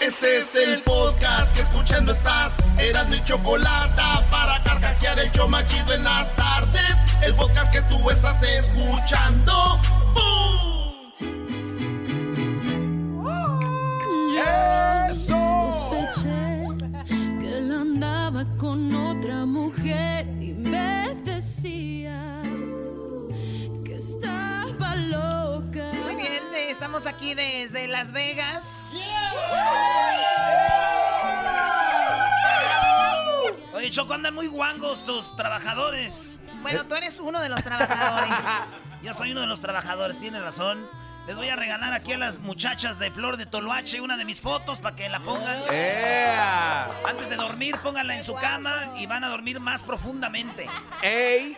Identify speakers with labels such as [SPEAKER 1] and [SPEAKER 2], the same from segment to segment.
[SPEAKER 1] Este es el podcast que escuchando estás. Eran mi chocolate para carcajear el show más chido en las tardes. El podcast que tú estás escuchando. ¡Bum!
[SPEAKER 2] ¡Eso! Sospeché que él andaba con otra mujer y me decía que estaba loca.
[SPEAKER 3] Muy bien, eh, estamos aquí desde Las Vegas.
[SPEAKER 4] Oye, Choco, andan muy guangos tus trabajadores. Eh,
[SPEAKER 3] Bueno, tú eres uno de los trabajadores.
[SPEAKER 4] Yo soy uno de los trabajadores, tiene razón. Les voy a regalar aquí a las muchachas de Flor de Toloache una de mis fotos para que la pongan.
[SPEAKER 5] ¡Ea!
[SPEAKER 4] Antes de dormir, pónganla en su cama y van a dormir más profundamente.
[SPEAKER 5] ¡Ey!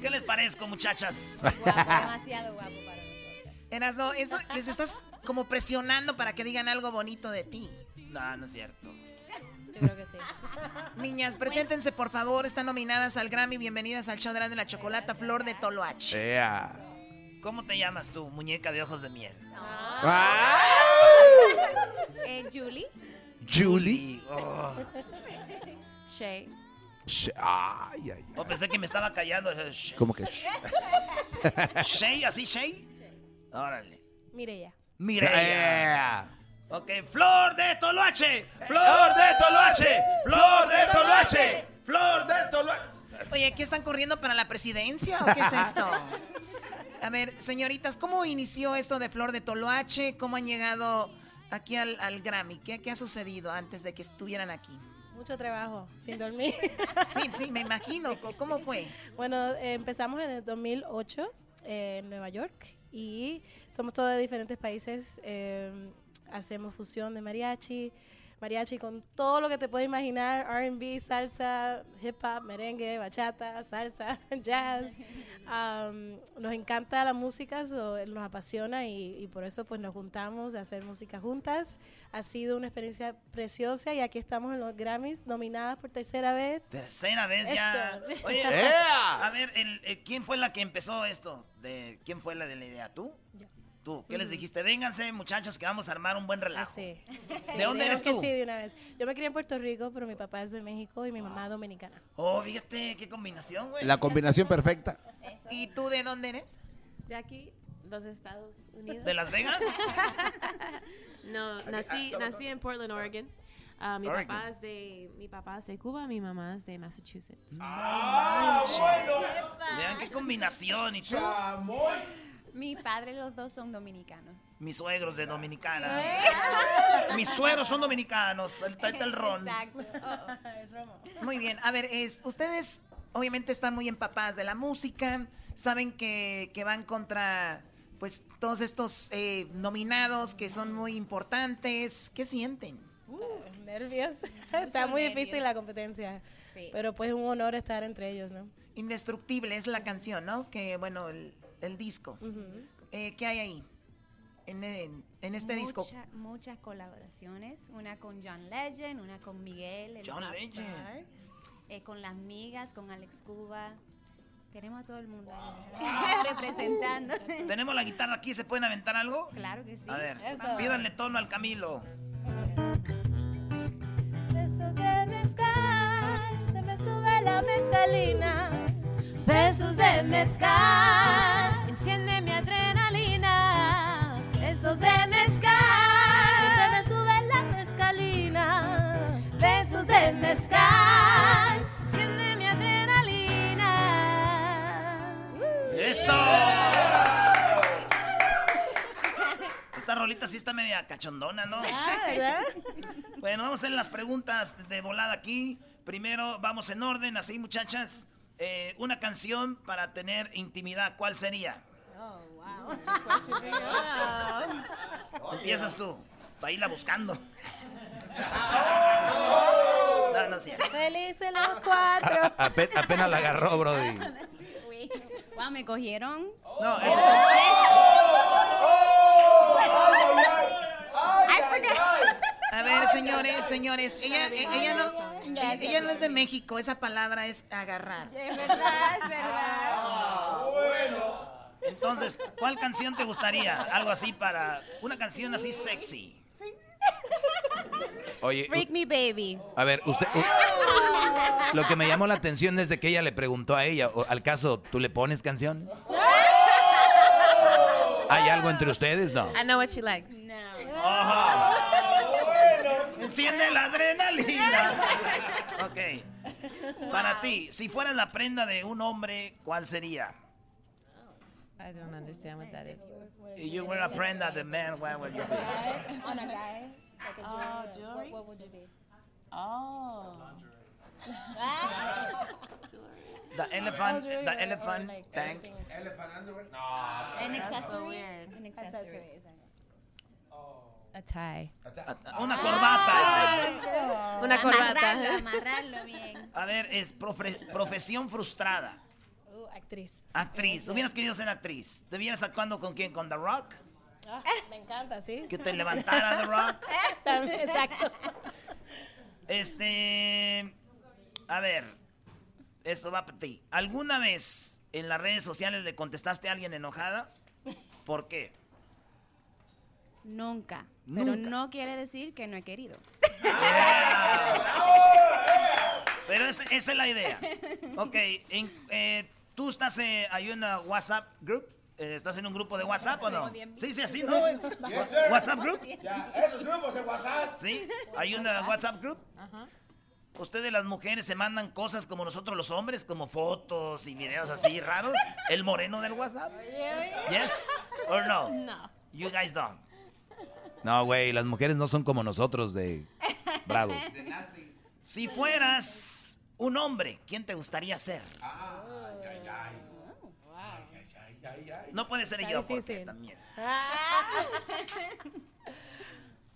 [SPEAKER 4] ¿Qué les parezco, muchachas?
[SPEAKER 6] demasiado guapo para nosotros.
[SPEAKER 3] Eras, no, eso les estás como presionando para que digan algo bonito de ti.
[SPEAKER 4] No, no es cierto.
[SPEAKER 6] Yo creo que sí.
[SPEAKER 3] Niñas, preséntense por favor, están nominadas al Grammy, bienvenidas al show de de la Chocolata Flor de Toloache.
[SPEAKER 5] ¡Ea!
[SPEAKER 4] ¿Cómo te llamas tú, muñeca de ojos de miel?
[SPEAKER 5] ¡Ah!
[SPEAKER 6] Eh, Julie,
[SPEAKER 5] Julie.
[SPEAKER 4] Oh,
[SPEAKER 6] Shay,
[SPEAKER 5] Sh- Ay, ay, ay.
[SPEAKER 4] oh, pensé que me estaba callando.
[SPEAKER 5] Como que. sh-
[SPEAKER 4] ¿Shay? ¿Así Shay? Órale.
[SPEAKER 6] Mireya.
[SPEAKER 4] Mireya.
[SPEAKER 5] ¡Ea!
[SPEAKER 4] Ok, Flor de Toloache.
[SPEAKER 5] ¡Flor de Toloache! ¡Flor de Toloache! ¡Flor de Toloache!
[SPEAKER 3] Oye, ¿aquí están corriendo para la presidencia o qué es esto? A ver, señoritas, ¿cómo inició esto de Flor de Toloache? ¿Cómo han llegado aquí al, al Grammy? ¿Qué, ¿Qué ha sucedido antes de que estuvieran aquí?
[SPEAKER 7] Mucho trabajo, sin dormir.
[SPEAKER 3] Sí, sí, me imagino. ¿Cómo- ¿Cómo fue?
[SPEAKER 7] bueno, eh, empezamos en el 2008 eh, en Nueva York y somos todos de diferentes países. eh, hacemos fusión de mariachi, mariachi con todo lo que te puedes imaginar, R&B, salsa, hip hop, merengue, bachata, salsa, jazz. Am, nos encanta la música, so, nos apasiona y, y por eso pues nos juntamos a hacer música juntas. Ha sido una experiencia preciosa y aquí estamos en los Grammys, nominadas por tercera vez.
[SPEAKER 4] Tercera vez ya.
[SPEAKER 7] Eso.
[SPEAKER 4] Oye,
[SPEAKER 5] ¡Ea!
[SPEAKER 4] a ver, el- el- ¿quién fue la que empezó esto? De, ¿Quién fue la de la idea? ¿Tú?
[SPEAKER 7] Yo. Mm.
[SPEAKER 4] ¿Tú? ¿Qué les dijiste? Vénganse, muchachas, que vamos a armar un buen relajo.
[SPEAKER 7] Así.
[SPEAKER 4] ¿De dónde eres tú?
[SPEAKER 7] Sí, de una vez. Yo me crié en Puerto Rico, pero mi papá es de México y mi mamá dominicana.
[SPEAKER 4] Oh, fíjate, qué combinación, güey.
[SPEAKER 5] La combinación perfecta.
[SPEAKER 3] ¿Y tú de dónde eres?
[SPEAKER 8] De aquí, los Estados Unidos.
[SPEAKER 4] ¿De Las Vegas?
[SPEAKER 8] No, nací, nací en Portland, Oregon. Ah, mi,
[SPEAKER 4] Oregon.
[SPEAKER 8] Papá es de, mi papá es de Cuba, mi mamá es de Massachusetts.
[SPEAKER 4] Vean qué combinación. ¿Y tú?
[SPEAKER 6] Mi padre, los dos son dominicanos.
[SPEAKER 4] Mis suegros de Dominicana.
[SPEAKER 6] ¿Eh?
[SPEAKER 4] Mis suegros son dominicanos. El taita el ron.
[SPEAKER 6] Exacto. Oh,
[SPEAKER 3] Muy bien, a ver, es, ustedes obviamente están muy empapadas de la música, saben que, que van contra pues todos estos eh, nominados que son muy importantes. ¿Qué sienten?
[SPEAKER 7] Uh, Nervios. Está muy
[SPEAKER 6] nervios.
[SPEAKER 7] difícil la competencia.
[SPEAKER 6] Sí.
[SPEAKER 7] Pero pues es un honor estar entre ellos, ¿no?
[SPEAKER 3] Indestructible es la canción, ¿no? Que bueno, el, el disco. Eh, ¿Qué hay ahí? En, en- en este disco.
[SPEAKER 6] Mucha- Muchas colaboraciones, una con John Legend, una con Miguel, el
[SPEAKER 4] John
[SPEAKER 6] popstar,
[SPEAKER 4] Legend.
[SPEAKER 6] eh, con las migas, con Alex Cuba. Tenemos a todo el mundo ahí representando.
[SPEAKER 4] Tenemos la guitarra aquí. ¿Se pueden aventar algo?
[SPEAKER 6] claro que sí.
[SPEAKER 4] A ver,
[SPEAKER 7] Eso.
[SPEAKER 4] pídanle tono al Camilo.
[SPEAKER 7] Besos de mezcal, se me sube la mezcalina. Besos de mezcal, enciende mi adrenalina. Besos de mezcal, se me sube la mezcalina. Besos de mezcal, enciende mi adrenalina.
[SPEAKER 4] ¡Eso! Esta rolita sí está media cachondona, ¿no?
[SPEAKER 7] Ah, ¿verdad?
[SPEAKER 4] Bueno, vamos a hacer las preguntas de volada aquí. Primero, vamos en orden, así muchachas. Eh, una canción para tener intimidad, ¿cuál sería?
[SPEAKER 7] Oh,
[SPEAKER 4] Oh, Empiezas tú, para irla buscando. No, no es cierto.
[SPEAKER 7] Felices los cuatro.
[SPEAKER 5] A- ape- apenas la agarró, Brody.
[SPEAKER 6] Uy. Guau, me cogieron. Oh.
[SPEAKER 4] No, es- Oh.
[SPEAKER 3] A ver, señores, señores, ella, e- ella, no, e- ella no es de México, esa palabra es agarrar.
[SPEAKER 6] Es verdad, Ah, es verdad.
[SPEAKER 4] entonces, ¿cuál canción te gustaría? Algo así para... Una canción así sexy.
[SPEAKER 5] Oye,
[SPEAKER 6] Freak Me Baby.
[SPEAKER 5] A ver, usted. u- lo que me llamó la atención es de que ella le preguntó a ella, o- ¿al caso tú le pones canción? ¿Hay algo entre ustedes? No.
[SPEAKER 8] I know what she likes.
[SPEAKER 4] Enciende la adrenalina. Ok. Para ti, si fueras la prenda de un hombre, ¿cuál sería?
[SPEAKER 8] I don't understand what that is.
[SPEAKER 4] If you were a prenda the man, what would you be?
[SPEAKER 9] on a guy. Like a
[SPEAKER 8] Oh,
[SPEAKER 9] jewelry.
[SPEAKER 8] jewelry?
[SPEAKER 9] What, what would you be?
[SPEAKER 8] Oh.
[SPEAKER 4] The elephant,
[SPEAKER 9] jewelry or-
[SPEAKER 4] the
[SPEAKER 9] or
[SPEAKER 4] elephant
[SPEAKER 9] like
[SPEAKER 4] tank.
[SPEAKER 9] anything.
[SPEAKER 6] An accessory.
[SPEAKER 9] An accessory. exactly.
[SPEAKER 8] A tie. Ah,
[SPEAKER 4] Una corbata.
[SPEAKER 8] Una
[SPEAKER 6] Amarrarlo,
[SPEAKER 8] corbata.
[SPEAKER 6] amarrarlo bien.
[SPEAKER 4] A ver, es profe- profesión frustrada.
[SPEAKER 7] Uh, actriz.
[SPEAKER 4] Actriz. Hubieras querido ser actriz. ¿Te vieras actuando con quién? ¿Con The Rock?
[SPEAKER 7] Ah, me encanta, sí.
[SPEAKER 4] Que te levantara The Rock.
[SPEAKER 7] También, exacto.
[SPEAKER 4] Este. A ver. Esto va para ti. ¿Alguna vez en las redes sociales le contestaste a alguien enojada? ¿Por qué?
[SPEAKER 6] Nunca. Pero
[SPEAKER 4] Nunca.
[SPEAKER 6] no quiere decir que no he querido.
[SPEAKER 4] Pero es- esa es la idea. Ok, en- eh, tú estás eh, hay una WhatsApp group. Eh, ¿Estás en un grupo de WhatsApp o no? Sí, sí, así, ¿no? güey? ¿WhatsApp group? Sí, hay una WhatsApp group. ¿Ustedes las mujeres se mandan cosas como nosotros los hombres, como fotos y videos así raros? ¿El moreno del WhatsApp? ¿Yes or no? No. You guys don't.
[SPEAKER 5] No, güey, las mujeres no son como nosotros de bravos.
[SPEAKER 4] Si fueras un hombre, ¿quién te gustaría ser? No puede ser
[SPEAKER 7] Está
[SPEAKER 4] yo, porque
[SPEAKER 7] difícil.
[SPEAKER 4] también.
[SPEAKER 7] Ah.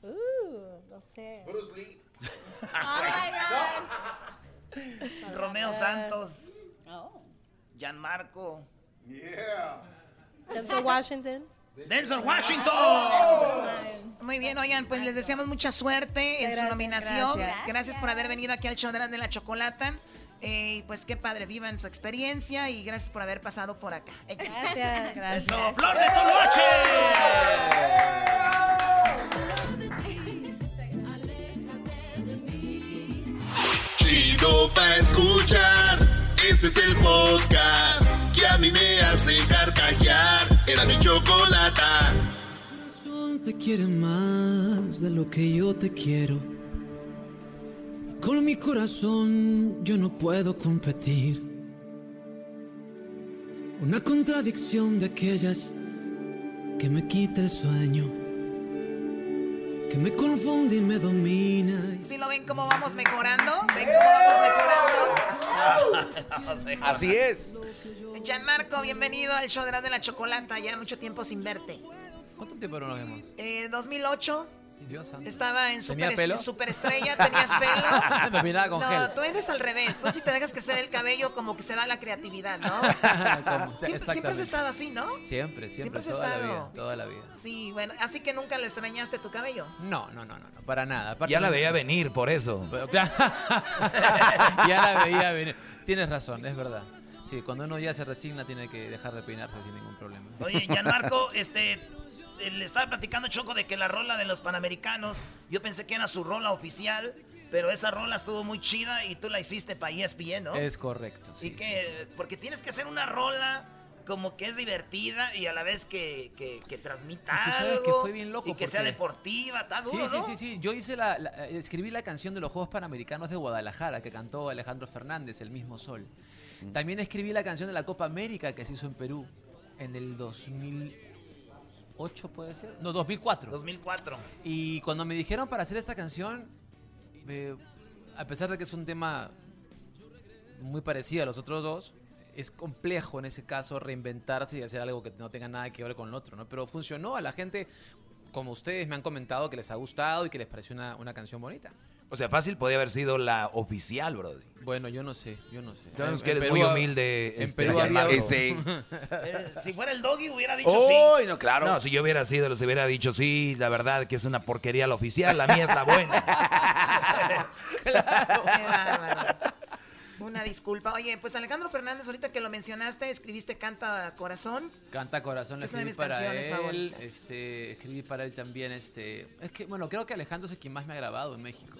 [SPEAKER 7] Uh, no sé. Oh
[SPEAKER 4] Romeo Santos,
[SPEAKER 6] Oh.
[SPEAKER 4] Gianmarco,
[SPEAKER 7] Denzel Washington.
[SPEAKER 4] Denzel Washington.
[SPEAKER 3] Oh. Muy bien, oigan, pues les deseamos mucha suerte en su
[SPEAKER 7] Gracias,
[SPEAKER 3] nominación. Gracias.
[SPEAKER 8] gracias.
[SPEAKER 3] por haber venido aquí al show de Erasmo y la Chocolata. Eh, y pues qué padre, vivan su experiencia y gracias por haber pasado por acá. Éxito.
[SPEAKER 7] Gracias.
[SPEAKER 4] Eso, Flor de Toloche.
[SPEAKER 1] Chido pa' escuchar. Este es el podcast que a mí me hace carcajear. Era mi chocolata.
[SPEAKER 10] corazón te quiere más de lo que yo te quiero. Con mi corazón yo no puedo competir. Una contradicción de aquellas que me quita el sueño, que me confunde y me domina. y
[SPEAKER 3] ¿Sí lo ven cómo vamos mejorando? ¿Ven cómo vamos mejorando?
[SPEAKER 5] Así es.
[SPEAKER 3] Gianmarco, bienvenido al show de Erasmo y la Chocolata. Ya mucho tiempo sin verte.
[SPEAKER 11] ¿Cuánto tiempo no nos vemos?
[SPEAKER 3] Eh, 2008,
[SPEAKER 11] Dios santo.
[SPEAKER 3] estaba en
[SPEAKER 11] ¿Tenía
[SPEAKER 3] super,
[SPEAKER 11] pelo?
[SPEAKER 3] Superestrella, tenías pelo.
[SPEAKER 11] Me peinaba con
[SPEAKER 3] no,
[SPEAKER 11] gel.
[SPEAKER 3] tú eres al revés. Tú si te dejas crecer el cabello, como que se va la creatividad, ¿no?
[SPEAKER 11] Como-
[SPEAKER 3] Siempre, siempre has
[SPEAKER 11] exactamente.
[SPEAKER 3] estado así, ¿no?
[SPEAKER 11] Siempre, siempre,
[SPEAKER 3] siempre has
[SPEAKER 11] toda
[SPEAKER 3] estado.
[SPEAKER 11] la vida, toda la vida.
[SPEAKER 3] Sí, bueno, así que nunca le extrañaste tu cabello.
[SPEAKER 11] No, no, no, no, no, para nada. Aparte
[SPEAKER 5] Ya la
[SPEAKER 11] no-
[SPEAKER 5] veía venir, por eso.
[SPEAKER 11] Pero, claro, ya la veía venir. Tienes razón, es verdad. Sí, cuando uno ya se resigna tiene que dejar de peinarse sin ningún problema.
[SPEAKER 4] Oye, Gianmarco, este, eh, le estaba platicando Choco de que la rola de los Panamericanos, yo pensé que era su rola oficial, pero esa rola estuvo muy chida y tú la hiciste E para ESPN, ¿no?
[SPEAKER 11] Es correcto.
[SPEAKER 4] Así
[SPEAKER 11] Sí, sí,
[SPEAKER 4] que,
[SPEAKER 11] sí.
[SPEAKER 4] porque tienes que hacer una rola como que es divertida y a la vez que, que, que transmita
[SPEAKER 11] Y tú sabes que
[SPEAKER 4] algo
[SPEAKER 11] fue bien loco
[SPEAKER 4] y que sea
[SPEAKER 11] porque-
[SPEAKER 4] deportiva, está
[SPEAKER 11] Sí,
[SPEAKER 4] duro,
[SPEAKER 11] sí,
[SPEAKER 4] ¿no?
[SPEAKER 11] sí, sí. Yo hice la, la- eh, escribí la canción de los Juegos Panamericanos de Guadalajara que cantó Alejandro Fernández, El mismo sol.
[SPEAKER 4] Mm.
[SPEAKER 11] También escribí la canción de la Copa América que se hizo en Perú en el 2008, puede ser. No, 2004.
[SPEAKER 4] 2004.
[SPEAKER 11] Y cuando me dijeron para hacer esta canción, eh, a pesar de que es un tema muy parecido a los otros dos, es complejo en ese caso reinventarse y hacer algo que no tenga nada que ver con el otro, ¿no? Pero funcionó, a la gente, como ustedes me han comentado, que les ha gustado y que les pareció una, una canción bonita.
[SPEAKER 5] O sea, fácil podía haber sido la oficial, brody.
[SPEAKER 11] Bueno, yo no sé, yo no sé.
[SPEAKER 5] Sabemos
[SPEAKER 11] En-
[SPEAKER 5] que
[SPEAKER 11] en
[SPEAKER 5] eres
[SPEAKER 11] Perú
[SPEAKER 5] muy
[SPEAKER 11] ha-
[SPEAKER 5] humilde.
[SPEAKER 11] En
[SPEAKER 5] este,
[SPEAKER 11] Perú había...
[SPEAKER 5] Gianmarco.
[SPEAKER 4] Eh, si fuera el doggy hubiera dicho sí.
[SPEAKER 5] ¡Uy, no, claro! No, si yo hubiera sido, les hubiera dicho sí, la verdad que es una porquería la oficial, la mía es la buena.
[SPEAKER 3] Qué bárbaro. Una disculpa. Oye, pues Alejandro Fernández, ahorita que lo mencionaste, escribiste Canta Corazón.
[SPEAKER 10] Canta Corazón, la
[SPEAKER 3] Es una de
[SPEAKER 10] escribí
[SPEAKER 3] mis
[SPEAKER 10] para
[SPEAKER 3] canciones
[SPEAKER 10] él.
[SPEAKER 3] favoritas.
[SPEAKER 10] Este, escribí para él también. Este, es que, bueno, creo que Alejandro es el que más me ha grabado en México.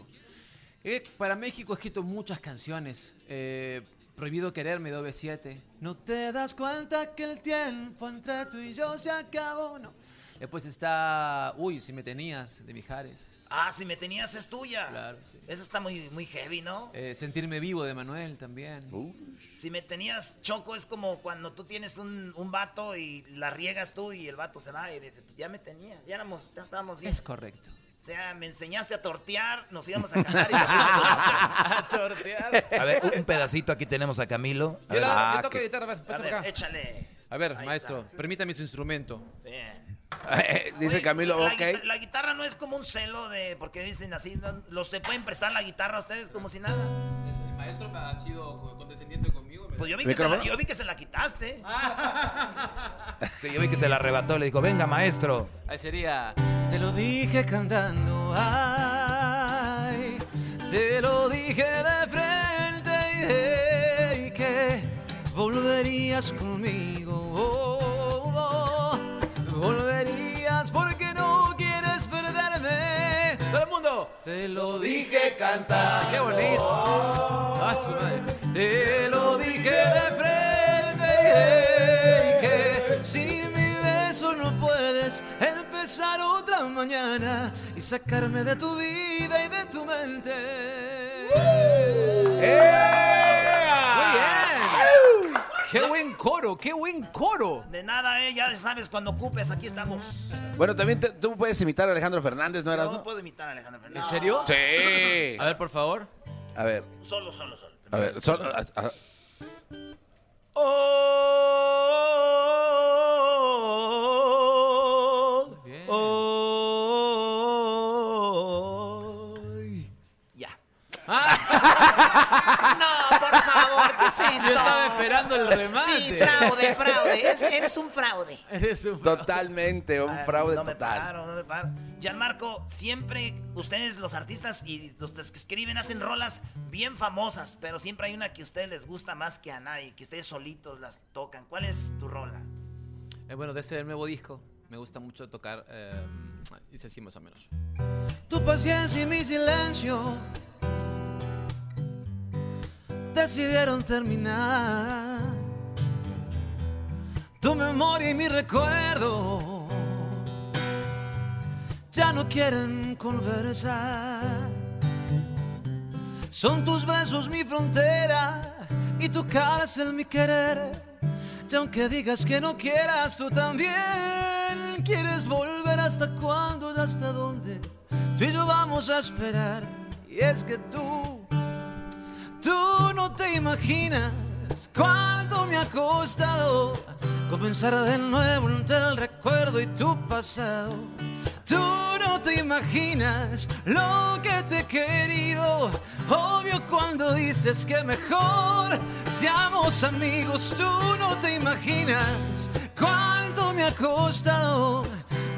[SPEAKER 10] Eh, para México he escrito muchas canciones. Eh, Prohibido quererme de OV7. No te das cuenta que el tiempo entre tú y yo se acabó. No. Después está. Uy, si me tenías, de Mijares.
[SPEAKER 4] Ah, si me tenías es tuya.
[SPEAKER 10] Claro,
[SPEAKER 4] Esa está muy, muy heavy, ¿no?
[SPEAKER 10] Eh, Sentirme vivo de Manuel también.
[SPEAKER 1] Uh.
[SPEAKER 4] Si me tenías choco es como cuando tú tienes un, un vato y la riegas tú y el vato se va y dice, pues ya me tenías, ya, éramos, ya estábamos bien.
[SPEAKER 10] Es correcto.
[SPEAKER 4] O sea, me enseñaste a tortear, nos íbamos a casar y me a tortear.
[SPEAKER 5] A ver, un pedacito aquí tenemos a Camilo. A
[SPEAKER 10] Yo,
[SPEAKER 5] ver,
[SPEAKER 10] la, yo
[SPEAKER 5] ah,
[SPEAKER 10] toco
[SPEAKER 5] que-
[SPEAKER 10] guitarra, a ver, pásame acá.
[SPEAKER 4] Échale.
[SPEAKER 10] A ver,
[SPEAKER 4] Ahí
[SPEAKER 10] maestro, permítame su instrumento.
[SPEAKER 4] Bien.
[SPEAKER 1] Ah, eh, Dice Camilo,
[SPEAKER 4] La,
[SPEAKER 1] ok.
[SPEAKER 4] guita- la guitarra no es como un celo de, porque dicen así, no- los se pueden prestar la guitarra a ustedes como si nada.
[SPEAKER 10] El maestro ha sido condescendiente conmigo.
[SPEAKER 4] Pues yo vi que, se la,
[SPEAKER 5] ¿Micrófono?
[SPEAKER 4] yo vi que se la quitaste.
[SPEAKER 5] Sí, yo vi que se la arrebató, le dijo, venga maestro.
[SPEAKER 10] Ahí sería. Te lo dije cantando, ay. Te lo dije de frente y hey, que volverías conmigo. oh, oh, volverías porque no quieres perderme. Todo el mundo. Te lo dije cantando. Qué bonito. Ah, su madre. Te lo dije de frente y hey, que sin mi beso no puedes empezar otra mañana y sacarme de tu vida y de tu mente. Muy bien. ¡Qué buen coro! ¡Qué buen coro!
[SPEAKER 4] De nada, eh, ya sabes, cuando ocupes, aquí estamos.
[SPEAKER 1] Bueno, también te- tú puedes imitar a Alejandro Fernández, ¿no eras?
[SPEAKER 4] no
[SPEAKER 1] No?
[SPEAKER 4] puedo imitar a Alejandro
[SPEAKER 10] ¿En
[SPEAKER 4] Fernández.
[SPEAKER 10] serio?
[SPEAKER 1] Sí.
[SPEAKER 10] A ver, por favor.
[SPEAKER 1] A ver,
[SPEAKER 4] Solo, solo, solo.
[SPEAKER 1] a ver. solo- a- a-
[SPEAKER 3] No, por
[SPEAKER 4] Ah,
[SPEAKER 3] favor, ¿qué es esto?
[SPEAKER 10] Yo estaba esperando el remate.
[SPEAKER 3] Sí, fraude, fraude. Es- eres un fraude.
[SPEAKER 1] Totalmente, un fraude
[SPEAKER 4] Ah, no me
[SPEAKER 1] total.
[SPEAKER 4] pagaron, no me pagaron. Gianmarco, siempre ustedes los artistas y los que escriben hacen rolas bien famosas, pero siempre hay una que a ustedes les gusta más que a nadie, que ustedes solitos las tocan. ¿Cuál es tu rola?
[SPEAKER 10] Eh, bueno, desde el nuevo disco me gusta mucho tocar. eh, dice así más o menos.
[SPEAKER 12] Tu paciencia y mi silencio
[SPEAKER 10] decidieron terminar. Tu memoria y mi recuerdo ya no quieren conversar. Son tus besos mi frontera y tu cárcel mi querer. Y aunque digas que no quieras, tú también quieres volver hasta cuándo y hasta dónde. Tú y yo vamos a esperar. Y es que tú Tú no te imaginas cuánto me ha costado comenzar de nuevo entre el recuerdo y tu pasado. Tú no te imaginas lo que te he querido. Obvio cuando dices que mejor seamos amigos. Tú no te imaginas cuánto me ha costado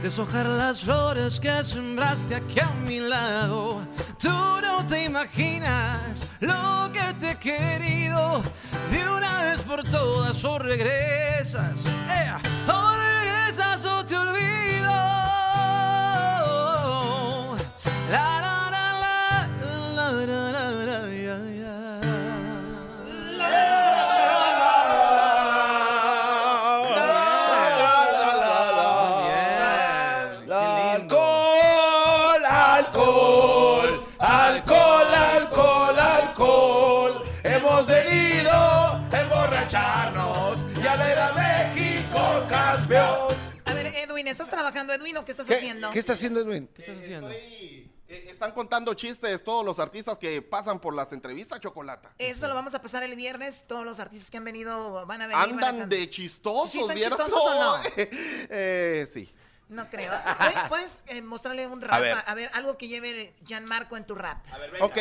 [SPEAKER 10] deshojar las flores que sembraste aquí a mi lado. Tú no te imaginas lo que te he querido. De una vez por todas o regresas, ¡eh! o regresas o te olvido. La, la, la, la, la, la, la, la, la, la.
[SPEAKER 1] Alcohol, alcohol, alcohol, alcohol, alcohol. Hemos venido a emborracharnos y a ver a México campeón.
[SPEAKER 3] A ver, Edwin, ¿estás trabajando, Edwin, o qué estás haciendo?
[SPEAKER 1] ¿Qué está haciendo Edwin?
[SPEAKER 13] Eh, Están contando chistes todos los artistas que pasan por las entrevistas, Chocolata.
[SPEAKER 3] Eso lo vamos a pasar el viernes. Todos los artistas que han venido van a venir. van a
[SPEAKER 13] Andan
[SPEAKER 3] cantar.
[SPEAKER 13] de chistosos,
[SPEAKER 3] ¿Sí son
[SPEAKER 13] ¿vieras?
[SPEAKER 3] chistosos o no?
[SPEAKER 13] eh, sí.
[SPEAKER 3] No creo. Oye, ¿Puedes eh, mostrarle un rap? A
[SPEAKER 13] ver.
[SPEAKER 3] ver. algo que lleve Gianmarco en tu rap.
[SPEAKER 13] Ok.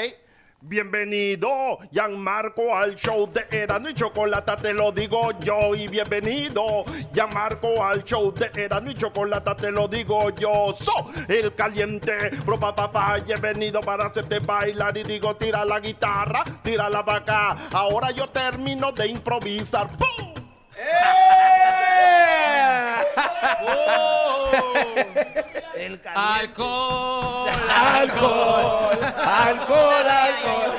[SPEAKER 14] Bienvenido, Gianmarco, al show de Erano y Chocolata, te lo digo yo. Y bienvenido, Gianmarco, al show de Erano y Chocolata, te lo digo yo. So, el caliente, pro papá, he venido para hacerte bailar. Y digo, tira la guitarra, tira la vaca. Ahora yo termino de improvisar. ¡Pum!
[SPEAKER 11] Alcohol,
[SPEAKER 14] alcohol, alcohol, alcohol.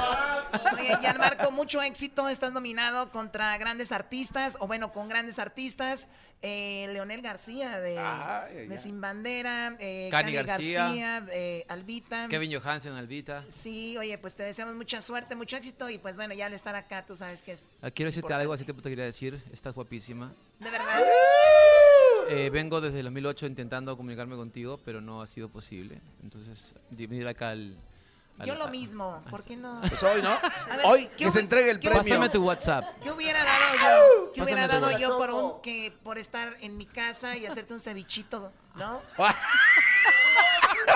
[SPEAKER 3] Oye, Marco, mucho éxito. Estás nominado contra grandes artistas, o bueno, con grandes artistas. Eh, Leonel García de, de Sin Bandera, eh,
[SPEAKER 11] Cani
[SPEAKER 3] Cani García,
[SPEAKER 11] García.
[SPEAKER 3] eh, Albita.
[SPEAKER 11] Kevin Johansen, Albita.
[SPEAKER 3] Sí, oye, pues te deseamos mucha suerte, mucho éxito. Y pues bueno, ya al estar acá, tú sabes que es.
[SPEAKER 11] Ah, Quiero decirte algo, así te te quería decir. Estás guapísima.
[SPEAKER 3] De verdad.
[SPEAKER 11] Eh, vengo desde el 2008 intentando comunicarme contigo, pero no ha sido posible. Entonces, de venir acá al... al-
[SPEAKER 3] Yo lo
[SPEAKER 11] a-
[SPEAKER 3] mismo, ¿por qué no?
[SPEAKER 11] Pues hoy, ¿no?
[SPEAKER 3] A
[SPEAKER 11] Hoy
[SPEAKER 3] ¿qué
[SPEAKER 11] que
[SPEAKER 3] hubi-
[SPEAKER 11] se entregue el
[SPEAKER 3] qué
[SPEAKER 11] premio.
[SPEAKER 3] hubiera-
[SPEAKER 11] Pásame tu WhatsApp.
[SPEAKER 3] ¿Qué hubiera dado yo? ¿Qué hubiera
[SPEAKER 11] Pásame tu
[SPEAKER 3] dado yo
[SPEAKER 11] WhatsApp.
[SPEAKER 3] por un que por estar en mi casa y hacerte un cevichito, ¿no?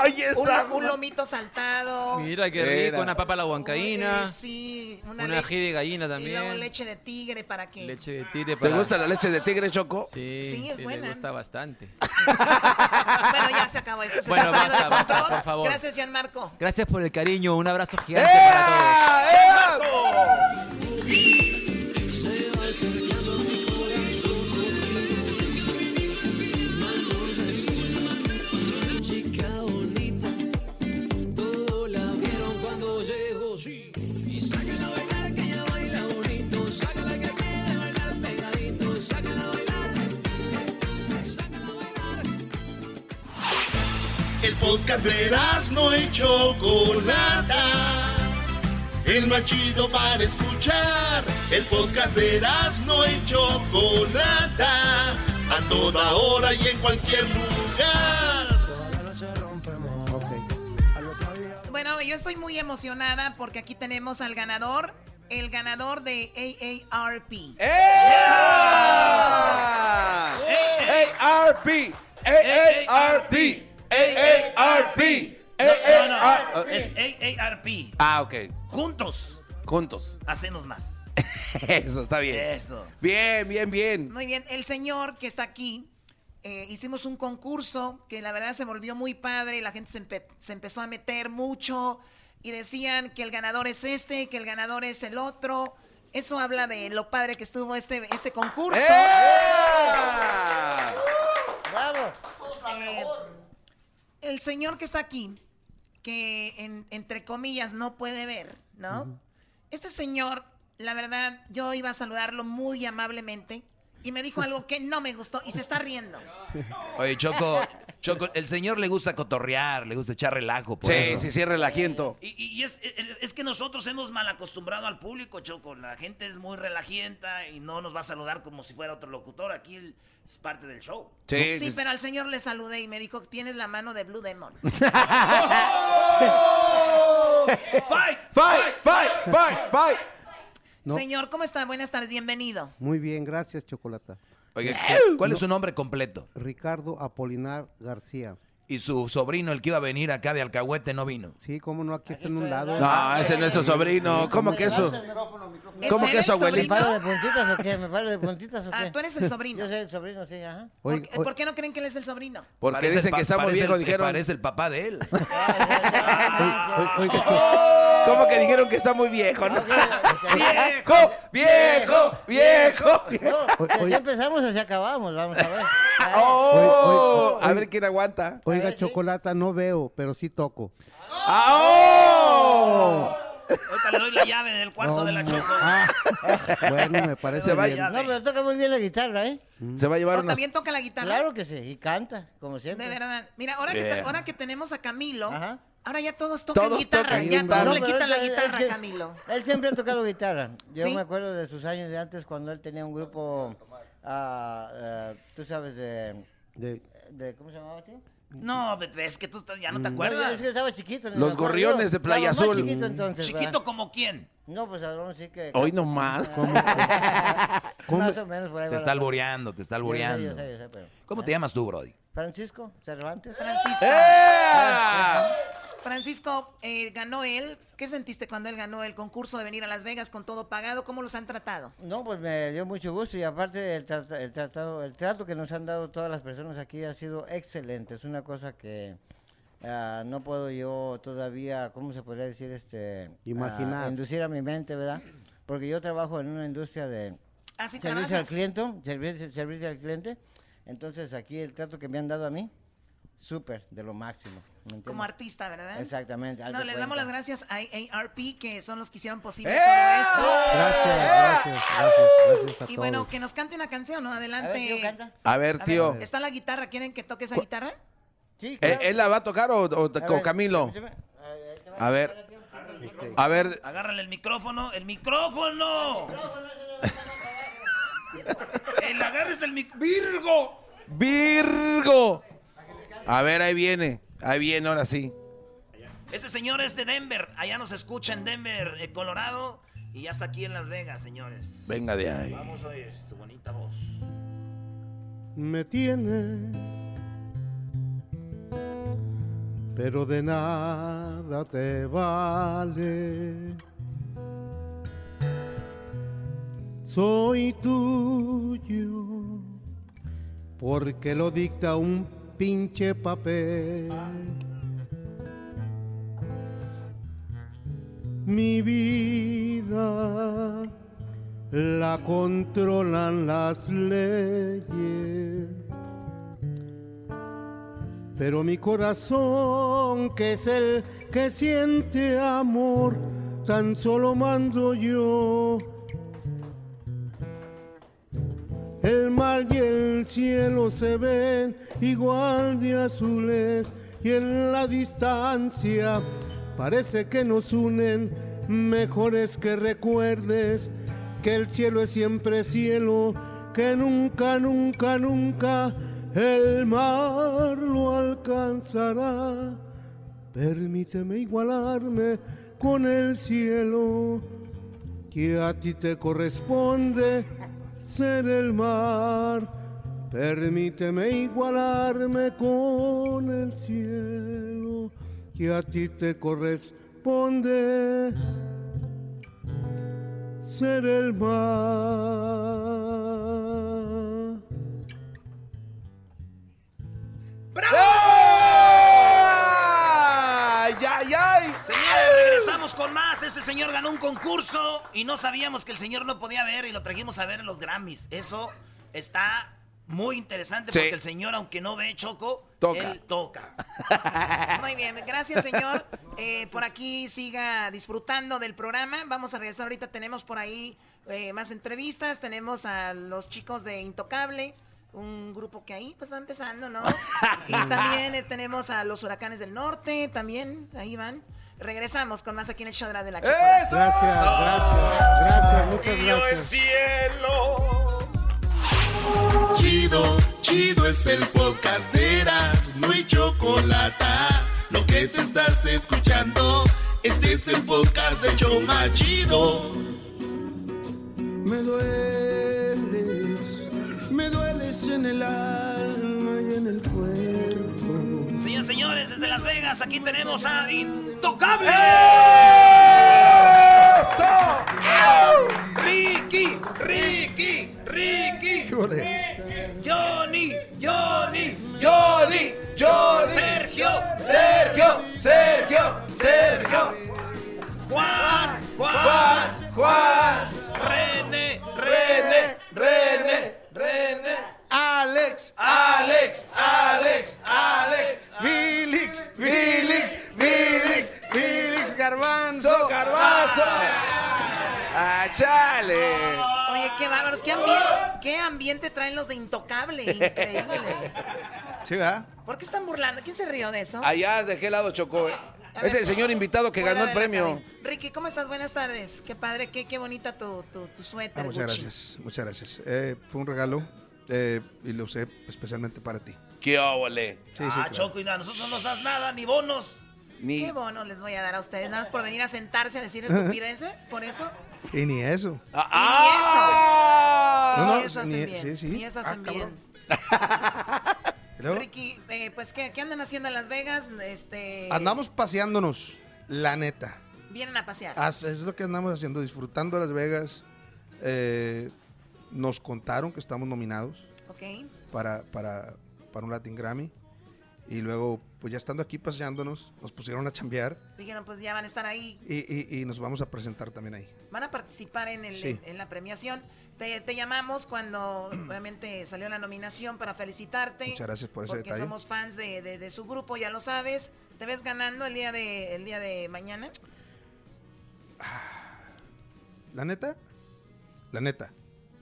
[SPEAKER 14] Oye,
[SPEAKER 3] un,
[SPEAKER 11] esa-
[SPEAKER 3] un lomito saltado.
[SPEAKER 11] Mira qué
[SPEAKER 14] Mira.
[SPEAKER 11] rico, una papa a la huancaína.
[SPEAKER 3] Eh, Oh. sí, una,
[SPEAKER 11] Una
[SPEAKER 3] le-
[SPEAKER 11] ají de gallina
[SPEAKER 3] y luego
[SPEAKER 11] también.
[SPEAKER 3] leche de tigre para que
[SPEAKER 11] Leche de tigre.
[SPEAKER 14] ¿Te gusta la leche de tigre, Choco?
[SPEAKER 11] Sí,
[SPEAKER 3] Sí, es
[SPEAKER 11] sí,
[SPEAKER 3] buena.
[SPEAKER 11] me gusta bastante.
[SPEAKER 3] Bueno, ya se acabó esto. Se
[SPEAKER 11] Bueno,
[SPEAKER 3] está saliendo de
[SPEAKER 11] basta, basta,
[SPEAKER 3] control.
[SPEAKER 11] por favor.
[SPEAKER 3] Gracias, Gianmarco.
[SPEAKER 11] Gracias por el cariño, un abrazo gigante
[SPEAKER 14] ¡Eh!
[SPEAKER 10] Chica bonita, todo la vieron cuando llegó, sí. Y sácala a bailar que ella baila bonito, sácala que quede bailar pegadito, sácala a bailar.
[SPEAKER 1] El podcast de no y Chocolata. El más chido para escuchar. El podcast de no y Chocolata. A toda hora y en cualquier lugar.
[SPEAKER 3] Bueno, yo estoy muy emocionada porque aquí tenemos al ganador, el ganador de AARP.
[SPEAKER 14] AARP, AARP, AARP,
[SPEAKER 4] No, no,
[SPEAKER 14] AARP.
[SPEAKER 4] es AARP.
[SPEAKER 14] Ah, ok.
[SPEAKER 4] Juntos,
[SPEAKER 14] Juntos.
[SPEAKER 4] hacemos más.
[SPEAKER 14] Eso está bien.
[SPEAKER 4] Eso.
[SPEAKER 14] Bien, bien, bien.
[SPEAKER 3] Muy bien, el señor que está aquí, eh, hicimos un concurso que la verdad se volvió muy padre, la gente se, empe- se empezó a meter mucho y decían que el ganador es este, que el ganador es el otro. Eso habla de lo padre que estuvo este, este concurso.
[SPEAKER 14] ¡Eh!
[SPEAKER 1] ¡Eh!
[SPEAKER 3] ¡Bravo! Eh, el señor que está aquí, que en- entre comillas no puede ver, ¿no? Este señor, la verdad, yo iba a saludarlo muy amablemente y me dijo algo que no me gustó y se está riendo.
[SPEAKER 5] Oye, Choco, Choco, el señor le gusta cotorrear, le gusta echar relajo. Por
[SPEAKER 14] Sí,
[SPEAKER 5] eso.
[SPEAKER 14] sí, sí, relajiento.
[SPEAKER 4] Y, y es, e, es que nosotros hemos mal acostumbrado al público, Choco. La gente es muy relajienta y no nos va a saludar como si fuera otro locutor. Aquí el- es parte del show.
[SPEAKER 3] Sí, pero al señor le saludé y me dijo, tienes la mano de Blue Demon.
[SPEAKER 4] ¡Fight!
[SPEAKER 15] ¡Fight! ¡Fight! ¡Fight! ¡Fight! No.
[SPEAKER 3] Señor, ¿cómo está? Buenas tardes, bienvenido.
[SPEAKER 15] Muy bien, gracias, Chocolata.
[SPEAKER 5] Oiga, ¿cuál es su nombre completo?
[SPEAKER 15] Ricardo Apolinar García.
[SPEAKER 5] Y su sobrino, el que iba a venir acá de Alcahuete, no vino.
[SPEAKER 15] Sí, cómo no, aquí está en un lado.
[SPEAKER 5] No, ese no es su sobrino. ¿Cómo que eso?
[SPEAKER 15] ¿Cómo que eso,
[SPEAKER 16] ¿Me paro de
[SPEAKER 15] abuelito?
[SPEAKER 16] puntitas o qué? ¿Me paro de puntitas o qué?
[SPEAKER 3] Ah, tú eres el sobrino.
[SPEAKER 16] Yo soy el sobrino, sí, ajá.
[SPEAKER 15] Oiga,
[SPEAKER 3] Eh, ¿Por qué no creen que él es el sobrino?
[SPEAKER 15] Porque
[SPEAKER 5] Parece
[SPEAKER 15] dicen
[SPEAKER 5] el pa-
[SPEAKER 15] que estamos
[SPEAKER 5] parece
[SPEAKER 15] viejos,
[SPEAKER 5] el-
[SPEAKER 15] dijeron.
[SPEAKER 5] Parece el papá de él.
[SPEAKER 14] ¿Cómo que dijeron que está muy viejo? no? ¡Viejo! ¡Viejo! ¡Viejo!
[SPEAKER 16] No, que así empezamos, así acabamos, vamos a ver.
[SPEAKER 14] Pues, ¡Oh!
[SPEAKER 15] Oye, oye,
[SPEAKER 14] A
[SPEAKER 15] oye.
[SPEAKER 14] ver quién aguanta.
[SPEAKER 15] Oiga, Chocolata, no veo, pero sí toco.
[SPEAKER 14] ¡Oh!
[SPEAKER 4] Ahorita le doy la llave del cuarto de la Choco.
[SPEAKER 15] Bueno, me parece bien.
[SPEAKER 16] No, pero toca muy bien la guitarra, ¿eh?
[SPEAKER 14] Se va a
[SPEAKER 16] llevar
[SPEAKER 3] ¿O también toca la guitarra?
[SPEAKER 16] Claro que sí, y canta, como siempre.
[SPEAKER 3] De verdad. Mira, ahora, que,
[SPEAKER 16] Bien.
[SPEAKER 3] te- ahora que tenemos a Camilo, ahora ya todos tocan
[SPEAKER 16] Todos
[SPEAKER 3] guitarra.
[SPEAKER 16] tocan
[SPEAKER 3] ya
[SPEAKER 16] guitarra.
[SPEAKER 3] todos
[SPEAKER 16] No,
[SPEAKER 3] le
[SPEAKER 16] pero
[SPEAKER 3] quitan la
[SPEAKER 16] él- él
[SPEAKER 3] guitarra
[SPEAKER 16] sí-
[SPEAKER 3] a Camilo.
[SPEAKER 16] Él siempre ha tocado guitarra. Yo
[SPEAKER 3] ¿Sí?
[SPEAKER 16] me acuerdo de sus años de antes cuando él tenía un grupo, ah, eh, tú sabes, de, de- ¿Cómo se llamaba, tío?
[SPEAKER 4] No, es que tú estás- ya no te
[SPEAKER 16] Mm.
[SPEAKER 4] acuerdas.
[SPEAKER 16] No, yo es que estaba chiquito. ni
[SPEAKER 14] Los
[SPEAKER 16] me acuerdo
[SPEAKER 14] gorriones
[SPEAKER 16] yo.
[SPEAKER 14] de Playa
[SPEAKER 16] Estaba más
[SPEAKER 14] Azul.
[SPEAKER 16] chiquito entonces,
[SPEAKER 4] ¿Chiquito
[SPEAKER 16] ¿verdad?
[SPEAKER 4] como quién?
[SPEAKER 16] No, pues ahora sí que...
[SPEAKER 14] Hoy nomás.
[SPEAKER 16] Más o menos por ahí.
[SPEAKER 5] Te está
[SPEAKER 16] va la cosa.
[SPEAKER 5] alboreando, te está
[SPEAKER 16] Yo sé,
[SPEAKER 5] alboreando.
[SPEAKER 16] yo sé, yo sé, pero- ¿eh?
[SPEAKER 5] ¿Cómo te llamas tú, Brody?
[SPEAKER 16] Francisco Cervantes.
[SPEAKER 3] Francisco.
[SPEAKER 16] Ah,
[SPEAKER 3] Francisco, eh, ganó él. ¿Qué sentiste cuando él ganó el concurso de venir a Las Vegas con todo pagado? ¿Cómo los han tratado?
[SPEAKER 17] No, pues me dio mucho gusto y aparte el, trata- el tratado, el trato que nos han dado todas las personas aquí ha sido excelente. Es una cosa que ah, no puedo yo todavía, ¿cómo se podría decir? este ah,
[SPEAKER 18] Imaginar.
[SPEAKER 17] inducir a mi mente, ¿verdad? Porque yo trabajo en una industria de
[SPEAKER 3] Ah, sí
[SPEAKER 17] servicio al
[SPEAKER 3] trabajas.
[SPEAKER 17] cliente, servicio, servicio al cliente. Entonces aquí el trato que me han dado a mí, súper, de lo máximo. ¿me
[SPEAKER 3] Como
[SPEAKER 17] entiendes?
[SPEAKER 3] artista, ¿verdad?
[SPEAKER 17] Exactamente. haz
[SPEAKER 3] No,
[SPEAKER 17] de
[SPEAKER 3] les damos
[SPEAKER 17] cuenta.
[SPEAKER 3] las gracias a ARP, que son los que hicieron posible
[SPEAKER 17] ¡Eh!
[SPEAKER 3] todo esto. ¡Eh!
[SPEAKER 17] Gracias,
[SPEAKER 18] gracias, gracias, gracias a
[SPEAKER 3] Y bueno,
[SPEAKER 18] todos.
[SPEAKER 3] que nos cante una canción, ¿no? Adelante.
[SPEAKER 17] A ver, tío, canta.
[SPEAKER 5] A ver, tío.
[SPEAKER 3] ¿Está la guitarra? ¿Quieren que toque esa guitarra?
[SPEAKER 17] Sí,
[SPEAKER 5] ¿Él, ¿Eh, él la va a tocar o, o- o Camilo? A ver. A ver.
[SPEAKER 4] Agárrale el micrófono, el micrófono. El agarres el mic... Virgo.
[SPEAKER 5] Virgo. A ver, ahí viene. Ahí viene, ahora sí.
[SPEAKER 4] Este señor es de Denver. Allá nos escucha en Denver, eh, Colorado. Y ya está aquí en Las Vegas, señores.
[SPEAKER 5] Venga de ahí.
[SPEAKER 4] Vamos a oír su bonita voz.
[SPEAKER 18] me tiene, pero de nada te vale. Soy tuyo, porque lo dicta un pinche papel. Mi vida la controlan las leyes. Pero mi corazón, que es el que siente amor, tan solo mando yo. El mar y el cielo se ven igual de azules y en la distancia parece que nos unen. Mejor es que recuerdes que el cielo es siempre cielo, que nunca, nunca, nunca el mar lo alcanzará. Permíteme igualarme con el cielo, que a ti te corresponde ser el mar. Permíteme igualarme con el cielo, que a ti te corresponde ser el mar.
[SPEAKER 5] ¡Ay, ay, ay!
[SPEAKER 4] Señores, regresamos con más. Este señor ganó un concurso y no sabíamos que el señor no podía ver y lo trajimos a ver en los Grammys. Eso está muy interesante
[SPEAKER 5] Sí.
[SPEAKER 4] porque el señor, aunque no ve Choco,
[SPEAKER 5] Toca.
[SPEAKER 4] él toca.
[SPEAKER 3] Muy bien, gracias señor. Eh, por aquí siga disfrutando del programa. Vamos a regresar ahorita. Tenemos por ahí eh, más entrevistas. Tenemos a los chicos de Intocable, un grupo que ahí pues va empezando, ¿no? y también eh, tenemos a los huracanes del norte, también ahí van. Regresamos con más aquí en el show de la, de la Chocolata.
[SPEAKER 18] Gracias, gracias, gracias, muchas
[SPEAKER 19] Yo el
[SPEAKER 18] gracias.
[SPEAKER 19] cielo. Chido, chido es el podcast de Eras, no hay chocolate. Lo que te estás escuchando, este es el podcast de Choma Chido.
[SPEAKER 1] Me dueles, me dueles en el alma y en el cuerpo.
[SPEAKER 4] Señores, señores, desde Las Vegas, aquí tenemos a Intocable.
[SPEAKER 5] ¡Eh!
[SPEAKER 4] Ricky, Ricky, Ricky. Johnny, Johnny, Johnny, Johnny. Sergio, Sergio, Sergio, Sergio. Juan, Juan, Juan. René, René, René, René.
[SPEAKER 1] Alex, Alex, Alex, Alex, Félix, Félix, Félix, Félix Garbanzo, Garbanzo. Ah, chale.
[SPEAKER 3] Oye, qué bárbaros, qué ambiente, qué ambiente traen los de Intocable, increíble.
[SPEAKER 5] Sí, ¿verdad?
[SPEAKER 3] ¿Por qué están burlando? ¿Quién se rió de eso?
[SPEAKER 5] Allá, ¿de qué lado chocó? eh?
[SPEAKER 3] A
[SPEAKER 5] Es
[SPEAKER 3] ver,
[SPEAKER 5] el señor invitado que
[SPEAKER 3] fuera
[SPEAKER 5] ganó
[SPEAKER 3] de
[SPEAKER 5] el
[SPEAKER 3] la
[SPEAKER 5] premio.
[SPEAKER 3] cabina. Ricky, ¿cómo estás? Buenas tardes. Qué padre, qué, qué bonita tu, tu, tu suéter.
[SPEAKER 20] Ah, muchas
[SPEAKER 3] Gucci.
[SPEAKER 20] gracias, muchas gracias. Eh, fue un regalo eh, y lo usé especialmente para ti.
[SPEAKER 5] ¡Qué
[SPEAKER 1] oh,
[SPEAKER 5] óvole!
[SPEAKER 20] Sí, sí,
[SPEAKER 4] ah,
[SPEAKER 20] claro.
[SPEAKER 4] Choco, y a nosotros no nos das nada, ni bonos.
[SPEAKER 20] Ni-
[SPEAKER 3] Qué bono les voy a dar a ustedes, nada más por venir a sentarse a decir estupideces, por eso.
[SPEAKER 20] Y ni eso.
[SPEAKER 3] Y
[SPEAKER 5] Ah,
[SPEAKER 3] eso.
[SPEAKER 20] ¡Ah! No, no,
[SPEAKER 3] ni eso hacen
[SPEAKER 20] ni-
[SPEAKER 3] bien.
[SPEAKER 20] sí, sí.
[SPEAKER 3] Ni eso hacen bien.
[SPEAKER 20] luego?
[SPEAKER 3] Ricky, eh, pues ¿qué, qué andan haciendo en Las Vegas? Este,
[SPEAKER 20] Andamos paseándonos, la neta.
[SPEAKER 3] Vienen a pasear.
[SPEAKER 20] As- Es lo que andamos haciendo, disfrutando Las Vegas. Eh, nos contaron que estamos nominados
[SPEAKER 3] Ok.
[SPEAKER 20] para, para, para un Latin Grammy. Y luego, pues ya estando aquí paseándonos, nos pusieron a chambear
[SPEAKER 3] Dijeron, pues ya van a estar ahí.
[SPEAKER 20] y, y- y nos vamos a presentar también ahí.
[SPEAKER 3] Van a participar en, el,
[SPEAKER 20] Sí.
[SPEAKER 3] en, en la premiación. Te, te llamamos cuando obviamente salió la nominación para felicitarte.
[SPEAKER 20] Muchas gracias por ese
[SPEAKER 3] porque
[SPEAKER 20] detalle.
[SPEAKER 3] somos fans de, de- de su grupo, ya lo sabes. ¿Te ves ganando el día de, el día de mañana?
[SPEAKER 20] ¿La neta? La neta.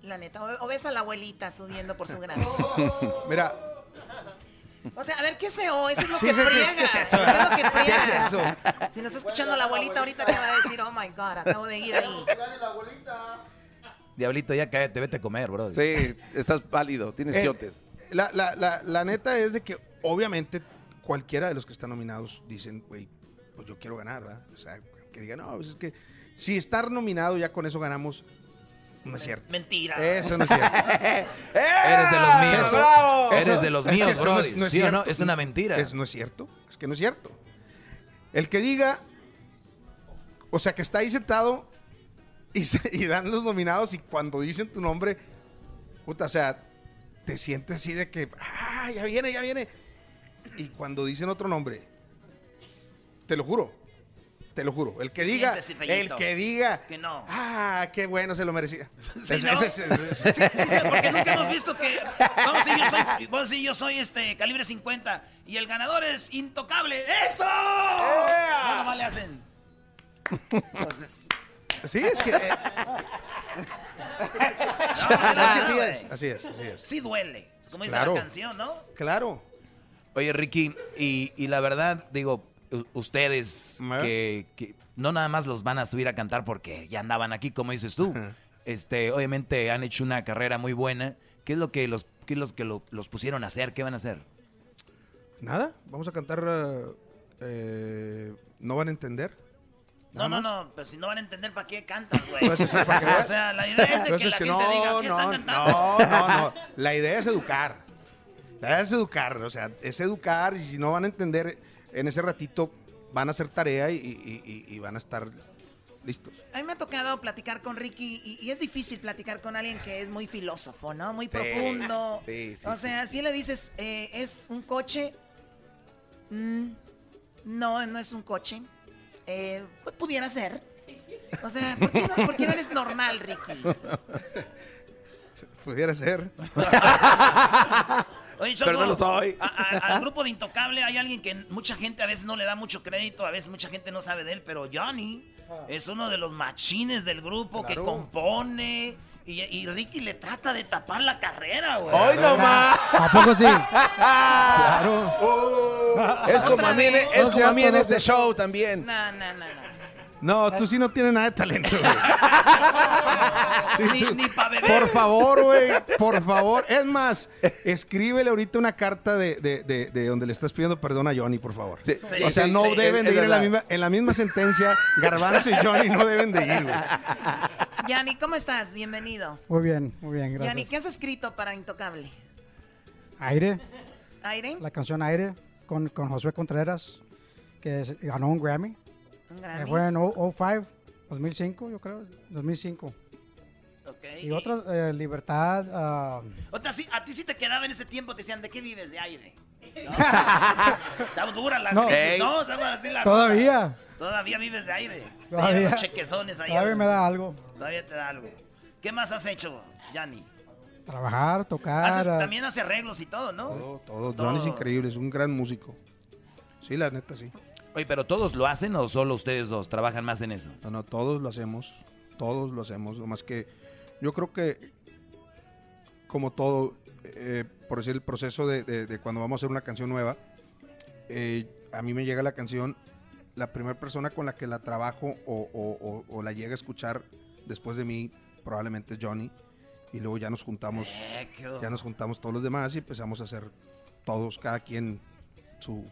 [SPEAKER 3] La neta. O, o ves a la abuelita subiendo por su grado.
[SPEAKER 20] Mira,
[SPEAKER 3] O sea, a ver, ¿qué es eso? Eso es lo
[SPEAKER 20] Sí,
[SPEAKER 3] que
[SPEAKER 20] sí, sí,
[SPEAKER 3] friega.
[SPEAKER 20] ¿qué es eso?
[SPEAKER 3] eso es lo que
[SPEAKER 20] ¿Qué es
[SPEAKER 3] friega.
[SPEAKER 20] eso?
[SPEAKER 3] Si nos está escuchando la abuelita ahorita, que va a decir, oh my God, acabo de ir ahí.
[SPEAKER 5] Diablito, ya cállate, vete a comer, bro.
[SPEAKER 18] Sí, estás pálido, tienes
[SPEAKER 20] Eh,
[SPEAKER 18] quiotes.
[SPEAKER 20] la, la- la- la neta es de que obviamente cualquiera de los que están nominados dicen, güey, pues yo quiero ganar, ¿verdad? O sea, que digan, no, pues es que si estar nominado ya con eso ganamos, no es cierto.
[SPEAKER 4] Mentira.
[SPEAKER 20] Eso no es cierto.
[SPEAKER 5] Eres de los míos.
[SPEAKER 20] Eso-
[SPEAKER 5] Eres
[SPEAKER 20] eso-
[SPEAKER 5] de los
[SPEAKER 20] es que
[SPEAKER 5] míos,
[SPEAKER 20] eso no
[SPEAKER 5] Brody.
[SPEAKER 20] no
[SPEAKER 5] ¿Sí o no?
[SPEAKER 20] cierto.
[SPEAKER 5] Es una mentira.
[SPEAKER 20] Es- no es cierto. Es que no es cierto. El que diga, o sea, que está ahí sentado y, se- y dan los nominados y cuando dicen tu nombre, puta, o sea, te sientes así de que, ah, ya viene, ya viene. Y cuando dicen otro nombre, te lo juro, te lo juro, el que
[SPEAKER 4] Se
[SPEAKER 20] diga,
[SPEAKER 4] siente ese
[SPEAKER 20] el
[SPEAKER 4] fellito.
[SPEAKER 20] que diga,
[SPEAKER 4] Que no.
[SPEAKER 20] ah, qué bueno, se lo merecía.
[SPEAKER 4] Sí, ¿no? Sí, sí, sí, porque nunca hemos visto que. Vamos a decir, yo soy, vamos a decir, yo soy este calibre 50 y el ganador es intocable. ¡Eso! No nomás le hacen.
[SPEAKER 20] Sí, es que... eh,
[SPEAKER 4] No,
[SPEAKER 20] es que sí
[SPEAKER 4] güey.
[SPEAKER 20] es, así es, así es.
[SPEAKER 4] Sí duele. Como dice
[SPEAKER 5] Claro.
[SPEAKER 4] la canción, ¿no?
[SPEAKER 20] Claro.
[SPEAKER 5] Oye, Ricky, y, y la verdad, digo, u- ustedes que, que no nada más los van a subir a cantar porque ya andaban aquí, como dices tú. Este, obviamente han hecho una carrera muy buena. ¿Qué es lo que los, qué es lo que lo- los pusieron a hacer? ¿Qué van a hacer?
[SPEAKER 20] Nada, vamos a cantar. eh, eh, no van a entender.
[SPEAKER 4] No, no,
[SPEAKER 20] Nada más.
[SPEAKER 4] no, pero si no van a entender para qué cantas, güey.
[SPEAKER 20] Pues eso es para que veas.
[SPEAKER 4] o sea, la idea es de
[SPEAKER 20] Pues
[SPEAKER 4] que la
[SPEAKER 20] que
[SPEAKER 4] gente
[SPEAKER 20] no,
[SPEAKER 4] diga, ¿qué
[SPEAKER 20] no,
[SPEAKER 4] están cantando?
[SPEAKER 20] No, no, no. La idea es educar. La idea es educar. O sea, es educar. Y si no van a entender, en ese ratito van a hacer tarea y, y- y- y van a estar listos.
[SPEAKER 3] A mí me ha tocado platicar con Ricky y, y es difícil platicar con alguien que es muy filósofo, ¿no? Muy profundo.
[SPEAKER 20] sí, sí,
[SPEAKER 3] o
[SPEAKER 20] sí,
[SPEAKER 3] sea, si le dices, eh, es un coche. Mm, no, no es un coche. Eh, pu- pudiera ser. O sea, ¿por qué no, por qué no eres normal, Ricky?
[SPEAKER 20] Pudiera ser.
[SPEAKER 4] Oye, Choco, a- a- al grupo de Intocable hay alguien que mucha gente a veces no le da mucho crédito, a veces mucha gente no sabe de él, pero Johnny
[SPEAKER 15] Ah.
[SPEAKER 4] es uno de los machines del grupo que
[SPEAKER 10] Claro.
[SPEAKER 4] compone y, y Ricky le trata de tapar la carrera, güey.
[SPEAKER 10] Hoy nomás.
[SPEAKER 15] ¿A poco sí?
[SPEAKER 18] Claro. es como
[SPEAKER 4] Otra
[SPEAKER 18] a mí, en-
[SPEAKER 4] vez.
[SPEAKER 18] es
[SPEAKER 4] No
[SPEAKER 18] como a mí en
[SPEAKER 20] cierto, no
[SPEAKER 18] este show también.
[SPEAKER 3] No, no, no. no.
[SPEAKER 20] No, tú sí no tienes nada de talento, güey.
[SPEAKER 4] Ni- ni pa' beber.
[SPEAKER 20] Por favor, güey. Por favor. Es más, escríbele ahorita una carta de, de- de- de donde le estás pidiendo perdón a Johnny, por favor.
[SPEAKER 18] Sí,
[SPEAKER 20] o sea,
[SPEAKER 18] sí,
[SPEAKER 20] no
[SPEAKER 18] sí,
[SPEAKER 20] deben de
[SPEAKER 18] es- es
[SPEAKER 20] ir en la,
[SPEAKER 18] verdad.
[SPEAKER 20] misma, en la misma sentencia. Garbanzo y Johnny no deben de ir, güey.
[SPEAKER 3] Yanni, ¿cómo estás? Bienvenido.
[SPEAKER 21] Muy bien, muy bien, gracias.
[SPEAKER 3] Yanni, ¿qué has escrito para Intocable?
[SPEAKER 21] Aire,
[SPEAKER 3] ¿Aire?
[SPEAKER 21] la canción Aire con, con Josué Contreras, que es- ganó un Grammy.
[SPEAKER 3] ¿Un
[SPEAKER 21] Eh,
[SPEAKER 3] Grammy?
[SPEAKER 21] fue en 05, 2005, yo creo, 2005. Y otra, eh, Libertad. ah,
[SPEAKER 4] Otra sí- a ti sí te quedaba en ese tiempo, te decían, ¿de qué vives? De aire. ¿No? Estaba dura la
[SPEAKER 21] No.
[SPEAKER 4] crisis,
[SPEAKER 21] Ey.
[SPEAKER 4] ¿no? Estaba así la
[SPEAKER 21] todavía.
[SPEAKER 4] rola. Todavía vives de aire.
[SPEAKER 21] Todavía.
[SPEAKER 4] Todavía. Los chequezones ahí.
[SPEAKER 21] Todavía me da algo.
[SPEAKER 4] Todavía te da algo. ¿Qué más has hecho, Yanni?
[SPEAKER 21] Trabajar, tocar.
[SPEAKER 4] Haces-
[SPEAKER 21] ah,
[SPEAKER 4] también hace arreglos y todo, ¿no?
[SPEAKER 20] Todo, Johnny es increíble, es un gran músico. Sí, la neta, sí.
[SPEAKER 5] Oye, pero todos lo hacen o solo ustedes dos trabajan más en eso.
[SPEAKER 20] No, no, todos lo hacemos. Todos lo hacemos. Nomás que yo creo que, como todo, eh, por decir, el proceso de, de- de cuando vamos a hacer una canción nueva, eh, a mí me llega la canción, la primera persona con la que la trabajo o, o- o- o la llega a escuchar después de mí probablemente es Johnny. Y luego ya nos juntamos,
[SPEAKER 4] Eco.
[SPEAKER 20] ya nos juntamos todos los demás y empezamos a hacer todos, cada quien su,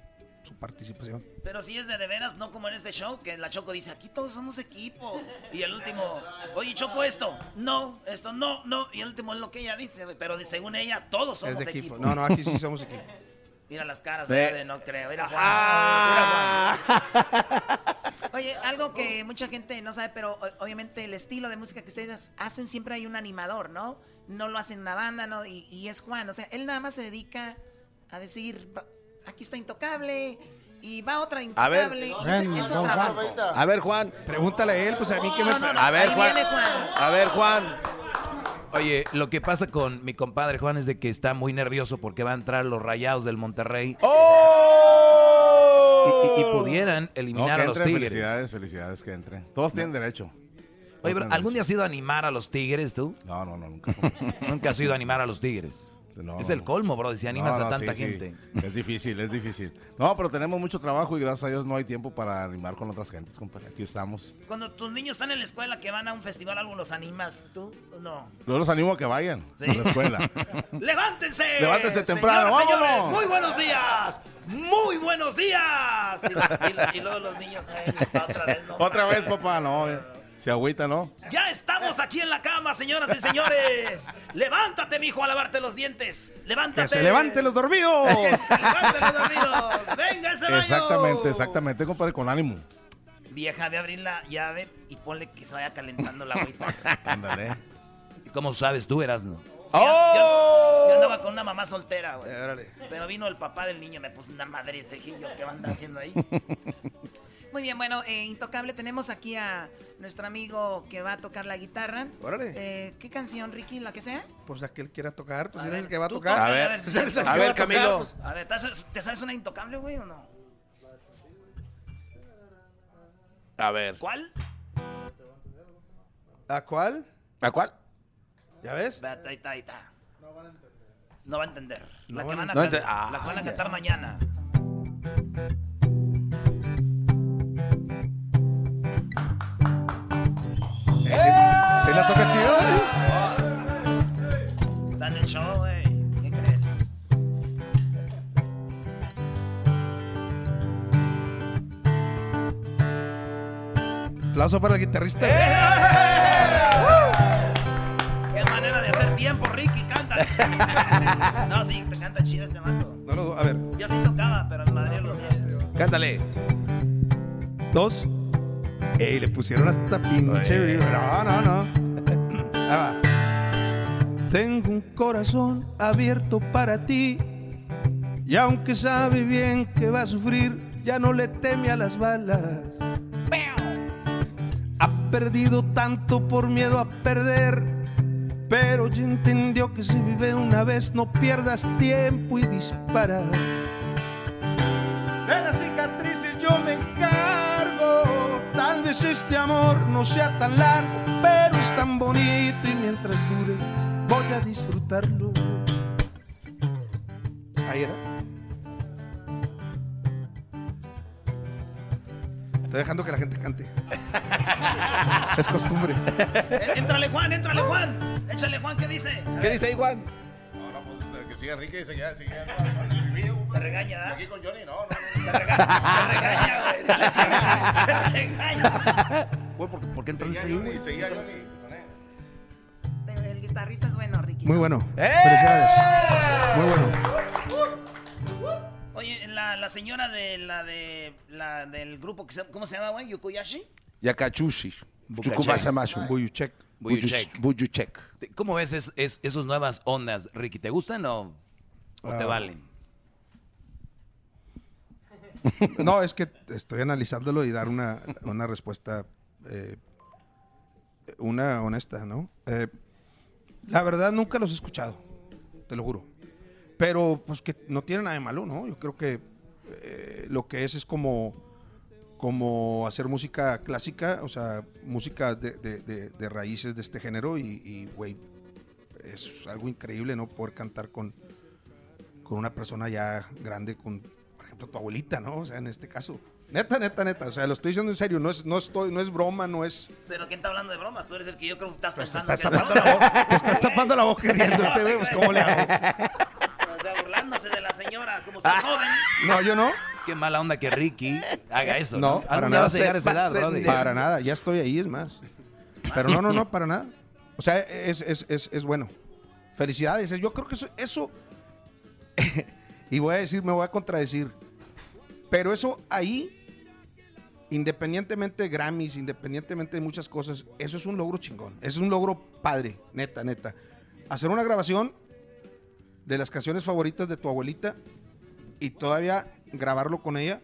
[SPEAKER 20] su participación.
[SPEAKER 4] Pero si es de de veras, no como en este show, que la Choco dice, aquí todos somos equipo. Y el último, oye, Choco, esto, no, esto, no, no. Y el último es lo que ella dice, pero de- según ella, todos somos
[SPEAKER 20] es de equipo.
[SPEAKER 4] equipo.
[SPEAKER 20] No, no, aquí sí somos equipo.
[SPEAKER 4] Mira las caras
[SPEAKER 18] Sí.
[SPEAKER 4] allá de no creo. Mira Juan.
[SPEAKER 3] Oye, algo que mucha gente no sabe, pero o- obviamente el estilo de música que ustedes hacen siempre hay un animador, ¿no? No lo hacen una banda, ¿no? Y, y es Juan, o sea, él nada más se dedica a decir, "Va- aquí está intocable y va otra
[SPEAKER 18] A ver,
[SPEAKER 3] intocable. O sea, es un trabajo.
[SPEAKER 18] a ver, Juan.
[SPEAKER 20] Pregúntale a él, pues a mí que me.
[SPEAKER 18] a ver, Juan.
[SPEAKER 3] viene Juan.
[SPEAKER 18] A ver, Juan.
[SPEAKER 5] Oye, lo que pasa con mi compadre Juan es de que está muy nervioso porque va a entrar los rayados del Monterrey. Y, y- y pudieran eliminar
[SPEAKER 13] No, que
[SPEAKER 5] a los
[SPEAKER 13] entre,
[SPEAKER 5] Tigres.
[SPEAKER 13] Oh. Felicidades, felicidades que entre. Todos tienen derecho.
[SPEAKER 5] Oye,
[SPEAKER 13] Todos
[SPEAKER 5] bro,
[SPEAKER 13] tienen
[SPEAKER 5] ¿algún día has ido a animar a los Tigres tú?
[SPEAKER 13] No, no, no, nunca.
[SPEAKER 5] nunca has ido a animar a los Tigres. es el colmo, bro, si animas
[SPEAKER 13] No, no,
[SPEAKER 5] a tanta
[SPEAKER 13] sí, sí.
[SPEAKER 5] gente.
[SPEAKER 13] Es difícil, es difícil. No, pero tenemos mucho trabajo y gracias a Dios no hay tiempo para animar con otras gentes, compadre. Aquí estamos.
[SPEAKER 4] Cuando tus niños están en la escuela que van a un festival, algo los animas. ¿Tú? No.
[SPEAKER 13] Yo los animo a que vayan a la escuela.
[SPEAKER 4] ¡Levántense!
[SPEAKER 13] Levántense temprano,
[SPEAKER 4] Señoras,
[SPEAKER 13] vámonos.
[SPEAKER 4] señores, muy buenos días. Muy buenos días. Y, los- y la- y luego los niños. "Ay, papá, otra vez no".
[SPEAKER 13] Otra vez, papá, no. eh. Se agüita, ¿no?
[SPEAKER 4] Ya estamos aquí en la cama, señoras y señores. Levántate, mijo, a lavarte los dientes. Levántate.
[SPEAKER 20] ¡Que se levanten los dormidos!
[SPEAKER 4] Venga ese baño.
[SPEAKER 13] Exactamente, exactamente, compadre, con ánimo.
[SPEAKER 4] Vieja, ve a abrir la llave y ponle que se vaya calentando la agüita.
[SPEAKER 13] Ándale.
[SPEAKER 5] ¿Y ¿Cómo sabes tú, Erasno?
[SPEAKER 4] Sí, yo, yo
[SPEAKER 20] ¡Oh!
[SPEAKER 4] andaba con una mamá soltera, güey. Pero vino el papá del niño, me puso una madre y dije yo, ¿qué van a andar haciendo ahí?
[SPEAKER 3] Muy bien, bueno, eh, Intocable, tenemos aquí a nuestro amigo que va a tocar la guitarra.
[SPEAKER 20] Órale.
[SPEAKER 3] Eh, ¿Qué canción, Ricky? ¿La que sea?
[SPEAKER 20] Pues la que él quiera tocar, pues él es el
[SPEAKER 3] ver,
[SPEAKER 20] que va a
[SPEAKER 3] tú
[SPEAKER 20] tocar.
[SPEAKER 3] toca,
[SPEAKER 20] Pues él es el
[SPEAKER 3] a
[SPEAKER 20] que
[SPEAKER 3] ver,
[SPEAKER 20] va a tocar,
[SPEAKER 3] Camilo.
[SPEAKER 20] pues.
[SPEAKER 4] A ver, ¿te sabes, te sabes una intocable, güey, o no?
[SPEAKER 18] A ver.
[SPEAKER 4] ¿Cuál?
[SPEAKER 20] ¿A cuál?
[SPEAKER 18] ¿A cuál?
[SPEAKER 20] ¿Ya ves?
[SPEAKER 4] Va, ta, ta, ta. No va a entender. La
[SPEAKER 20] No
[SPEAKER 4] que
[SPEAKER 20] van
[SPEAKER 4] van
[SPEAKER 20] a
[SPEAKER 4] a,
[SPEAKER 20] entender.
[SPEAKER 4] cantar-
[SPEAKER 20] Ah,
[SPEAKER 4] la que van a
[SPEAKER 20] ya.
[SPEAKER 4] cantar mañana.
[SPEAKER 20] ¿Se la toca ¿eh? chido?
[SPEAKER 4] Está en el show, güey. ¿Qué crees?
[SPEAKER 20] Aplauso para el guitarrista.
[SPEAKER 18] ¡Eh!
[SPEAKER 4] ¡Qué manera de hacer tiempo, Ricky! ¡Cántale! no, sí, te canta chido este mando.
[SPEAKER 20] No lo dudo, a ver.
[SPEAKER 4] Yo sí tocaba, pero en Madrid los días.
[SPEAKER 18] Cántale.
[SPEAKER 20] Dos. Ey, le pusieron hasta pinche
[SPEAKER 18] Oye.
[SPEAKER 20] vibra. No, no, no. Ahí va. Tengo un corazón abierto para ti. Y aunque sabe bien que va a sufrir, ya no le teme a las balas. Ha perdido tanto por miedo a perder. Pero ya entendió que si vive una vez no pierdas tiempo y dispara. De las cicatrices yo me encargo. Tal vez este amor no sea tan largo, pero es tan bonito y mientras dure voy a disfrutarlo. Ahí era. Estoy dejando que la gente cante. es costumbre.
[SPEAKER 4] Eh, Éntrale, Juan, éntrale, Juan. Échale, Juan, ¿qué dice? A ver.
[SPEAKER 18] Juan?
[SPEAKER 13] No, no, pues que siga Ricky, dice ya, sigue el estribillo,
[SPEAKER 4] Te regaña, ¿da?
[SPEAKER 13] Aquí con Johnny, no, no.
[SPEAKER 18] Güey, ¿por, por qué entraste ahí, güey?
[SPEAKER 3] El guitarrista es bueno, Ricky.
[SPEAKER 20] Muy bueno. Felicidades. Muy bueno.
[SPEAKER 4] Oye, la, la señora de la de la del grupo que se, ¿cómo se llama, güey? Yukuyashi.
[SPEAKER 18] Yakachushi. Yukumasamashu. Buyuchek.
[SPEAKER 5] Buyuchek.
[SPEAKER 18] Buyuchek.
[SPEAKER 5] ¿Cómo ves es, es- esas nuevas ondas, Ricky? ¿Te gustan o, o te
[SPEAKER 20] Ah.
[SPEAKER 5] valen?
[SPEAKER 20] No, es que estoy analizándolo y dar una, una respuesta, eh, una honesta, ¿no? Eh, la verdad nunca los he escuchado, te lo juro. Pero pues que no tiene nada de malo, ¿no? Yo creo que eh, lo que es es como, como hacer música clásica, o sea, música de, de- de- de raíces de este género y, y, güey, es algo increíble, ¿no? Poder cantar con, con una persona ya grande, con, por ejemplo, tu abuelita, ¿no? O sea, en este caso. Neta, neta, neta. O sea, lo estoy diciendo en serio. No es, no estoy, no es broma, no es.
[SPEAKER 4] Pero quién está hablando de bromas? Tú eres el que yo creo que estás
[SPEAKER 20] Pues te
[SPEAKER 4] pensando
[SPEAKER 20] estás
[SPEAKER 4] que
[SPEAKER 20] tapando la boca. Te estás tapando la boca riendo,
[SPEAKER 4] No,
[SPEAKER 20] este, güey, pues, ¿cómo le hago?
[SPEAKER 4] O sea, burlándose de la señora, como estás joven.
[SPEAKER 20] No, yo no.
[SPEAKER 5] Qué mala onda que Ricky haga eso. No,
[SPEAKER 20] No, para
[SPEAKER 5] Algún día
[SPEAKER 20] nada.
[SPEAKER 5] vas a llegar a esa edad, brother.
[SPEAKER 20] Para nada, ya estoy ahí, es más. Pero no, no, no, para nada. O sea, eh, es, es, es, es bueno. Felicidades. Yo creo que eso, eso, Y voy a decir, me voy a contradecir. Pero eso ahí, independientemente de Grammys, independientemente de muchas cosas, eso es un logro chingón. Eso es un logro padre, neta, neta. Hacer una grabación de las canciones favoritas de tu abuelita y todavía grabarlo con ella.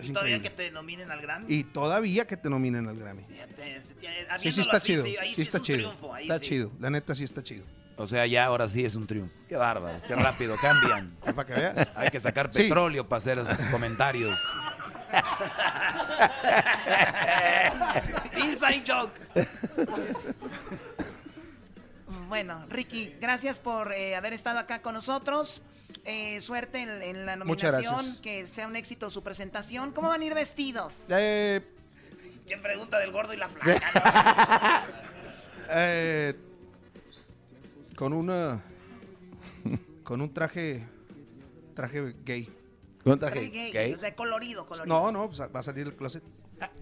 [SPEAKER 20] es
[SPEAKER 4] Y todavía
[SPEAKER 20] increíble.
[SPEAKER 4] que te nominen al Grammy.
[SPEAKER 20] Y todavía que te nominen al Grammy.
[SPEAKER 4] Fíjate, se-
[SPEAKER 20] Sí,
[SPEAKER 4] habiéndolo
[SPEAKER 20] sí está
[SPEAKER 4] así,
[SPEAKER 20] chido.
[SPEAKER 4] sí, ahí
[SPEAKER 20] sí,
[SPEAKER 4] sí es
[SPEAKER 20] está
[SPEAKER 4] un
[SPEAKER 20] chido.
[SPEAKER 4] triunfo, ahí
[SPEAKER 20] está
[SPEAKER 4] sí.
[SPEAKER 20] chido. La neta sí está chido.
[SPEAKER 5] O sea, ya ahora sí es un triunfo. Qué bárbaros, qué rápido, cambian.
[SPEAKER 20] Para que veas.
[SPEAKER 5] Hay que sacar
[SPEAKER 20] Sí.
[SPEAKER 5] petróleo para hacer esos comentarios.
[SPEAKER 4] Inside joke.
[SPEAKER 3] Bueno, Ricky, gracias por eh, haber estado acá con nosotros. Eh, suerte en, en la
[SPEAKER 20] Muchas
[SPEAKER 3] nominación,
[SPEAKER 20] gracias.
[SPEAKER 3] que sea un éxito su presentación. ¿Cómo van a ir vestidos?
[SPEAKER 20] Eh,
[SPEAKER 3] ¿Quién pregunta del gordo y la flaca?
[SPEAKER 20] eh, con una. Con un traje. Traje gay.
[SPEAKER 18] ¿Con
[SPEAKER 3] Traje gay, de colorido, colorido.
[SPEAKER 20] No, no, pues, va a salir el closet.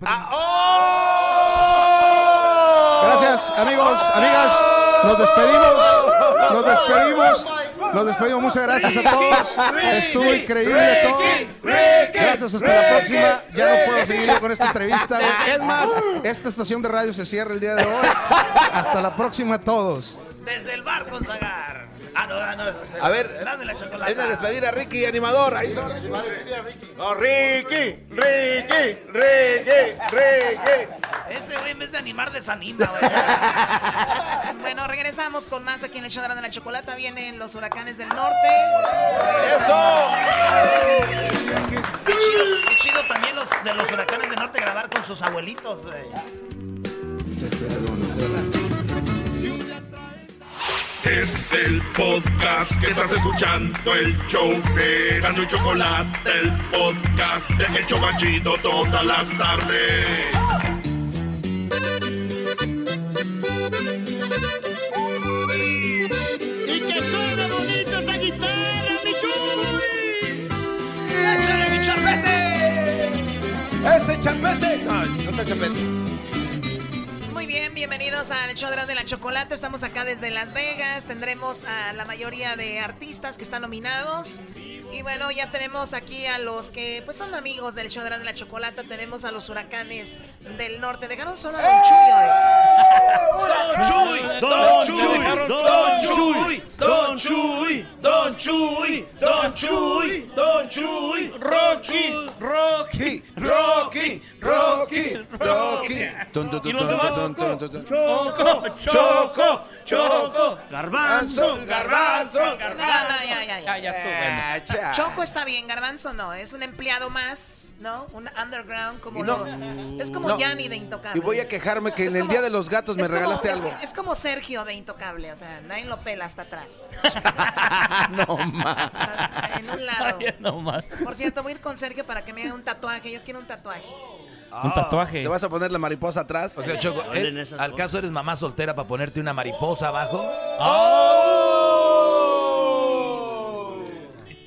[SPEAKER 20] Ah,
[SPEAKER 1] Gracias, amigos, amigas.
[SPEAKER 20] Nos despedimos. Nos despedimos. Nos despedimos. Muchas gracias a todos. Estuvo increíble todo. Gracias. Hasta la próxima. Ya no puedo seguir yo con esta entrevista. Es más, esta estación de radio se cierra el día de hoy. Hasta la próxima a todos.
[SPEAKER 4] Desde el bar con Zagar. Ah, no, ah, no.
[SPEAKER 18] A ver,
[SPEAKER 4] Grande la chocolate.
[SPEAKER 18] Es de despedir a Ricky, animador. Ahí está.
[SPEAKER 4] No,
[SPEAKER 18] Ricky, Ricky, Ricky, Ricky.
[SPEAKER 3] Ese güey en vez de animar desanima, güey. bueno, regresamos con más aquí en el show de la, de la chocolata. Vienen los huracanes del norte.
[SPEAKER 4] Qué chido, qué chido también los de los huracanes del norte grabar con sus abuelitos, güey.
[SPEAKER 1] Es el podcast que estás escuchando, el show de Erasmo y Chocolate, el podcast de El Chocachito todas las tardes.
[SPEAKER 10] Y que suene bonita esa guitarra, mi chuy.
[SPEAKER 1] ¡Échale
[SPEAKER 10] mi charpete!
[SPEAKER 18] ¡Ese chapete! No, no está chapete.
[SPEAKER 3] Muy bien, bienvenidos al show de la, de la chocolata. Estamos acá desde Las Vegas. Tendremos a la mayoría de artistas que están nominados. Y bueno, ya tenemos aquí a los que pues son amigos del show de la, de la chocolata. Tenemos a los huracanes del norte. Dejaron solo a Don Chuy hoy.
[SPEAKER 1] Don Chuy, Don Chuy, Don Chuy, Don Chuy, Don Chuy, Don Chuy, Don Chuy, Rocky, Rocky, Rocky, Rocky, Rocky.
[SPEAKER 10] Y los demás,
[SPEAKER 1] Choco, Choco, Choco,
[SPEAKER 18] Garbanzo, garbanzo,
[SPEAKER 3] No, no, ya, ya, ya.
[SPEAKER 18] Ah, cha.
[SPEAKER 3] Choco está bien, Garbanzo no. Es un empleado más, ¿no? Un underground como
[SPEAKER 18] Y no-
[SPEAKER 3] lo- Es como
[SPEAKER 18] no.
[SPEAKER 3] Yanni de Intocable.
[SPEAKER 18] Y voy a quejarme que en
[SPEAKER 3] Es
[SPEAKER 18] el
[SPEAKER 3] como-
[SPEAKER 18] Día de los Gatos me
[SPEAKER 3] es como-
[SPEAKER 18] regalaste
[SPEAKER 3] es-
[SPEAKER 18] algo.
[SPEAKER 3] Es, como Sergio de Intocable, o sea, nadie lo pela hasta atrás.
[SPEAKER 18] no más.
[SPEAKER 3] En un lado.
[SPEAKER 18] No más.
[SPEAKER 3] Por cierto, voy a ir con Sergio para que me haga un tatuaje. Yo quiero un tatuaje.
[SPEAKER 18] Un tatuaje. ¿Te vas a poner la mariposa atrás?
[SPEAKER 5] O sea, Choco, ¿eh? ¿al caso eres mamá soltera para ponerte una mariposa abajo?
[SPEAKER 22] Ah.
[SPEAKER 3] ¡Oh!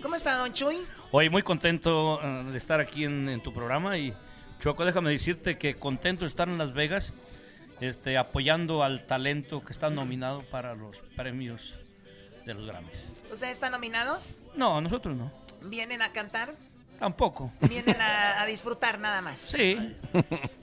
[SPEAKER 3] ¿Cómo está, Don Chuy?
[SPEAKER 22] Oye, muy contento eh, de estar aquí en, en tu programa y Choco, déjame decirte que contento de estar en Las Vegas, este, apoyando al talento que está nominado para los premios de los Grammys.
[SPEAKER 3] ¿Ustedes están nominados?
[SPEAKER 22] No, nosotros no,
[SPEAKER 3] ¿Vienen a cantar?
[SPEAKER 22] tampoco.
[SPEAKER 3] ¿Vienen a, a disfrutar nada más?
[SPEAKER 22] Sí,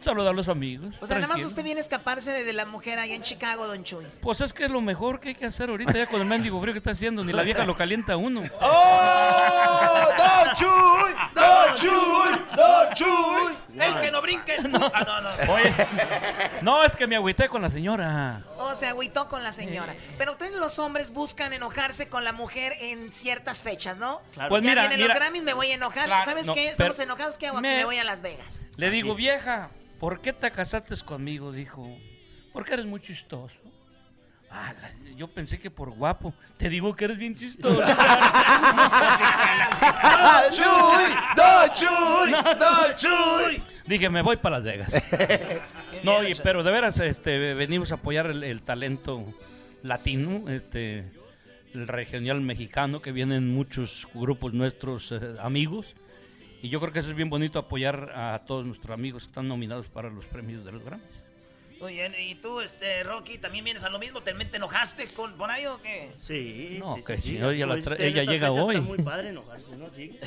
[SPEAKER 22] saludar a los amigos.
[SPEAKER 3] O sea, nada más
[SPEAKER 22] tranquilo.
[SPEAKER 3] usted viene a escaparse de, de la mujer allá en Chicago, Don Chuy.
[SPEAKER 22] Pues es que es lo mejor que hay que hacer ahorita ya con el mendigo frío que está haciendo, ni la vieja lo calienta a uno.
[SPEAKER 3] ¡Oh,
[SPEAKER 1] Don Chuy, Don Chuy, Don Chuy.
[SPEAKER 3] El que no brinque es tú. Ah, no, no.
[SPEAKER 22] Oye, no, es que me agüité con la señora.
[SPEAKER 3] O se agüitó con la señora. Pero ustedes los hombres buscan enojarse con la mujer en ciertas fechas, ¿no?
[SPEAKER 22] Claro. Pues
[SPEAKER 3] ya
[SPEAKER 22] mira,
[SPEAKER 3] vienen
[SPEAKER 22] mira.
[SPEAKER 3] los Grammys, me voy a enojar.
[SPEAKER 22] Claro,
[SPEAKER 3] ¿Sabes
[SPEAKER 22] no,
[SPEAKER 3] qué? Estamos
[SPEAKER 22] pero-
[SPEAKER 3] enojados, ¿qué hago? Aquí
[SPEAKER 22] Me-
[SPEAKER 3] me voy a Las Vegas.
[SPEAKER 22] Le digo, vieja, ¿por qué te casaste conmigo? Dijo, porque eres muy chistoso. Ah, la- yo pensé que por guapo. Te digo que eres bien chistoso.
[SPEAKER 1] Chuy, Don Chuy, Don Chuy.
[SPEAKER 22] Dije, me voy para Las Vegas. no, y- pero de veras, este, venimos a apoyar el, el talento latino, este, el regional mexicano, que vienen muchos grupos nuestros eh, amigos. Y yo creo que eso es bien bonito apoyar a todos nuestros amigos que están nominados para los premios de los Grammys.
[SPEAKER 3] Muy bien, y tú, este, Rocky, también vienes a lo mismo, ¿te, te enojaste con Bonayo o qué?
[SPEAKER 1] Sí,
[SPEAKER 22] No,
[SPEAKER 1] sí,
[SPEAKER 22] que
[SPEAKER 1] sí,
[SPEAKER 22] si
[SPEAKER 1] sí.
[SPEAKER 22] no, ella la
[SPEAKER 1] Pues,
[SPEAKER 22] tra-
[SPEAKER 1] en
[SPEAKER 22] ella
[SPEAKER 1] esta
[SPEAKER 22] llega
[SPEAKER 1] fecha
[SPEAKER 22] hoy.
[SPEAKER 1] Está muy padre enojarse, ¿no? Sí.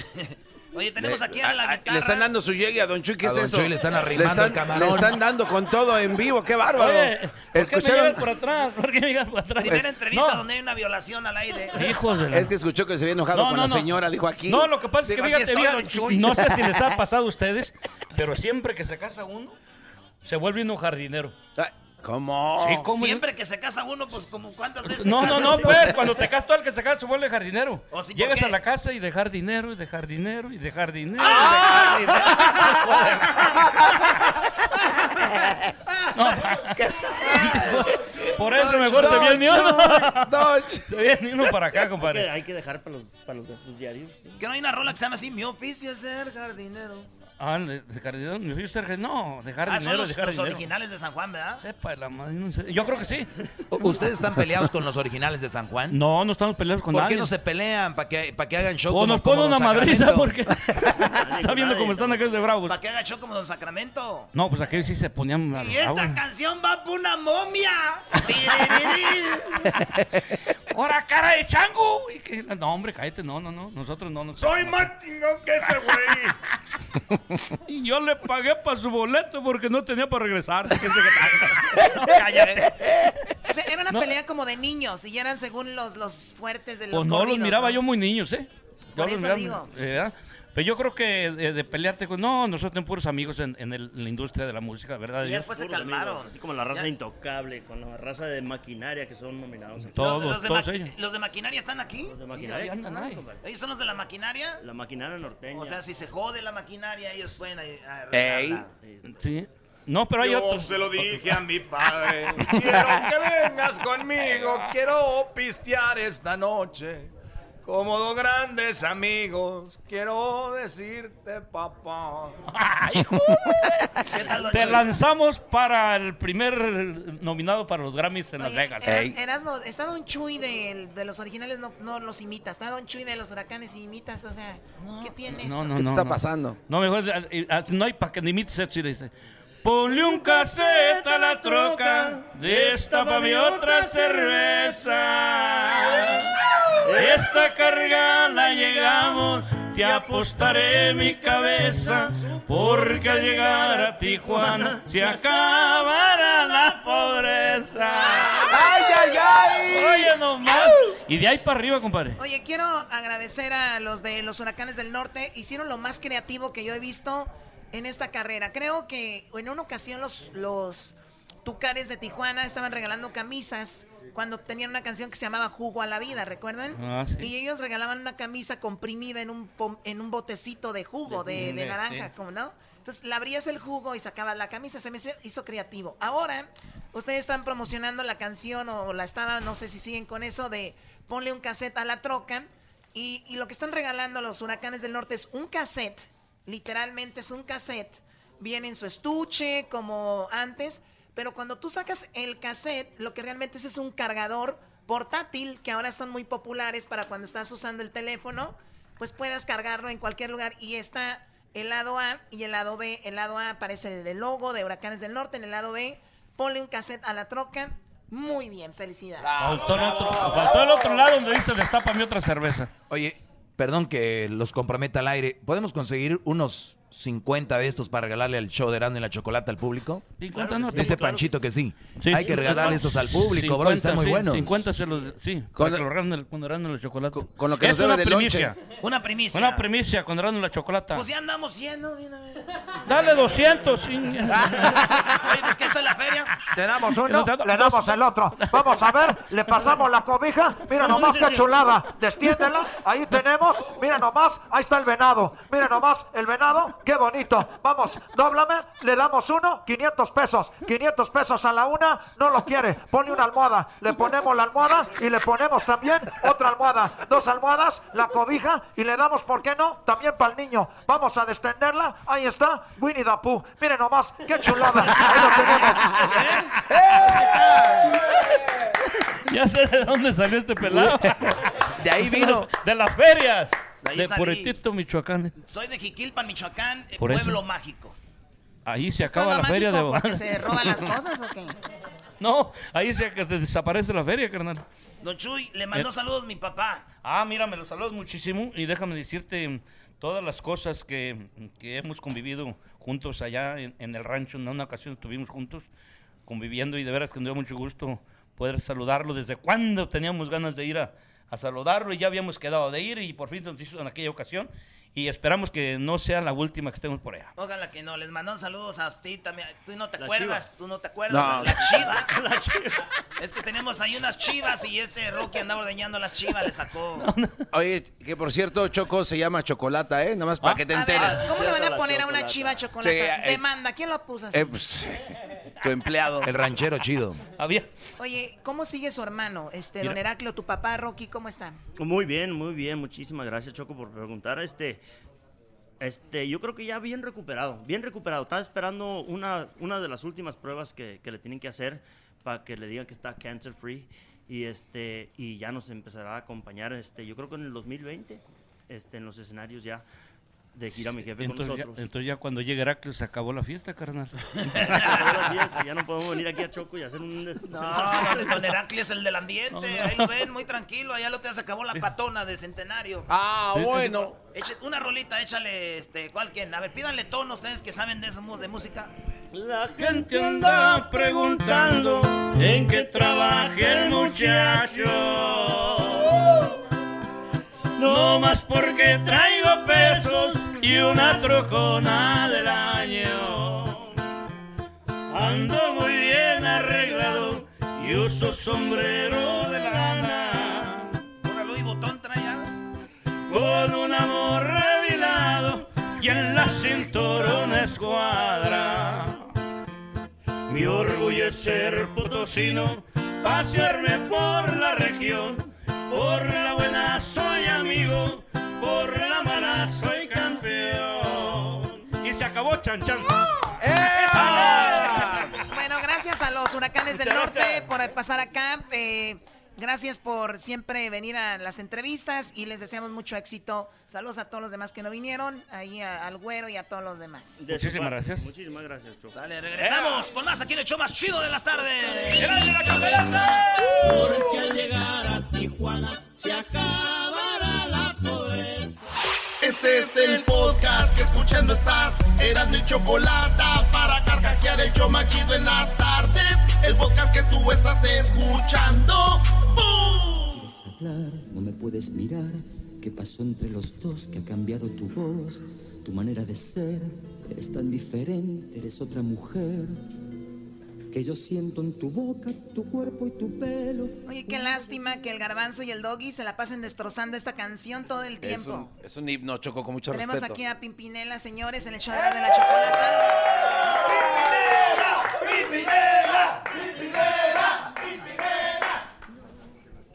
[SPEAKER 3] Oye, tenemos
[SPEAKER 1] Le-
[SPEAKER 3] aquí a la
[SPEAKER 1] a- a-
[SPEAKER 3] guitarra.
[SPEAKER 1] Ah, le están dando su llegue a Don Chuy, ¿qué es eso? le están, Le están dando con todo en vivo, qué bárbaro.
[SPEAKER 22] Oye, ¿por qué me
[SPEAKER 1] Escucharon.
[SPEAKER 22] llegan por atrás? ¿Por qué me llegan por atrás? Pues,
[SPEAKER 3] Primera entrevista
[SPEAKER 22] No.
[SPEAKER 3] donde hay una violación al aire.
[SPEAKER 22] Hijos de la-
[SPEAKER 1] Es que escuchó que se había enojado
[SPEAKER 22] No,
[SPEAKER 1] con
[SPEAKER 22] no,
[SPEAKER 1] la
[SPEAKER 22] no.
[SPEAKER 1] señora, dijo aquí.
[SPEAKER 22] No, lo que pasa es que
[SPEAKER 1] Dijo, aquí
[SPEAKER 22] fíjate,
[SPEAKER 1] estoy,
[SPEAKER 22] fíjate,
[SPEAKER 1] Don Chuy.
[SPEAKER 22] no sé si les ha pasado a ustedes, pero siempre que se casa uno, se vuelve uno jardinero.
[SPEAKER 1] ¿Cómo?
[SPEAKER 22] Sí, ¿cómo?
[SPEAKER 3] Oh. Siempre que se casa uno, pues como cuántas veces.
[SPEAKER 22] No,
[SPEAKER 3] se
[SPEAKER 22] no,
[SPEAKER 3] casa?
[SPEAKER 22] no, pues, cuando te casas todo el que se casa se vuelve jardinero.
[SPEAKER 3] Oh, sí, ¿por
[SPEAKER 22] Llegas
[SPEAKER 3] qué?
[SPEAKER 22] a la casa y dejar dinero, y dejar dinero, y dejar dinero. y dejar dinero.
[SPEAKER 5] ¡Ah!
[SPEAKER 22] No, por eso mejor se viene uno. Se viene uno para acá,
[SPEAKER 1] Hay que-
[SPEAKER 22] compadre.
[SPEAKER 1] Hay que dejar para los, para los gastos diarios. sí.
[SPEAKER 3] Que no hay una rola que se llama así, mi oficio es ser jardinero.
[SPEAKER 22] Ah, le- dejar dinero, mi hijo Sergio, no, dejar
[SPEAKER 3] Ah, son
[SPEAKER 22] dinero,
[SPEAKER 3] los,
[SPEAKER 22] dejar
[SPEAKER 3] los
[SPEAKER 22] dinero.
[SPEAKER 3] originales de San Juan, ¿verdad?
[SPEAKER 22] Sepa la madre, no sé. Yo creo que sí.
[SPEAKER 5] ¿Ustedes están peleados con los originales de San Juan?
[SPEAKER 22] No, no estamos peleados con
[SPEAKER 5] ¿Por
[SPEAKER 22] nadie.
[SPEAKER 5] qué no se pelean? ¿Para que, para que hagan show?
[SPEAKER 22] O
[SPEAKER 5] como-
[SPEAKER 22] nos ponen
[SPEAKER 5] como
[SPEAKER 22] una
[SPEAKER 5] Sacramento?
[SPEAKER 22] madriza porque está viendo cómo están aquellos de bravos.
[SPEAKER 3] ¿Para qué agachó como Don Sacramento?
[SPEAKER 22] No, pues aquellos sí se ponían bravos.
[SPEAKER 3] Y esta canción va por una momia.
[SPEAKER 22] ¡Hora cara de chango! Y que- No, hombre, cállate, no, no, no. Nosotros no. no
[SPEAKER 3] Soy más chingón que ese güey.
[SPEAKER 22] Y yo le pagué para su boleto porque no tenía para regresar.
[SPEAKER 3] No, cállate. O sea, era una
[SPEAKER 22] No.
[SPEAKER 3] pelea como de niños y eran según los, los fuertes de los
[SPEAKER 22] Pues no los
[SPEAKER 3] corridos,
[SPEAKER 22] miraba
[SPEAKER 3] ¿no?
[SPEAKER 22] yo muy niños, ¿eh? Yo
[SPEAKER 3] Por
[SPEAKER 22] los
[SPEAKER 3] eso
[SPEAKER 22] miraba, eh, ¿verdad? Pero yo creo que eh, de, pelearte con... No, nosotros tenemos puros amigos en, en el- en la industria de la música, ¿verdad?
[SPEAKER 1] Y
[SPEAKER 22] Dios?
[SPEAKER 3] después se
[SPEAKER 1] puros amigos,
[SPEAKER 3] calmaron.
[SPEAKER 1] así como la raza
[SPEAKER 3] Ya.
[SPEAKER 1] intocable, con la raza de maquinaria que son nominados. aquí.
[SPEAKER 22] Todos,
[SPEAKER 3] Los de,
[SPEAKER 22] todos
[SPEAKER 3] maqui-
[SPEAKER 22] ellos.
[SPEAKER 3] los de maquinaria están aquí.
[SPEAKER 1] Los de maquinaria aquí están, compadre.
[SPEAKER 3] Ellos son los de la maquinaria.
[SPEAKER 1] La maquinaria norteña.
[SPEAKER 3] O sea, si se jode la maquinaria, ellos pueden
[SPEAKER 4] eh,
[SPEAKER 3] ahí arreglarla.
[SPEAKER 1] Ey.
[SPEAKER 22] Sí. No, pero hay
[SPEAKER 2] Yo
[SPEAKER 22] otros.
[SPEAKER 2] se lo dije a mi padre. Quiero que vengas conmigo. Quiero pistear esta noche. Como dos grandes amigos, quiero decirte, papá.
[SPEAKER 22] Te lanzamos para el primer nominado para los Grammys en Las Vegas.
[SPEAKER 3] Era- eras no- está Don Chuy del- de, los originales, no, no los imita. Está Don Chuy de los huracanes y imitas, o sea, ¿qué tienes?
[SPEAKER 22] No, no,
[SPEAKER 1] ¿Qué te
[SPEAKER 22] no,
[SPEAKER 1] está
[SPEAKER 22] no.
[SPEAKER 1] pasando?
[SPEAKER 22] No, mejor eh, eh, no hay para que ni imites eso, y le dice. Ponle un cassette a la troca, destapa mi otra cerveza. Esta carga la llegamos, te apostaré mi cabeza, porque al llegar a Tijuana se acabará la pobreza.
[SPEAKER 1] ¡Ay, ay, ay!
[SPEAKER 22] Oye, nomás. Y de ahí para arriba, compadre.
[SPEAKER 3] Oye, quiero agradecer a los de los huracanes del norte. Hicieron lo más creativo que yo he visto en esta carrera. Creo que en una ocasión los, los tucares de Tijuana estaban regalando camisas cuando tenían una canción que se llamaba Jugo a la Vida, ¿recuerdan?
[SPEAKER 22] Ah, sí.
[SPEAKER 3] Y ellos regalaban una camisa comprimida en un, pom- en un botecito de jugo,
[SPEAKER 22] De-
[SPEAKER 3] de, de
[SPEAKER 22] sí.
[SPEAKER 3] naranja, como no. Entonces le abrías el jugo y sacabas la camisa, se me hizo- hizo creativo. Ahora, ustedes están promocionando la canción o la estaban, no sé si siguen con eso, de ponle un cassette a la troca. Y, y lo que están regalando los huracanes del norte es un cassette, literalmente es un cassette. Viene en su estuche, como antes, pero cuando tú sacas el cassette, lo que realmente es es un cargador portátil, que ahora están muy populares para cuando estás usando el teléfono, pues puedas cargarlo en cualquier lugar. Y está el lado A y el lado B. El lado A aparece el logo de Huracanes del Norte, en el lado B ponle un cassette a la troca. Muy bien, felicidades.
[SPEAKER 22] Faltó el otro, faltó el otro lado donde dice destapa mi otra cerveza.
[SPEAKER 5] Oye, perdón que los comprometa al aire. ¿Podemos conseguir unos 50 de estos para regalarle al show de Erasmo y la Chocolata al público?
[SPEAKER 22] 50 no
[SPEAKER 5] Dice
[SPEAKER 22] tengo, claro
[SPEAKER 5] Panchito que sí.
[SPEAKER 22] Sí,
[SPEAKER 5] Hay que
[SPEAKER 22] sí,
[SPEAKER 5] regalarle
[SPEAKER 22] no,
[SPEAKER 5] estos al público, bro.
[SPEAKER 22] 50,
[SPEAKER 5] Están muy
[SPEAKER 22] sí,
[SPEAKER 5] buenos.
[SPEAKER 22] 50 se los, sí,
[SPEAKER 5] Con-
[SPEAKER 22] para que lo regalen el- cuando regalen los chocolates. Con,
[SPEAKER 5] lo que
[SPEAKER 22] es
[SPEAKER 5] nos debe
[SPEAKER 22] una
[SPEAKER 5] de
[SPEAKER 22] primicia.
[SPEAKER 3] Una primicia.
[SPEAKER 22] Una primicia cuando regalen la chocolata.
[SPEAKER 3] Pues ya andamos yendo. de una vez.
[SPEAKER 22] Dale 200. sin-
[SPEAKER 3] Oye, pues que esto es la feria.
[SPEAKER 23] Le damos uno, le damos el otro. Vamos a ver, le pasamos la cobija. Mira nomás qué chulada. Destiéndela, ahí tenemos. Mira nomás, ahí está el venado. Mira nomás, el venado, qué bonito. Vamos, dóblame, le damos uno, 500 pesos. 500 pesos a la una, no lo quiere. Pone una almohada. Le ponemos la almohada y le ponemos también otra almohada. Dos almohadas, la cobija y le damos, ¿por qué no? También para el niño. Vamos a destenderla. Ahí está, Winnie the Pooh. Mire nomás, qué chulada. Ahí lo tenemos.
[SPEAKER 22] ya sé de dónde salió este pelado.
[SPEAKER 5] De ahí vino.
[SPEAKER 22] De las ferias.
[SPEAKER 3] De ahí
[SPEAKER 22] De
[SPEAKER 3] salí.
[SPEAKER 22] Puretito, Michoacán.
[SPEAKER 3] Soy de Jiquilpan, Michoacán, eh,
[SPEAKER 22] Por eso.
[SPEAKER 3] pueblo mágico.
[SPEAKER 22] ahí se
[SPEAKER 3] ¿Todo
[SPEAKER 22] acaba la feria de
[SPEAKER 3] porque se roban las cosas o qué?
[SPEAKER 22] No, ahí se que te desaparece la feria, carnal.
[SPEAKER 4] Don Chuy, le mandó
[SPEAKER 22] Eh.
[SPEAKER 4] saludos mi papá.
[SPEAKER 22] Ah, mira, me lo saludas muchísimo y déjame decirte mm, todas las cosas que, que hemos convivido juntos allá en, en el rancho. En una ocasión estuvimos juntos conviviendo y de veras que me dio mucho gusto poder saludarlo. Desde cuando teníamos ganas de ir a, a saludarlo y ya habíamos quedado de ir y por fin nos hizo en aquella ocasión. Y esperamos que no sea la última que estemos por allá.
[SPEAKER 4] Ojalá que no, les mandan saludos a ti también. Tú no te
[SPEAKER 22] La
[SPEAKER 4] acuerdas,
[SPEAKER 22] chiva.
[SPEAKER 4] tú no te acuerdas.
[SPEAKER 22] No.
[SPEAKER 4] La chiva. la chiva. Es que tenemos ahí unas chivas y este Rocky andaba ordeñando las chivas, le sacó.
[SPEAKER 24] Oye, que por cierto, Choco se llama Chocolata, ¿eh? Nada más para que te
[SPEAKER 3] ¿Ah? A ver,
[SPEAKER 24] enteres.
[SPEAKER 3] ¿Cómo le van a poner a una chiva chocolate?
[SPEAKER 24] Sí, eh,
[SPEAKER 3] Demanda, ¿quién lo puso así?
[SPEAKER 24] Eh, pues, tu empleado.
[SPEAKER 5] El ranchero chido.
[SPEAKER 22] Había.
[SPEAKER 3] Oye, ¿cómo sigue su hermano? Este,
[SPEAKER 2] Mira.
[SPEAKER 3] don Heraclio, tu papá, Rocky, ¿cómo están?
[SPEAKER 2] Muy bien, muy bien. Muchísimas gracias, Choco, por preguntar. Este, este, yo creo que ya bien recuperado, bien recuperado. Estaba esperando una, una de las últimas pruebas que, que le tienen que hacer para que le digan que está cancer free y este y ya nos empezará a acompañar. Este, yo creo que en el 2020, este, en los escenarios ya de gira mi jefe con
[SPEAKER 22] Entonces ya,
[SPEAKER 2] nosotros.
[SPEAKER 22] entonces ya cuando llegue Heracles se acabó la fiesta, carnal.
[SPEAKER 2] Ahora sí, este, ya no podemos venir aquí a Choco y hacer un des-
[SPEAKER 4] No, don Heraclio es Ah, el del ambiente. Ahí lo ven, muy tranquilo. Allá lo te se acabó la
[SPEAKER 2] Sí.
[SPEAKER 4] patona de centenario.
[SPEAKER 24] Ah, bueno.
[SPEAKER 4] Eche- una rolita, échale, este, ¿cuál quién? A ver, pídanle tono ustedes que saben de, eso, mu- de música.
[SPEAKER 2] La gente anda preguntando en qué trabaja el muchacho. No más porque traigo pesos y una trocona del año. Ando muy bien arreglado y uso sombrero de lana. Con un amor revelado y en la cintura una escuadra. Mi orgullo es ser potosino, pasearme por la región. Por la buena soy amigo, por la mala soy campeón. Y se acabó, chan chan.
[SPEAKER 3] Bueno, gracias a los huracanes del
[SPEAKER 2] Muchas
[SPEAKER 3] norte
[SPEAKER 2] gracias.
[SPEAKER 3] por pasar acá. Eh, gracias por siempre venir a las entrevistas y les deseamos mucho éxito. Saludos a todos los demás que no vinieron, ahí a- al güero y a todos los demás.
[SPEAKER 2] De su
[SPEAKER 22] Muchísimas
[SPEAKER 2] parte.
[SPEAKER 22] gracias.
[SPEAKER 2] Muchísimas gracias, Choco.
[SPEAKER 4] Regresamos con más aquí en el show más chido de las tardes.
[SPEAKER 10] Porque al llegar a Tijuana se acabará la pobreza.
[SPEAKER 1] Este es el podcast que escuchando estás. Eran mi chocolate para carcajear el yo machido en las tardes. El podcast que tú estás escuchando. ¡Bum!
[SPEAKER 6] hablar, no me puedes mirar. ¿Qué pasó entre los dos que ha cambiado tu voz? Tu manera de ser, eres tan diferente, eres otra mujer. Que yo siento en tu boca, tu cuerpo y tu pelo.
[SPEAKER 3] Oye, qué lástima que el garbanzo y el doggy se la pasen destrozando esta canción todo el
[SPEAKER 24] Es
[SPEAKER 3] tiempo.
[SPEAKER 24] un, es un himno, Choco, con mucho
[SPEAKER 3] Tenemos
[SPEAKER 24] respeto.
[SPEAKER 3] aquí a Pimpinela, señores, en el show de la chocolata.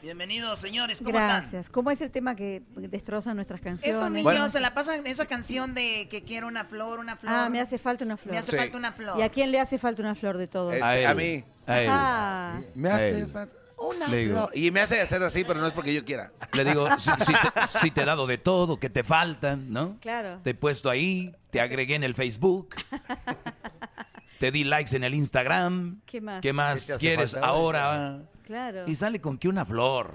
[SPEAKER 4] Bienvenidos, señores. ¿Cómo están?
[SPEAKER 9] Gracias. ¿Cómo es el tema que destroza nuestras canciones?
[SPEAKER 3] Estos niños se la pasan esa canción de que quiero una flor, una flor.
[SPEAKER 9] Ah, me hace falta una flor.
[SPEAKER 3] Me hace
[SPEAKER 9] Sí.
[SPEAKER 3] falta una flor.
[SPEAKER 9] ¿Y a quién le hace falta una flor de todo?
[SPEAKER 24] Este, a mí.
[SPEAKER 5] A él.
[SPEAKER 9] Ah.
[SPEAKER 24] Me
[SPEAKER 5] hace A él.
[SPEAKER 24] falta
[SPEAKER 9] Una
[SPEAKER 5] flor.
[SPEAKER 24] Y me hace hacer así, pero no es porque yo quiera.
[SPEAKER 5] Le digo, si, si te, si te he dado de todo, que te faltan, ¿no?
[SPEAKER 9] Claro.
[SPEAKER 5] Te he puesto ahí, te agregué en el Facebook, te di likes en el Instagram.
[SPEAKER 9] ¿Qué más?
[SPEAKER 5] ¿Qué más
[SPEAKER 9] ¿Qué te hace
[SPEAKER 5] quieres
[SPEAKER 9] falta
[SPEAKER 5] ahora?
[SPEAKER 9] Claro.
[SPEAKER 5] Y sale con que una flor.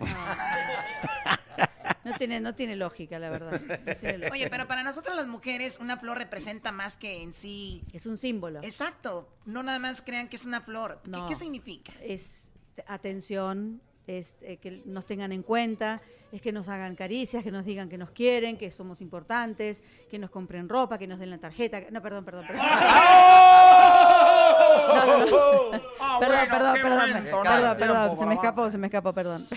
[SPEAKER 9] No tiene, no tiene lógica, la verdad. No tiene lógica.
[SPEAKER 3] Oye, pero para nosotros las mujeres una flor representa más que en sí.
[SPEAKER 9] Es un símbolo.
[SPEAKER 3] Exacto. No nada más crean que es una flor. ¿Qué-
[SPEAKER 9] No.
[SPEAKER 3] ¿Qué, significa?
[SPEAKER 9] Es t- atención, es eh, que nos tengan en cuenta, es que nos hagan caricias, que nos digan que nos quieren, que somos importantes, que nos compren ropa, que nos den la tarjeta. que- No, perdón, perdón, perdón. No, no, no.
[SPEAKER 10] Ah,
[SPEAKER 9] Perdón,
[SPEAKER 10] bueno,
[SPEAKER 9] perdón,
[SPEAKER 10] qué
[SPEAKER 9] perdón,
[SPEAKER 10] buen
[SPEAKER 9] perdón,
[SPEAKER 10] tiempo,
[SPEAKER 9] perdón, se me
[SPEAKER 10] Garbanzo.
[SPEAKER 9] escapó, se me escapó, perdón.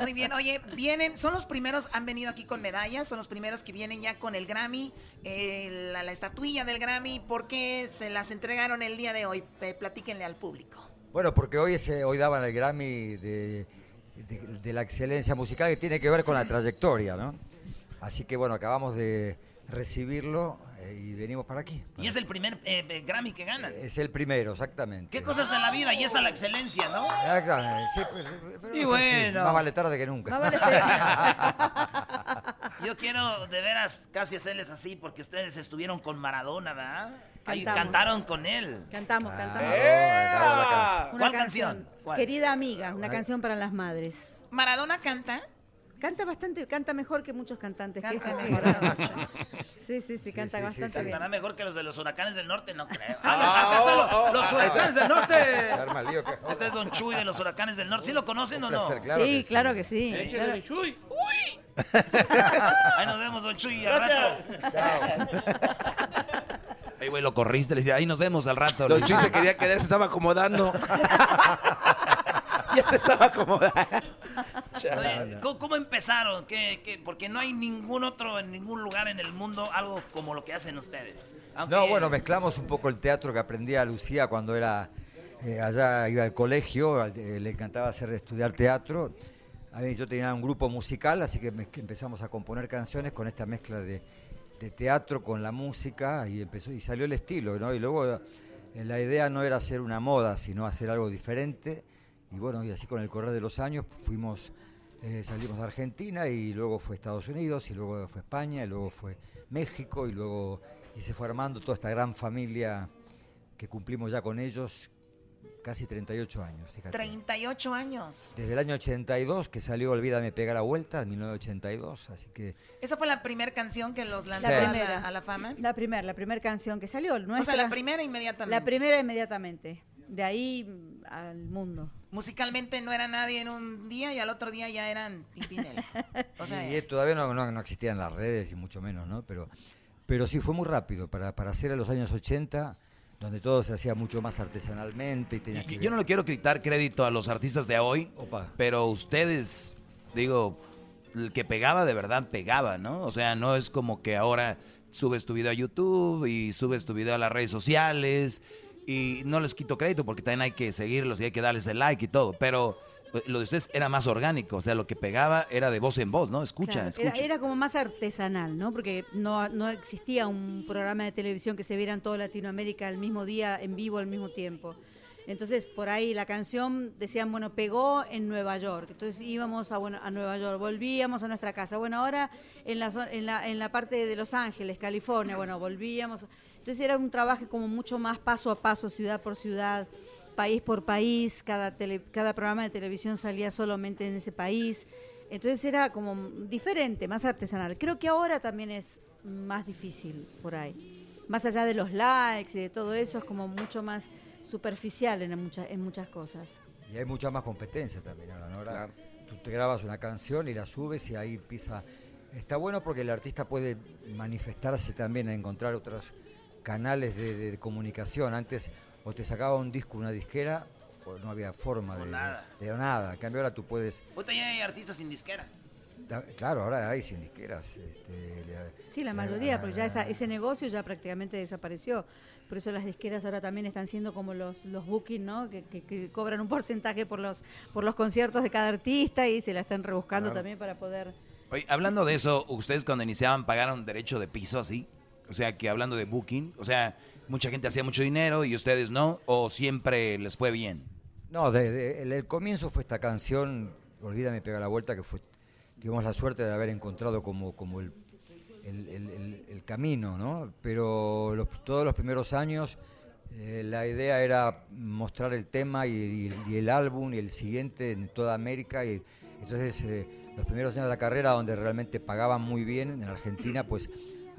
[SPEAKER 3] Muy bien. Oye, vienen, son los primeros, han venido aquí con medallas, son los primeros que vienen ya con el Grammy, eh, la, la estatuilla del Grammy. ¿Por qué se las entregaron el día de hoy? Pe- platíquenle al público.
[SPEAKER 25] Bueno, porque hoy, se, hoy daban el Grammy de, de- de la excelencia musical que tiene que ver con la trayectoria, ¿no? Así que bueno, acabamos de recibirlo eh, y venimos para aquí.
[SPEAKER 4] Y es el primer eh, eh, Grammy que ganan.
[SPEAKER 25] Es el primero, exactamente.
[SPEAKER 4] ¿Qué cosas de la vida? Y esa la excelencia, ¿no?
[SPEAKER 25] Exactamente, sí, pues, pero
[SPEAKER 4] Y
[SPEAKER 25] es así.
[SPEAKER 4] bueno.
[SPEAKER 25] Más vale tarde que nunca.
[SPEAKER 4] Más vale tarde. Yo quiero de veras casi hacerles así porque ustedes estuvieron con Maradona, ¿verdad? Ahí cantaron con él.
[SPEAKER 23] Ah.
[SPEAKER 9] Cantamos, cantamos.
[SPEAKER 23] Oh,
[SPEAKER 4] ¡Ea!
[SPEAKER 9] Una
[SPEAKER 4] Ah, ¿Cuál canción? ¿Cuál?
[SPEAKER 9] Querida amiga, una
[SPEAKER 4] Ay.
[SPEAKER 9] canción para las madres.
[SPEAKER 3] ¿Maradona canta?
[SPEAKER 9] Canta bastante, canta mejor que muchos cantantes. que
[SPEAKER 3] Canta
[SPEAKER 9] he
[SPEAKER 3] mejor.
[SPEAKER 9] escuchado. sí, sí, sí, canta
[SPEAKER 4] Sí, sí,
[SPEAKER 9] bastante bien.
[SPEAKER 4] Cantará mejor que los de los huracanes del norte, no creo.
[SPEAKER 23] Ah,
[SPEAKER 4] Ah, ¿Acaso
[SPEAKER 23] oh,
[SPEAKER 4] lo-
[SPEAKER 23] oh,
[SPEAKER 4] los
[SPEAKER 23] ah,
[SPEAKER 4] huracanes
[SPEAKER 23] ese-
[SPEAKER 4] del norte?
[SPEAKER 23] se arma lío, que-
[SPEAKER 4] Este es Don Chuy de los huracanes del norte. ¿Sí lo conocen o no?
[SPEAKER 23] placer, claro Sí, que sí. claro
[SPEAKER 9] que sí.
[SPEAKER 23] Échale,
[SPEAKER 9] claro.
[SPEAKER 23] mi
[SPEAKER 22] Chuy.
[SPEAKER 4] Ahí nos vemos, Don Chuy, al rato.
[SPEAKER 5] Ahí, güey, lo corriste, le decía, ahí nos vemos al rato.
[SPEAKER 24] Don Chuy se quería quedar, se estaba acomodando. ya se estaba acomodando.
[SPEAKER 4] Oye, ¿cómo, cómo empezaron? ¿Qué, qué? Porque no hay ningún otro, en ningún lugar en el mundo, algo como lo que hacen ustedes. Aunque-
[SPEAKER 25] No, bueno, mezclamos un poco el teatro que aprendía Lucía cuando era eh, allá, iba al colegio, al- eh, le encantaba hacer estudiar teatro. A mí yo tenía un grupo musical, así que mezc- empezamos a componer canciones con esta mezcla de, de teatro con la música y empezó y salió el estilo, ¿no? Y luego eh, la idea no era hacer una moda, sino hacer algo diferente. Y bueno, y así con el correr de los años fuimos eh, salimos de Argentina y luego fue Estados Unidos y luego fue España y luego fue México y luego y se fue armando toda esta gran familia que cumplimos ya con ellos casi 38 años, fíjate.
[SPEAKER 3] 38 años.
[SPEAKER 25] Desde el año 82 que salió Olvídame pegar a vuelta, en 1982, así que
[SPEAKER 3] ¿Esa fue la primera canción que los lanzó
[SPEAKER 25] Sí.
[SPEAKER 3] a,
[SPEAKER 9] primera.
[SPEAKER 3] la, a la fama?
[SPEAKER 9] La primera, la primera canción que salió.
[SPEAKER 3] O sea,
[SPEAKER 9] nuestra-
[SPEAKER 3] la primera inmediatamente.
[SPEAKER 9] La primera inmediatamente. De ahí mm, al mundo.
[SPEAKER 3] Musicalmente no era nadie en un día y al otro día ya eran Pimpinela. O sea,
[SPEAKER 25] y, eh, todavía no, no- no existían las redes y mucho menos, ¿no? Pero pero sí fue muy rápido para para hacer a los años 80 donde todo se hacía mucho más artesanalmente y tenías que
[SPEAKER 5] Yo no le quiero quitar crédito a los artistas de hoy, pero ustedes, digo, el que pegaba de verdad pegaba, ¿no? O sea, no es como que ahora subes tu video a YouTube y subes tu video a las redes sociales y no les quito crédito porque también hay que seguirlos y hay que darles el like y todo, pero eh, lo de ustedes era más orgánico, o sea, lo que pegaba era de voz en voz, ¿no? Escucha,
[SPEAKER 9] Claro,
[SPEAKER 5] escucha.
[SPEAKER 9] Era, era como más artesanal, ¿no? Porque no, no existía un programa de televisión que se viera en toda Latinoamérica al mismo día, en vivo, al mismo tiempo. Entonces, por ahí la canción decían, bueno, pegó en Nueva York. Entonces íbamos a, bueno, a Nueva York, volvíamos a nuestra casa. Bueno, ahora en la, zo- en, la, en la parte de Los Ángeles, California, bueno, volvíamos. Entonces era un trabajo como mucho más paso a paso, ciudad por ciudad, país por país. Cada, tele- cada programa de televisión salía solamente en ese país. Entonces era como diferente, más artesanal. Creo que ahora también es más difícil por ahí. Más allá de los likes y de todo eso, es como mucho más superficial en, muchas en muchas cosas.
[SPEAKER 25] Y hay mucha más competencia también ahora, ¿no? Ahora tú te grabas una canción y la subes y ahí empieza... Está bueno porque el artista puede manifestarse también a encontrar otros canales de, de- de comunicación. Antes o te sacaba un disco una disquera o no había forma de
[SPEAKER 4] nada.
[SPEAKER 25] de nada. En cambio ahora tú puedes...
[SPEAKER 4] Ahorita ya hay artistas sin disqueras.
[SPEAKER 25] ta- Claro, ahora hay sin disqueras. este, la-
[SPEAKER 9] Sí, la
[SPEAKER 25] la-
[SPEAKER 9] mayoría, porque ya esa- ese negocio ya prácticamente desapareció. Por eso las disqueras ahora también están siendo como los, los booking, ¿no? Que, que- que cobran un porcentaje por los, por los conciertos de cada artista y se la están rebuscando
[SPEAKER 5] Claro.
[SPEAKER 9] también para poder...
[SPEAKER 5] Oye, hablando de eso, ustedes cuando iniciaban pagaron derecho de piso así. O sea, que hablando de booking, o sea, mucha gente hacía mucho dinero y ustedes no, o siempre les fue bien.
[SPEAKER 25] No, desde el, el comienzo fue esta canción, Olvídame Pega la Vuelta, que fue, tuvimos la suerte de haber encontrado como, como el, el- el- el- el camino, ¿no? Pero los- todos los primeros años eh, la idea era mostrar el tema y, y- y el álbum y el siguiente en toda América. Y, entonces, eh, los primeros años de la carrera, donde realmente pagaban muy bien en Argentina, pues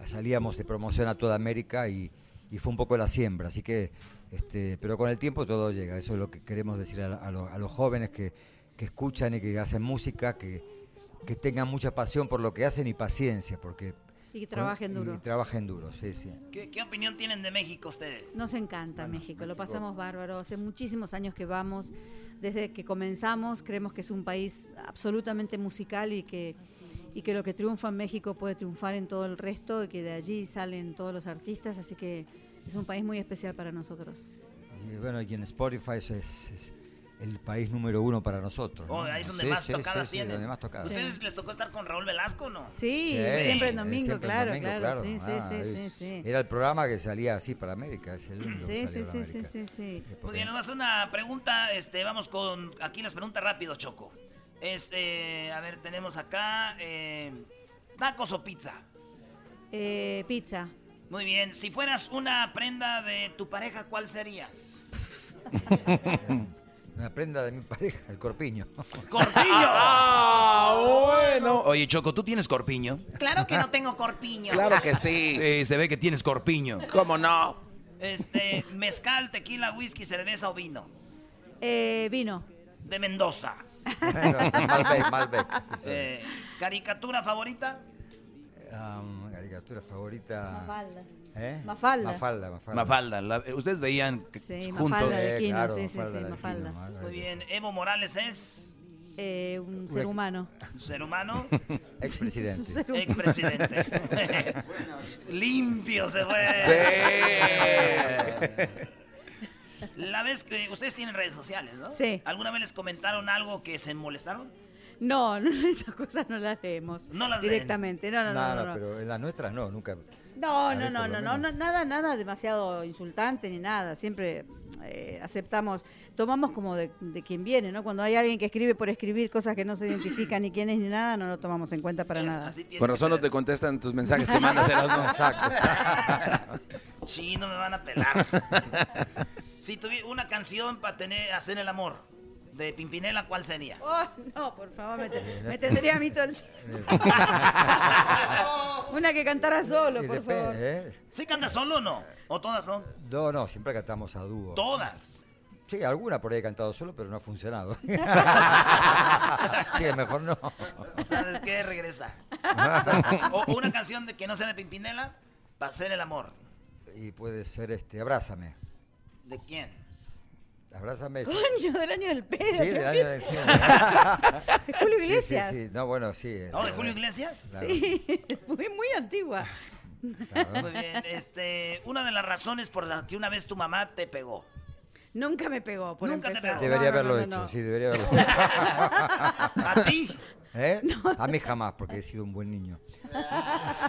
[SPEAKER 25] salíamos de promoción a toda América y, y fue un poco la siembra. Así que, este, pero con el tiempo todo llega. Eso es lo que queremos decir a, la- a lo- a los jóvenes que, que escuchan y que hacen música, que, que tengan mucha pasión por lo que hacen y paciencia, porque
[SPEAKER 9] Y que trabajen
[SPEAKER 25] y
[SPEAKER 9] duro.
[SPEAKER 25] trabajen duro, sí, sí.
[SPEAKER 4] ¿Qué, qué opinión tienen de México ustedes?
[SPEAKER 9] Nos encanta México, lo pasamos bárbaro. Hace muchísimos años que vamos, desde que comenzamos, creemos que es un país absolutamente musical y que, y que lo que triunfa en México puede triunfar en todo el resto y que de allí salen todos los artistas, así que es un país muy especial para nosotros.
[SPEAKER 25] Y bueno, y en Spotify es, es- es el país número uno para nosotros. ¿no?
[SPEAKER 4] Oh, ahí es donde
[SPEAKER 25] Sí,
[SPEAKER 4] más
[SPEAKER 25] sí,
[SPEAKER 4] tocadas
[SPEAKER 25] sí, sí,
[SPEAKER 4] tienen.
[SPEAKER 25] donde más tocadas.
[SPEAKER 4] ¿Ustedes les tocó estar con Raúl Velasco o no?
[SPEAKER 25] Sí,
[SPEAKER 9] Sí, siempre
[SPEAKER 25] eh,
[SPEAKER 9] en domingo,
[SPEAKER 25] siempre en
[SPEAKER 9] claro,
[SPEAKER 25] domingo,
[SPEAKER 9] claro, Sí, sí,
[SPEAKER 25] Ah,
[SPEAKER 9] sí,
[SPEAKER 25] es-
[SPEAKER 9] sí, sí.
[SPEAKER 25] Era el programa que salía así para América, es el único
[SPEAKER 9] Sí,
[SPEAKER 25] que
[SPEAKER 9] sí,
[SPEAKER 25] salió
[SPEAKER 9] sí,
[SPEAKER 25] para
[SPEAKER 9] sí,
[SPEAKER 25] América.
[SPEAKER 9] sí, sí.
[SPEAKER 4] Muy bien, nomás una pregunta, este, vamos con aquí las preguntas rápido, Choco. Este, a ver, tenemos acá eh, tacos o pizza.
[SPEAKER 9] Eh, pizza.
[SPEAKER 4] Muy bien, si fueras una prenda de tu pareja, ¿cuál serías?
[SPEAKER 25] Una prenda de mi pareja, el corpiño.
[SPEAKER 4] ¡Corpiño!
[SPEAKER 18] Ah,
[SPEAKER 5] bueno. Oye, Choco, ¿tú tienes corpiño?
[SPEAKER 3] Claro que no tengo corpiño.
[SPEAKER 5] sí. se ve que tienes corpiño.
[SPEAKER 18] ¿Cómo no?
[SPEAKER 4] Este, mezcal, tequila, whisky, cerveza o vino.
[SPEAKER 9] Eh, vino.
[SPEAKER 4] De Mendoza.
[SPEAKER 25] Malbec, Malbec. eso es.
[SPEAKER 4] Eh, ¿Caricatura favorita?
[SPEAKER 25] Um, caricatura favorita.
[SPEAKER 9] Mafalda.
[SPEAKER 25] ¿Eh?
[SPEAKER 9] Mafalda.
[SPEAKER 25] Mafalda, Mafalda.
[SPEAKER 5] Mafalda. la- eh, ustedes veían que-
[SPEAKER 9] Sí,
[SPEAKER 5] juntos.
[SPEAKER 9] Mafalda de
[SPEAKER 25] Eh,
[SPEAKER 9] Quino,
[SPEAKER 25] claro,
[SPEAKER 9] sí, sí,
[SPEAKER 25] Mafalda
[SPEAKER 9] sí,
[SPEAKER 25] de
[SPEAKER 9] Mafalda.
[SPEAKER 25] Quino, Mafalda.
[SPEAKER 4] Muy bien, Evo Morales es
[SPEAKER 9] Eh, un
[SPEAKER 25] Una-
[SPEAKER 9] ser humano.
[SPEAKER 4] un ser humano.
[SPEAKER 25] Expresidente.
[SPEAKER 9] Ser humano.
[SPEAKER 4] Expresidente. Limpio se fue.
[SPEAKER 25] Sí.
[SPEAKER 4] La vez que ustedes tienen redes sociales, ¿no?
[SPEAKER 9] Sí.
[SPEAKER 4] ¿Alguna vez les comentaron algo que se molestaron?
[SPEAKER 9] No, no, esas cosas no las leemos.
[SPEAKER 4] No las leen.
[SPEAKER 9] Directamente. No, no, no.
[SPEAKER 25] Nada,
[SPEAKER 9] no, no.
[SPEAKER 25] pero en las nuestras no, nunca.
[SPEAKER 9] No,
[SPEAKER 25] A
[SPEAKER 9] no,
[SPEAKER 25] ver,
[SPEAKER 9] no,
[SPEAKER 25] por lo
[SPEAKER 9] no, no,
[SPEAKER 25] menos.
[SPEAKER 9] no, nada, nada demasiado insultante ni nada. Siempre eh, aceptamos, tomamos como de, de quien viene, ¿no? Cuando hay alguien que escribe por escribir cosas que no se identifican ni quién es ni nada, no lo tomamos en cuenta para nada.
[SPEAKER 18] Por razón no te contestan tus mensajes que mandas ¿eh? en las
[SPEAKER 4] Sí, no me van a pelar. si tuviera una canción para tener, hacer el amor de Pimpinela, ¿cuál sería?
[SPEAKER 9] Oh, no, por favor, me, te- me tendría a mí todo el tiempo. Una que cantara solo,
[SPEAKER 25] Y
[SPEAKER 9] por
[SPEAKER 25] depende,
[SPEAKER 9] favor.
[SPEAKER 25] ¿eh?
[SPEAKER 4] ¿Sí canta solo o no? ¿O todas son?
[SPEAKER 25] No, no, siempre cantamos a dúo.
[SPEAKER 4] Todas.
[SPEAKER 25] Sí, alguna por ahí he cantado solo, pero no ha funcionado. sí, mejor no.
[SPEAKER 4] ¿Sabes qué? Regresa. o una canción de que no sea de Pimpinela para hacer el amor.
[SPEAKER 25] Y puede ser este, Abrázame.
[SPEAKER 4] ¿De quién?
[SPEAKER 25] Abrázame. sí.
[SPEAKER 9] Coño, del año del pedo.
[SPEAKER 25] Sí, del año de sí.
[SPEAKER 9] De Julio
[SPEAKER 25] Sí,
[SPEAKER 9] Iglesias.
[SPEAKER 25] Sí, sí, No, bueno, sí.
[SPEAKER 4] ¿No? ¿De
[SPEAKER 25] eh,
[SPEAKER 4] Julio Iglesias?
[SPEAKER 25] claro.
[SPEAKER 9] Sí, muy, muy antigua.
[SPEAKER 4] Muy bien. Este, una de las razones por las que una vez tu mamá te pegó.
[SPEAKER 9] Nunca me pegó, por
[SPEAKER 4] Nunca te
[SPEAKER 9] empezar.
[SPEAKER 4] pegó.
[SPEAKER 25] Debería
[SPEAKER 9] No, no,
[SPEAKER 25] haberlo
[SPEAKER 9] no,
[SPEAKER 25] hecho,
[SPEAKER 9] no.
[SPEAKER 25] sí, debería haberlo hecho.
[SPEAKER 4] ¿A ti?
[SPEAKER 25] ¿Eh? A mí jamás, porque he sido un buen niño.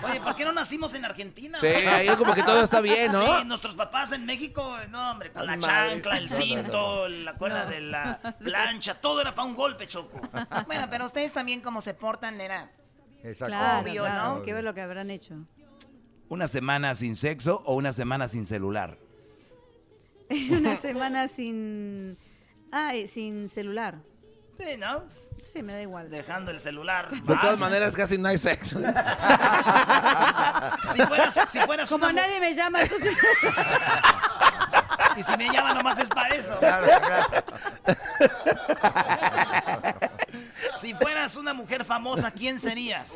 [SPEAKER 4] Oye, ¿por qué no nacimos en Argentina?
[SPEAKER 25] Sí, ahí es como que todo está bien, ¿no?
[SPEAKER 4] Sí, nuestros papás en México, no, hombre, con la
[SPEAKER 25] Madre.
[SPEAKER 4] chancla, el
[SPEAKER 25] No, no, no.
[SPEAKER 4] cinto, la cuerda
[SPEAKER 3] No.
[SPEAKER 4] de la plancha, todo era para un golpe, Choco.
[SPEAKER 3] Bueno, pero ustedes también como se portan, era.
[SPEAKER 25] Exacto.
[SPEAKER 9] Claro,
[SPEAKER 3] Obvio,
[SPEAKER 9] claro,
[SPEAKER 3] ¿no?
[SPEAKER 9] hay que ver lo que habrán hecho.
[SPEAKER 5] ¿Una semana sin sexo o una semana sin celular?
[SPEAKER 9] Una semana sin... Ay, sin celular.
[SPEAKER 4] Sí, ¿no?
[SPEAKER 9] Sí, me da igual.
[SPEAKER 4] Dejando el celular.
[SPEAKER 18] De todas maneras, casi no hay sexo.
[SPEAKER 4] Si fueras, si fueras
[SPEAKER 9] Como
[SPEAKER 4] una mu-
[SPEAKER 9] nadie me llama, entonces...
[SPEAKER 4] Y si me llama nomás es para eso. Si fueras una mujer famosa, ¿quién serías?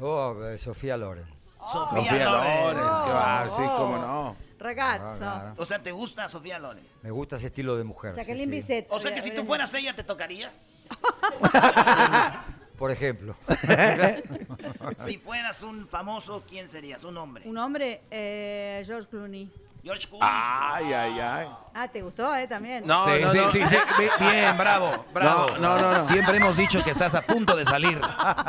[SPEAKER 25] Oh, eh, Sofía Loren.
[SPEAKER 4] Sofía
[SPEAKER 18] Sofía
[SPEAKER 4] Loren.
[SPEAKER 18] Loren,
[SPEAKER 9] Oh,
[SPEAKER 18] qué va, sí, cómo no.
[SPEAKER 25] Ragazzo. Ah,
[SPEAKER 4] O sea, ¿te gusta Sofía Loren?
[SPEAKER 25] Me gusta ese estilo de mujer. sí, sí.
[SPEAKER 4] O sea que si tú fueras ella, ¿te tocarías?
[SPEAKER 25] Por ejemplo.
[SPEAKER 4] Si fueras un famoso, ¿quién serías? Un hombre.
[SPEAKER 9] Un hombre, eh, George Clooney.
[SPEAKER 4] George Clooney.
[SPEAKER 18] Ay, ay, ay.
[SPEAKER 9] Ah, ¿te gustó, eh? También.
[SPEAKER 18] No,
[SPEAKER 5] sí,
[SPEAKER 18] no,
[SPEAKER 5] sí,
[SPEAKER 18] no.
[SPEAKER 5] sí, sí. Bi- Bien, bravo, bravo.
[SPEAKER 18] No, no, no, no.
[SPEAKER 5] Siempre hemos dicho que estás a punto de salir.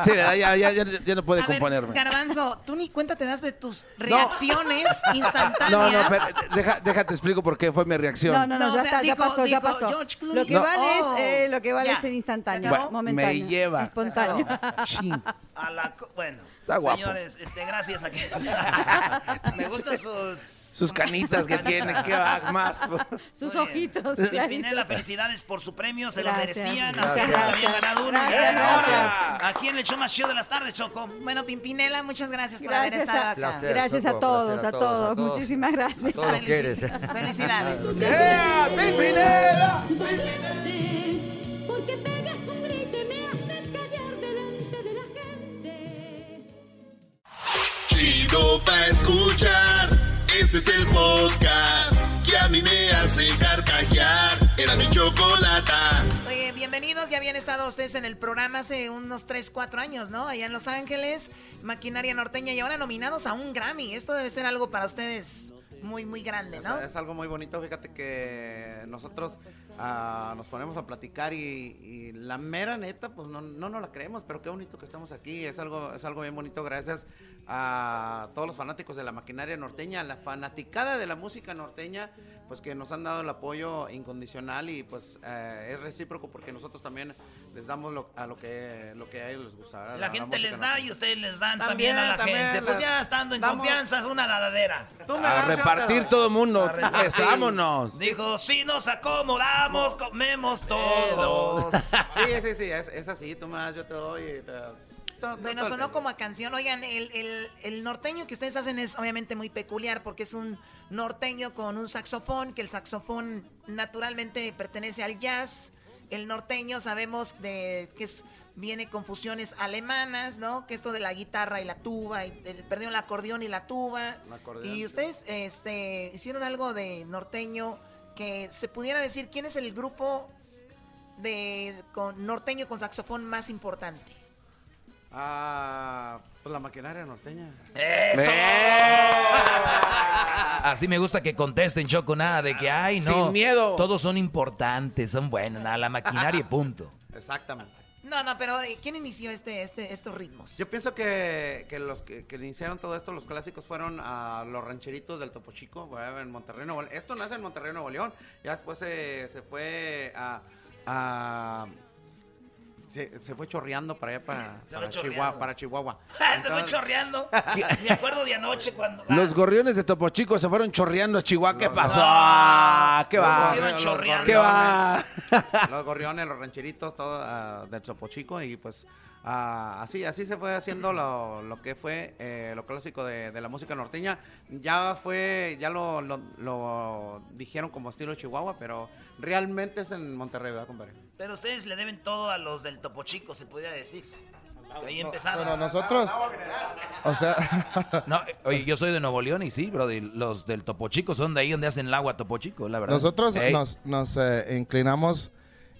[SPEAKER 18] Sí, ya, ya, ya, ya- ya no puede
[SPEAKER 3] A ver,
[SPEAKER 18] componerme.
[SPEAKER 3] Garbanzo, tú ni cuenta te das de tus reacciones instantáneas.
[SPEAKER 18] No, no, pero, deja, déjate explico por qué fue mi reacción.
[SPEAKER 9] No, no, no,
[SPEAKER 3] No, o
[SPEAKER 9] ya,
[SPEAKER 3] sea,
[SPEAKER 9] está, ya
[SPEAKER 3] dijo-
[SPEAKER 9] pasó, ya
[SPEAKER 3] dijo
[SPEAKER 9] pasó.
[SPEAKER 3] George Clooney.
[SPEAKER 9] Lo que
[SPEAKER 18] No.
[SPEAKER 9] vale
[SPEAKER 3] Oh,
[SPEAKER 9] es, eh, lo que vale
[SPEAKER 3] ya.
[SPEAKER 9] es instantáneo,
[SPEAKER 18] Bueno,
[SPEAKER 9] momentáneo,
[SPEAKER 18] me lleva.
[SPEAKER 9] espontáneo.
[SPEAKER 4] A la co- bueno,
[SPEAKER 18] Está guapo.
[SPEAKER 4] señores, este, gracias a que me gustan sus
[SPEAKER 18] Sus canitas que tiene, qué va más.
[SPEAKER 9] Sus ojitos.
[SPEAKER 4] Pinela, felicidades por su premio, se
[SPEAKER 9] Gracias.
[SPEAKER 4] lo merecían,
[SPEAKER 9] Gracias.
[SPEAKER 4] aunque nunca habían ganado uno.
[SPEAKER 9] Gracias,
[SPEAKER 4] Y ahora,
[SPEAKER 9] gracias.
[SPEAKER 4] ¿A quién le echó más chido de las tardes, Choco?
[SPEAKER 3] Bueno, Pimpinela, muchas gracias por haber
[SPEAKER 9] Gracias
[SPEAKER 3] estado
[SPEAKER 9] a,
[SPEAKER 3] acá.
[SPEAKER 25] Placer,
[SPEAKER 9] gracias
[SPEAKER 25] Choco,
[SPEAKER 9] a, todos,
[SPEAKER 25] placer
[SPEAKER 9] a todos, muchísimas gracias.
[SPEAKER 25] A todos los que eres.
[SPEAKER 3] Felicidades.
[SPEAKER 18] ¡Ea, Pimpinela!
[SPEAKER 7] Porque pegas un grito y me haces callar delante de la gente.
[SPEAKER 1] Chido pa' escuchar. Este es el podcast que a mí me hace carcajear. Era mi chocolata.
[SPEAKER 3] Oye, bienvenidos, ya habían estado ustedes en el programa hace unos 3, 4 años, ¿no? Allá en Los Ángeles, Maquinaria Norteña y ahora nominados a un Grammy. Esto debe ser algo para ustedes muy, muy grande,
[SPEAKER 8] Es-
[SPEAKER 3] ¿no?
[SPEAKER 8] Es, algo muy bonito, fíjate que nosotros ah, nos ponemos a platicar y, y la mera neta, pues no, no nos la creemos, pero qué bonito que estamos aquí, es algo, es algo bien bonito, gracias a todos los fanáticos de la maquinaria norteña, a la fanaticada de la música norteña, pues que nos han dado el apoyo incondicional y pues eh, es recíproco porque nosotros también les damos lo- a lo que, lo que a ellos les gusta. ¿verdad?
[SPEAKER 4] La gente
[SPEAKER 8] música
[SPEAKER 4] les
[SPEAKER 8] norteña.
[SPEAKER 4] da y ustedes les dan
[SPEAKER 8] También,
[SPEAKER 4] también, a la
[SPEAKER 8] también,
[SPEAKER 4] gente. Pues
[SPEAKER 8] la-
[SPEAKER 4] ya estando en
[SPEAKER 8] damos-
[SPEAKER 4] confianza es una dadadera.
[SPEAKER 1] A repartir todo el mundo. Pues, Vámonos.
[SPEAKER 4] Dijo, si nos acomodamos, comemos todos.
[SPEAKER 8] Sí, sí, sí, es, es así, tú más, yo te doy. eh, to- to-
[SPEAKER 3] Bueno,
[SPEAKER 8] to-
[SPEAKER 3] sonó como a canción. Oigan, el, el- el norteño que ustedes hacen es obviamente muy peculiar porque es un norteño con un saxofón, que el saxofón naturalmente pertenece al jazz. El norteño sabemos de que es- viene con fusiones alemanas, ¿no? Que esto de la guitarra y la tuba, y el, perdieron el acordeón y la tuba.
[SPEAKER 8] Un acordeón.
[SPEAKER 3] Y ustedes este, hicieron algo de norteño que se pudiera decir quién es el grupo de con, norteño con saxofón más importante.
[SPEAKER 8] Ah, pues la maquinaria norteña.
[SPEAKER 3] ¡Eso!
[SPEAKER 8] ¡Eh!
[SPEAKER 5] Así me gusta que contesten, Choco, nada de que, ay, no.
[SPEAKER 1] Sin miedo.
[SPEAKER 5] Todos son importantes, son buenos, nada, la maquinaria, y punto.
[SPEAKER 8] Exactamente.
[SPEAKER 3] No, no, pero eh, ¿quién inició este, este, estos ritmos?
[SPEAKER 8] Yo pienso que, que los que, que iniciaron todo esto, los clásicos fueron a los rancheritos del Topo Chico, ¿verdad? en Monterrey, Nuevo León. Esto nace en Monterrey, Nuevo León. Ya después se, se fue a... a- se, se fue chorreando para allá, para,
[SPEAKER 4] Se fue
[SPEAKER 8] para Chihuahua.
[SPEAKER 4] chorreando.
[SPEAKER 8] Para Chihuahua.
[SPEAKER 4] Se fue
[SPEAKER 8] Entonces-
[SPEAKER 4] chorreando. Me acuerdo de anoche cuando.
[SPEAKER 1] Los gorriones de Topo Chico se fueron chorreando a Chihuahua. ¿Qué pasó? Ah, ¿Qué
[SPEAKER 8] Los
[SPEAKER 1] va?
[SPEAKER 8] gorriones, los gorriones.
[SPEAKER 1] ¿Qué va?
[SPEAKER 8] los gorriones, los rancheritos, todo ah, del Topo Chico y pues ah, así así se fue haciendo lo, lo que fue eh, lo clásico de, de la música norteña. Ya fue, ya lo, lo- lo dijeron como estilo Chihuahua, pero realmente es en Monterrey, ¿verdad, compadre?
[SPEAKER 4] Pero ustedes le deben todo a los del Topo Chico, se podría decir. Ahí empezaron.
[SPEAKER 24] Pero nosotros,
[SPEAKER 5] O sea. No, eh, oye, yo soy de Nuevo León y sí, bro, de- los del Topo Chico son de ahí donde hacen el agua Topo Chico, la verdad.
[SPEAKER 24] nosotros
[SPEAKER 5] Ey,
[SPEAKER 24] nos, nos, eh, inclinamos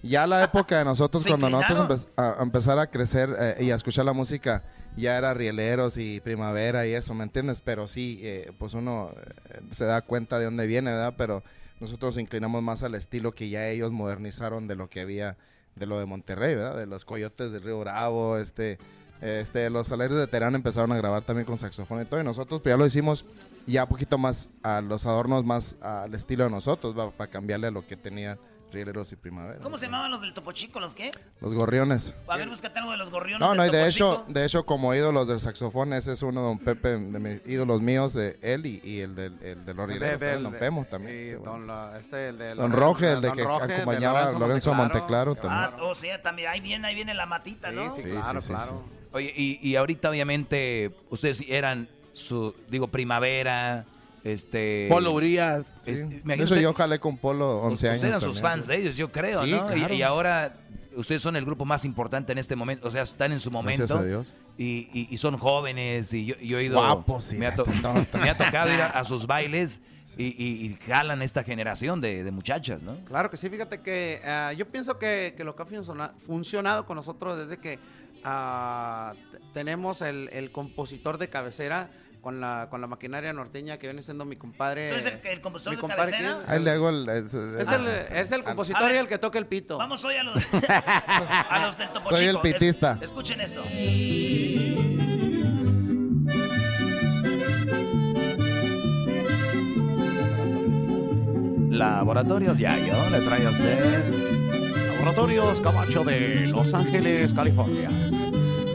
[SPEAKER 24] ya a la época de nosotros,
[SPEAKER 5] ¿Se
[SPEAKER 24] cuando
[SPEAKER 5] inclinaron?
[SPEAKER 24] nosotros empe- a, a empezar a crecer eh, y a escuchar la música, ya era rieleros y primavera y eso, ¿me entiendes? Pero sí, eh, pues uno eh, se da cuenta de dónde viene, ¿verdad? Pero nosotros inclinamos más al estilo que ya ellos modernizaron de lo que había de lo de Monterrey, ¿verdad? De los coyotes del Río Bravo, este, este, los salarios de Terán empezaron a grabar también con saxofón y todo, y nosotros pues, ya lo hicimos ya poquito más a los adornos más al estilo de nosotros, va, para cambiarle a lo que tenían rieleros y primavera.
[SPEAKER 4] ¿Cómo se llamaban los del Topo Chico? ¿Los qué?
[SPEAKER 24] Los gorriones.
[SPEAKER 4] A ver, búscate algo de los gorriones.
[SPEAKER 24] No, no, y
[SPEAKER 4] del
[SPEAKER 24] de
[SPEAKER 4] Topo
[SPEAKER 24] hecho,
[SPEAKER 4] Chico.
[SPEAKER 24] de hecho, como ídolos del saxofón, ese es uno, don Pepe, de mis ídolos míos, de él y, y el, del, el de los rieleros,
[SPEAKER 8] Pepe,
[SPEAKER 24] ¿no?
[SPEAKER 8] el
[SPEAKER 24] don
[SPEAKER 8] de-
[SPEAKER 24] Pemo también.
[SPEAKER 8] y
[SPEAKER 24] qué bueno.
[SPEAKER 8] don, la- este, el de
[SPEAKER 24] Don
[SPEAKER 8] Lorenzo-
[SPEAKER 24] Roge, el de
[SPEAKER 8] Don
[SPEAKER 24] que
[SPEAKER 8] Roge, de
[SPEAKER 24] acompañaba a Lorenzo Monteclaro,
[SPEAKER 4] Ah,
[SPEAKER 24] también.
[SPEAKER 4] o sea, también ahí viene, ahí viene la matita, ¿no?
[SPEAKER 24] sí, claro, sí, sí, claro.
[SPEAKER 5] Oye, y, y ahorita obviamente ustedes eran su, digo, primavera, este...
[SPEAKER 24] Polo
[SPEAKER 5] Urias.
[SPEAKER 24] De eso yo jalé con Polo 11 años.
[SPEAKER 5] Ustedes eran sus
[SPEAKER 24] también.
[SPEAKER 5] fans ¿eh? de ellos, yo creo,
[SPEAKER 24] Sí,
[SPEAKER 5] ¿no? Y-
[SPEAKER 24] claro.
[SPEAKER 5] Y, ahora ustedes son el grupo más importante en este momento. O sea, están en su momento.
[SPEAKER 24] Gracias a Dios.
[SPEAKER 5] Y, y- y son jóvenes. Y yo, yo he ido.
[SPEAKER 24] Guapos y
[SPEAKER 5] me, ha to- me ha tocado ir a, a sus bailes y, y- y jalan esta generación de, de muchachas, ¿no?
[SPEAKER 8] Claro que sí, fíjate que ah, yo pienso que, que lo que ha funciona- funcionado con nosotros desde que ah, t- tenemos el, el compositor de cabecera con la, con la maquinaria norteña que viene siendo mi compadre.
[SPEAKER 4] ¿Tú eres el, el compositor
[SPEAKER 8] mi
[SPEAKER 4] de
[SPEAKER 8] compadre,
[SPEAKER 4] cabecera?
[SPEAKER 8] ¿quién?
[SPEAKER 24] Ahí le hago el... ah,
[SPEAKER 8] Es el, es
[SPEAKER 26] Ah,
[SPEAKER 8] el
[SPEAKER 4] A
[SPEAKER 8] compositor
[SPEAKER 4] ver.
[SPEAKER 8] y el que toca el pito.
[SPEAKER 4] Vamos hoy a los, a los del Topo
[SPEAKER 24] ah, Soy el
[SPEAKER 4] Chico. Es-
[SPEAKER 24] pitista.
[SPEAKER 4] escuchen esto.
[SPEAKER 5] Laboratorios Yayo le trae a usted.
[SPEAKER 26] Laboratorios Camacho de Los Ángeles, California.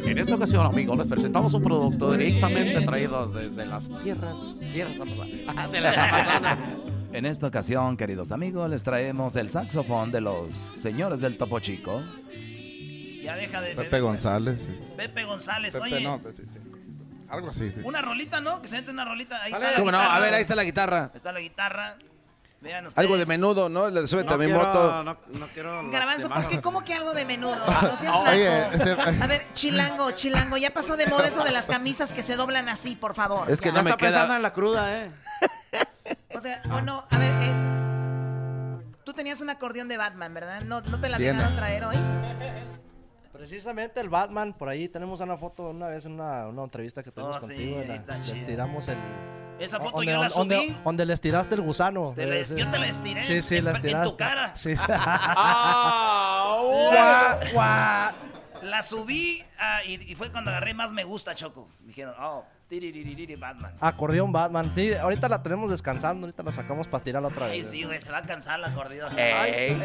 [SPEAKER 26] En esta ocasión, amigos, les presentamos un producto directamente traído desde las tierras, tierras
[SPEAKER 4] Ah,
[SPEAKER 26] amazonas- de las Amazonas.
[SPEAKER 5] En esta ocasión, queridos amigos, les traemos el saxofón de los señores del Topo Chico.
[SPEAKER 4] Ya deja de.
[SPEAKER 24] Pepe González. sí.
[SPEAKER 4] Pepe González,
[SPEAKER 24] Pepe,
[SPEAKER 4] oye.
[SPEAKER 24] no, pues, sí, sí. Algo así, sí.
[SPEAKER 4] Una rolita, ¿no? Que se mete una rolita. Ahí
[SPEAKER 24] Sale.
[SPEAKER 4] está la
[SPEAKER 24] ¿Cómo no?
[SPEAKER 4] guitarra.
[SPEAKER 24] A ver, ahí está la
[SPEAKER 21] guitarra.
[SPEAKER 4] Está la guitarra. Vean ustedes.
[SPEAKER 21] Algo de menudo, ¿no? Le suelta
[SPEAKER 8] No
[SPEAKER 21] mi
[SPEAKER 8] quiero-
[SPEAKER 21] moto.
[SPEAKER 8] no- no quiero
[SPEAKER 3] Garbanzo,
[SPEAKER 8] lastimarlo.
[SPEAKER 3] ¿por qué? ¿Cómo que algo de menudo? No seas
[SPEAKER 24] Oye,
[SPEAKER 3] naco.
[SPEAKER 24] ese-
[SPEAKER 3] A ver, chilango, chilango, ya pasó de moda eso de las camisas que se doblan así, por favor.
[SPEAKER 8] Es que
[SPEAKER 3] Ya.
[SPEAKER 8] no me Ah. está pensando en la cruda, ¿eh?
[SPEAKER 3] O sea, o no, a ver, eh, tú tenías un acordeón de Batman, ¿verdad? No, no te la
[SPEAKER 27] Tiene.
[SPEAKER 3] dejaron traer hoy.
[SPEAKER 27] Precisamente el Batman, por ahí tenemos una foto una vez en una, una entrevista que tuvimos
[SPEAKER 3] Oh, sí,
[SPEAKER 27] contigo.
[SPEAKER 3] ahí
[SPEAKER 27] la-
[SPEAKER 3] está
[SPEAKER 27] les
[SPEAKER 3] chida.
[SPEAKER 27] tiramos el,
[SPEAKER 4] Esa foto
[SPEAKER 27] Donde-
[SPEAKER 4] yo la
[SPEAKER 27] donde-
[SPEAKER 4] subí.
[SPEAKER 27] donde les tiraste el gusano.
[SPEAKER 4] Te la-
[SPEAKER 27] Sí.
[SPEAKER 4] yo te la estiré
[SPEAKER 27] Sí, sí,
[SPEAKER 4] en-
[SPEAKER 27] las
[SPEAKER 4] en tu
[SPEAKER 27] tiraste.
[SPEAKER 4] cara.
[SPEAKER 27] Sí, Ah. sí.
[SPEAKER 24] Ah,
[SPEAKER 4] La, la subí ah, y, y fue cuando agarré más me gusta, Choco. Dijeron, oh, tiriririri, Batman.
[SPEAKER 27] Acordeón Batman. Sí, ahorita la tenemos descansando. Ahorita la sacamos para tirarla otra
[SPEAKER 4] Ay,
[SPEAKER 24] ¿eh?
[SPEAKER 27] vez.
[SPEAKER 4] sí, güey, se va a cansar la acordeón.
[SPEAKER 27] Ey.
[SPEAKER 4] Ay.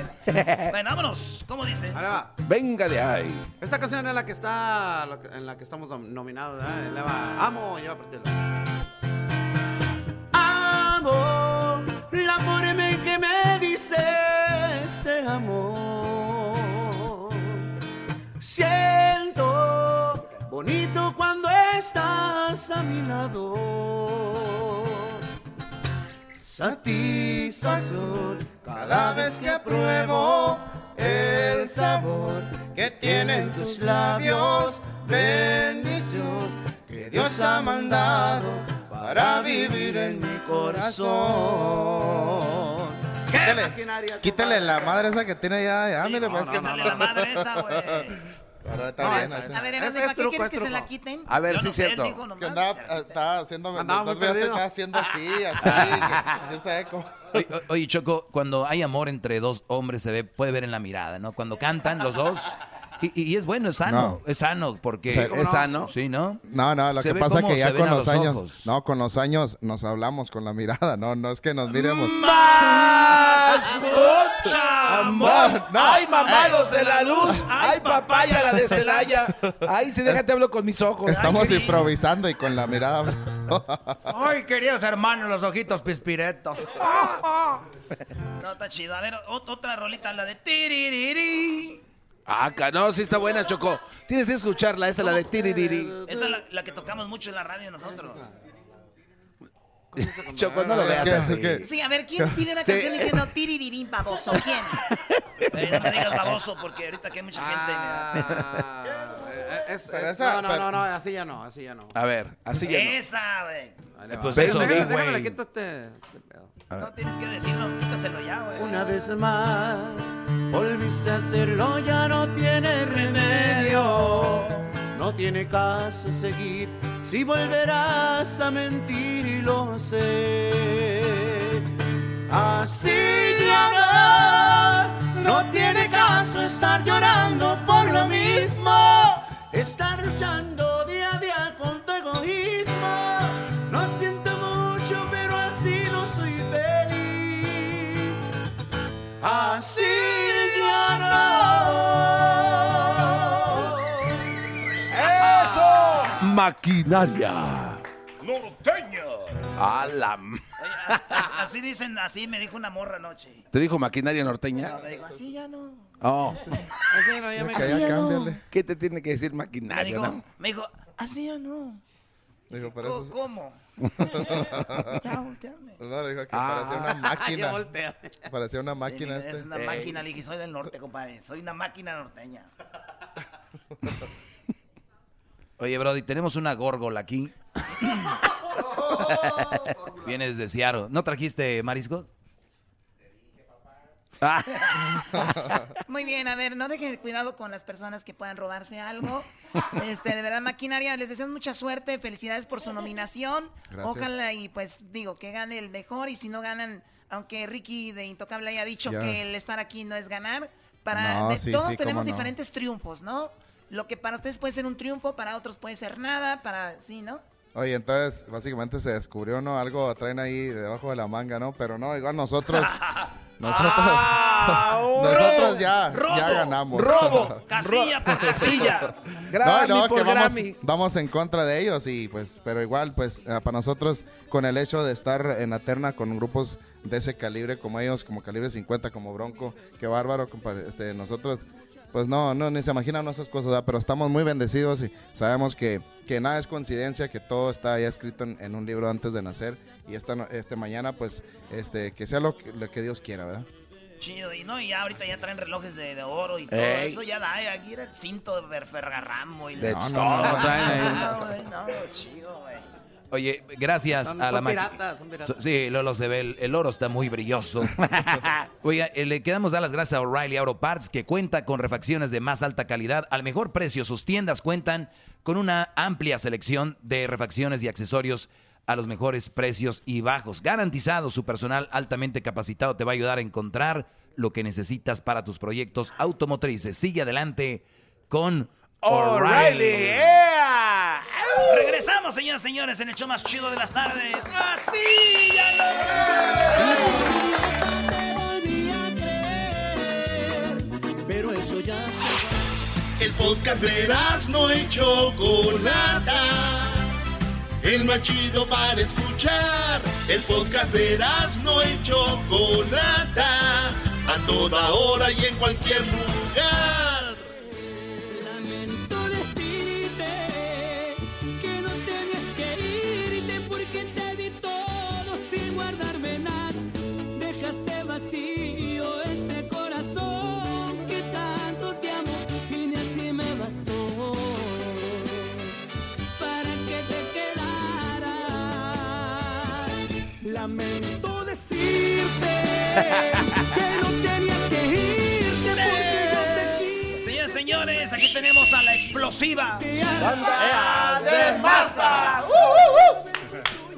[SPEAKER 4] Bueno, vámonos. ¿Cómo dice?
[SPEAKER 8] Ahora va.
[SPEAKER 13] Venga de ahí.
[SPEAKER 8] Esta canción es la que está, la que- en la que estamos nom- nominados, ¿verdad? Le va, amo, lleva
[SPEAKER 1] Amo la forma en que me este dices te amo. Siento bonito cuando estás a mi lado.
[SPEAKER 8] Satisfacción cada vez que pruebo el sabor que tienen tus labios. Bendición que Dios ha mandado para vivir en mi corazón. Quítale,
[SPEAKER 24] Quítale la madre esa que tiene ya. ya, mire,
[SPEAKER 8] no,
[SPEAKER 24] pues,
[SPEAKER 8] no,
[SPEAKER 24] que-
[SPEAKER 8] quítale la madre esa, güey.
[SPEAKER 24] Pero está
[SPEAKER 8] No,
[SPEAKER 24] bien,
[SPEAKER 8] esa-
[SPEAKER 24] está
[SPEAKER 3] A ver,
[SPEAKER 24] bien.
[SPEAKER 3] Erasmo,
[SPEAKER 8] Ese es
[SPEAKER 3] ¿para qué
[SPEAKER 8] truco,
[SPEAKER 3] quieres
[SPEAKER 8] es
[SPEAKER 3] que se
[SPEAKER 8] truco.
[SPEAKER 3] la quiten?
[SPEAKER 13] A ver,
[SPEAKER 3] Yo
[SPEAKER 13] sí,
[SPEAKER 3] no sé, él
[SPEAKER 13] cierto.
[SPEAKER 3] dijo nomás
[SPEAKER 24] Que
[SPEAKER 3] que
[SPEAKER 24] andaba, eh,
[SPEAKER 3] se la
[SPEAKER 24] estaba haciendo,
[SPEAKER 3] Andaba
[SPEAKER 24] dos
[SPEAKER 3] muy
[SPEAKER 24] videos que
[SPEAKER 3] perdido.
[SPEAKER 24] estaba haciendo
[SPEAKER 1] Ah.
[SPEAKER 24] así, así, que- que sabe cómo.
[SPEAKER 5] Oye, o- oye, Choco, cuando hay amor entre dos hombres se ve, puede ver en la mirada, ¿no? Cuando cantan los dos. Y, y- y es bueno, es sano, es sano, porque...
[SPEAKER 24] Sí, ¿cómo no?
[SPEAKER 5] Sí, ¿no?
[SPEAKER 24] No, no, lo
[SPEAKER 5] Se
[SPEAKER 24] que
[SPEAKER 5] ve
[SPEAKER 24] pasa
[SPEAKER 5] cómo
[SPEAKER 24] que
[SPEAKER 5] se
[SPEAKER 24] ya
[SPEAKER 5] ven
[SPEAKER 24] con
[SPEAKER 5] a
[SPEAKER 24] los,
[SPEAKER 5] los
[SPEAKER 24] años,
[SPEAKER 5] ojos.
[SPEAKER 24] no, con los años nos hablamos con la mirada, no, no es que nos miremos.
[SPEAKER 1] Mm, Amor. ¡Ay, mamá, Eh. los de la luz! ¡Ay, papaya, la de Celaya! ¡Ay, si déjate hablo con mis ojos!
[SPEAKER 24] Estamos
[SPEAKER 1] Ay, sí.
[SPEAKER 24] improvisando y con la mirada.
[SPEAKER 1] ¡Ay, queridos hermanos, los ojitos pispiretos!
[SPEAKER 4] No, está chido. A ver, o- otra rolita, la de tiririri.
[SPEAKER 13] Ah, ca- no, sí está buena, Choco. Tienes que escucharla, esa la de tiririri.
[SPEAKER 4] Esa es la, la que tocamos mucho en la radio nosotros.
[SPEAKER 13] Choco, pues, no lo
[SPEAKER 24] Ah,
[SPEAKER 1] Ah,
[SPEAKER 24] Es
[SPEAKER 13] veas
[SPEAKER 24] que-
[SPEAKER 13] así.
[SPEAKER 24] es que-
[SPEAKER 3] Sí, a ver, ¿quién pide una
[SPEAKER 13] Sí.
[SPEAKER 3] canción diciendo tiririrín, baboso? ¿Quién?
[SPEAKER 4] Eh, no me digas baboso porque ahorita aquí hay mucha gente. y me da-
[SPEAKER 13] Ah,
[SPEAKER 8] Pero
[SPEAKER 4] esa-
[SPEAKER 8] Eh, no, no,
[SPEAKER 4] pero-
[SPEAKER 8] no, no, así ya no, así ya no.
[SPEAKER 13] A ver, así ya no.
[SPEAKER 4] Esa, güey.
[SPEAKER 13] Eh, Pues
[SPEAKER 8] Déjame-
[SPEAKER 13] eso di,
[SPEAKER 8] déjame le
[SPEAKER 13] güey.
[SPEAKER 8] quito este- este pedo.
[SPEAKER 13] A ver.
[SPEAKER 4] No tienes que decirnos, quítaselo ya, güey.
[SPEAKER 1] Una vez más, volviste a hacerlo, ya no tiene remedio. No tiene caso seguir si volverás a mentir y lo sé. Así ya no, no tiene caso estar llorando por lo mismo. Estar luchando día a día con tu egoísmo. No siento mucho, pero así no soy feliz. Así ya no. ¡Eso!
[SPEAKER 13] Maquinaria.
[SPEAKER 4] ¡Norteño!
[SPEAKER 13] A la m-
[SPEAKER 4] Así, así dicen, así me dijo una morra anoche.
[SPEAKER 13] ¿Te dijo maquinaria norteña?
[SPEAKER 4] No, me dijo, así ya no.
[SPEAKER 13] Oh.
[SPEAKER 4] Así no, ya me Así ya no.
[SPEAKER 13] ¿Qué te tiene que decir
[SPEAKER 4] Me
[SPEAKER 13] maquinaria,
[SPEAKER 4] dijo,
[SPEAKER 13] no?
[SPEAKER 4] me dijo, así ya no.
[SPEAKER 24] Digo, para
[SPEAKER 4] ¿Cómo?
[SPEAKER 24] eso. Pues
[SPEAKER 4] ¿Cómo? Ya, volteame.
[SPEAKER 24] No, digo que
[SPEAKER 4] Ah.
[SPEAKER 24] parecía una
[SPEAKER 4] Ya
[SPEAKER 24] máquina.
[SPEAKER 4] volteame.
[SPEAKER 24] parecía una máquina
[SPEAKER 4] Sí,
[SPEAKER 24] este.
[SPEAKER 4] Es una máquina, le dije, soy del norte, compadre. Soy una máquina norteña.
[SPEAKER 5] Oye, Brody, tenemos una górgola aquí. Vienes de Seattle. ¿No trajiste mariscos? Ah.
[SPEAKER 3] Muy bien, a ver, no dejen cuidado con las personas que puedan robarse algo. Este, de verdad, maquinaria, les deseamos mucha suerte, felicidades por su nominación.
[SPEAKER 24] Gracias.
[SPEAKER 3] Ojalá y pues digo que gane el mejor y si no ganan, aunque Ricky de Intocable haya dicho
[SPEAKER 24] Ya.
[SPEAKER 3] que el estar aquí no es ganar, para
[SPEAKER 24] No,
[SPEAKER 3] de-
[SPEAKER 24] sí,
[SPEAKER 3] todos
[SPEAKER 24] sí, cómo
[SPEAKER 3] tenemos
[SPEAKER 24] no.
[SPEAKER 3] diferentes triunfos, ¿no? Lo que para ustedes puede ser un triunfo, para otros puede ser nada, para sí, ¿no?
[SPEAKER 24] Oye, entonces básicamente se descubrió, ¿no? Algo traen ahí debajo de la manga, ¿no? Pero no, igual nosotros. nosotros.
[SPEAKER 4] Ah,
[SPEAKER 24] nosotros ya, ya ganamos.
[SPEAKER 1] Robo,
[SPEAKER 4] casilla por casilla.
[SPEAKER 24] No, no, que vamos, vamos en contra de ellos y pues, pero igual, pues, eh, para nosotros, con el hecho de estar en la terna con grupos de ese calibre como ellos, como calibre 50, como Bronco, qué bárbaro, compadre. Este, nosotros, pues no, no, ni se imaginan esas cosas, ¿verdad? pero estamos muy bendecidos y sabemos que, que nada es coincidencia, que todo está ya escrito en, en un libro antes de nacer y esta, no- este mañana, pues, este, que sea lo que, lo que Dios quiera, ¿verdad?
[SPEAKER 4] Chido, y no, y ya ahorita ya traen relojes de, de oro y todo
[SPEAKER 24] Ey.
[SPEAKER 4] eso, ya da, aquí era el cinto de Ferragamo y
[SPEAKER 5] De
[SPEAKER 4] la-
[SPEAKER 5] hecho, No, no, no, traen ahí.
[SPEAKER 4] No, güey, no, chido, güey.
[SPEAKER 5] Oye, gracias
[SPEAKER 4] Son-
[SPEAKER 5] a
[SPEAKER 4] son
[SPEAKER 5] la maqui-
[SPEAKER 4] piratas, son piratas.
[SPEAKER 5] So- sí, lo, lo se ve, el, el oro está muy brilloso. Oye, eh, le quedamos dar las gracias a O'Reilly Auto Parts, que cuenta con refacciones de más alta calidad al mejor precio. Sus tiendas cuentan con una amplia selección de refacciones y accesorios a los mejores precios y bajos. Garantizado, su personal altamente capacitado te va a ayudar a encontrar lo que necesitas para tus proyectos automotrices. Sigue adelante con O'Reilly.
[SPEAKER 4] eh. Regresamos, señoras y señores, en el show más chido de las tardes.
[SPEAKER 10] Así ya
[SPEAKER 1] Pero eso ya El podcast de no y Chocolata. El más chido para escuchar. El podcast de no y Chocolata. A toda hora y en cualquier lugar.
[SPEAKER 10] Lamento decirte que no tenías que irte porque te di todo sin guardarme nada. Dejaste vacío este corazón que tanto te amo y ni así me bastó para que te quedaras. Lamento decirte que no tenías que irte porque yo te
[SPEAKER 4] Señoras y señores, aquí tenemos a la explosiva.
[SPEAKER 10] Banda
[SPEAKER 4] ¡Ea,
[SPEAKER 10] de masa!
[SPEAKER 3] Uh,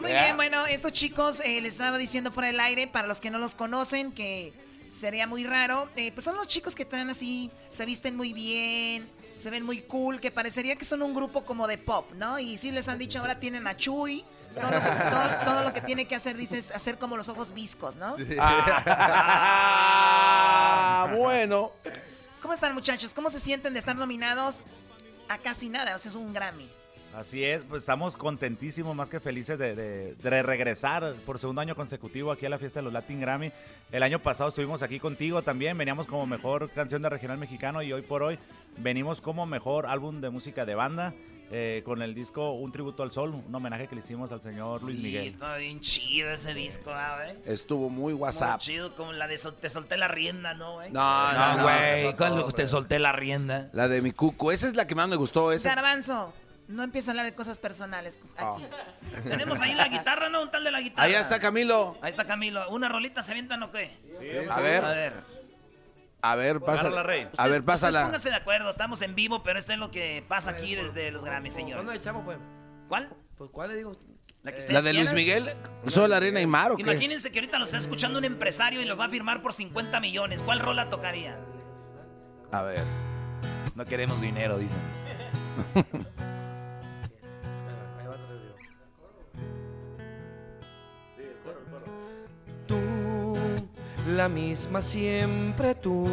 [SPEAKER 3] Muy bien, bueno, estos chicos eh, les estaba diciendo fuera del aire, para los que no los conocen, que sería muy raro. eh, pues son los chicos que están así, se visten muy bien, se ven muy cool, que parecería que son un grupo como de pop, ¿no? Y sí les han dicho, ahora tienen a Chuy. Todo lo, que, todo- todo lo que tiene que hacer, dices, hacer como los ojos viscos, ¿no?
[SPEAKER 18] Ah, bueno.
[SPEAKER 3] ¿Cómo están, muchachos? ¿Cómo se sienten de estar nominados a casi nada? O sea, es un Grammy.
[SPEAKER 15] Así es, pues estamos contentísimos, más que felices de, de- de regresar por segundo año consecutivo aquí a la fiesta de los Latin Grammy. El año pasado estuvimos aquí contigo también, veníamos como mejor canción de regional mexicano y hoy por hoy venimos como mejor álbum de música de banda eh, con el disco Un Tributo al Sol, un homenaje que le hicimos al señor Luis
[SPEAKER 4] Y
[SPEAKER 15] Miguel.
[SPEAKER 4] está bien chido ese disco, ah, güey.
[SPEAKER 18] Estuvo muy
[SPEAKER 4] Muy
[SPEAKER 18] WhatsApp.
[SPEAKER 4] chido, como la de sol- te solté la rienda, ¿no, güey?
[SPEAKER 18] No, no,
[SPEAKER 5] No,
[SPEAKER 18] no,
[SPEAKER 5] güey,
[SPEAKER 18] ¿qué pasó,
[SPEAKER 5] ¿cuál-
[SPEAKER 18] hombre?
[SPEAKER 5] te solté la rienda.
[SPEAKER 18] La de mi cuco. Esa es la que más me gustó. Esa. Ah.
[SPEAKER 3] Garbanzo, no empieza a hablar de cosas personales aquí.
[SPEAKER 4] Tenemos ahí
[SPEAKER 3] Ah.
[SPEAKER 4] la guitarra, ¿no? Un tal de la guitarra.
[SPEAKER 18] Ahí está Camilo.
[SPEAKER 4] Ahí está Camilo. ¿Una rolita se avientan o qué?
[SPEAKER 18] A ver.
[SPEAKER 4] A ver.
[SPEAKER 18] A ver,
[SPEAKER 5] Pues
[SPEAKER 18] pásala.
[SPEAKER 4] Agárrala, Rey.
[SPEAKER 18] A ver,
[SPEAKER 4] Ustedes
[SPEAKER 18] pásala.
[SPEAKER 4] pónganse de acuerdo, estamos en vivo, pero esto es lo que pasa aquí desde los Grammy, señores.
[SPEAKER 16] ¿Cuándo le pues, echamos, pues?
[SPEAKER 4] ¿Cuál?
[SPEAKER 16] Pues, ¿cuál le digo? Eh, a usted?
[SPEAKER 4] La, que
[SPEAKER 18] La
[SPEAKER 4] ustedes
[SPEAKER 18] de Luis
[SPEAKER 4] quieran.
[SPEAKER 18] Miguel. ¿Soy la reina y Mar o qué?
[SPEAKER 4] Imagínense que ahorita los está escuchando un empresario y los va a firmar por 50 millones. ¿Cuál rola tocaría?
[SPEAKER 5] A ver. No queremos dinero, dicen.
[SPEAKER 16] Ahí va otra vez, digo. Tú, la misma siempre tú.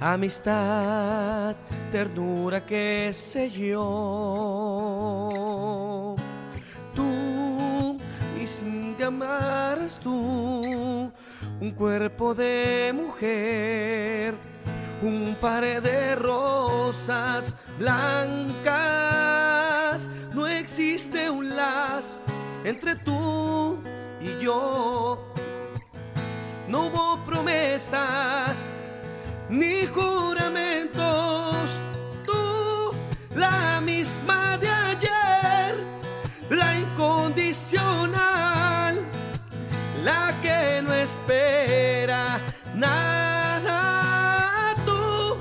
[SPEAKER 16] Amistad, ternura, qué sé yo. Tú, y sin que amaras tú, un cuerpo de mujer, un par de rosas blancas. No existe un lazo entre tú y yo. No hubo promesas ni juramentos. Tú, la misma de ayer, la incondicional, la que no espera nada. Tú,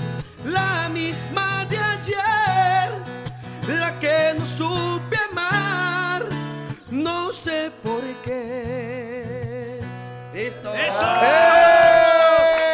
[SPEAKER 16] la misma de ayer, la que no supe amar, no sé por qué. Listo.
[SPEAKER 10] ¡Eso!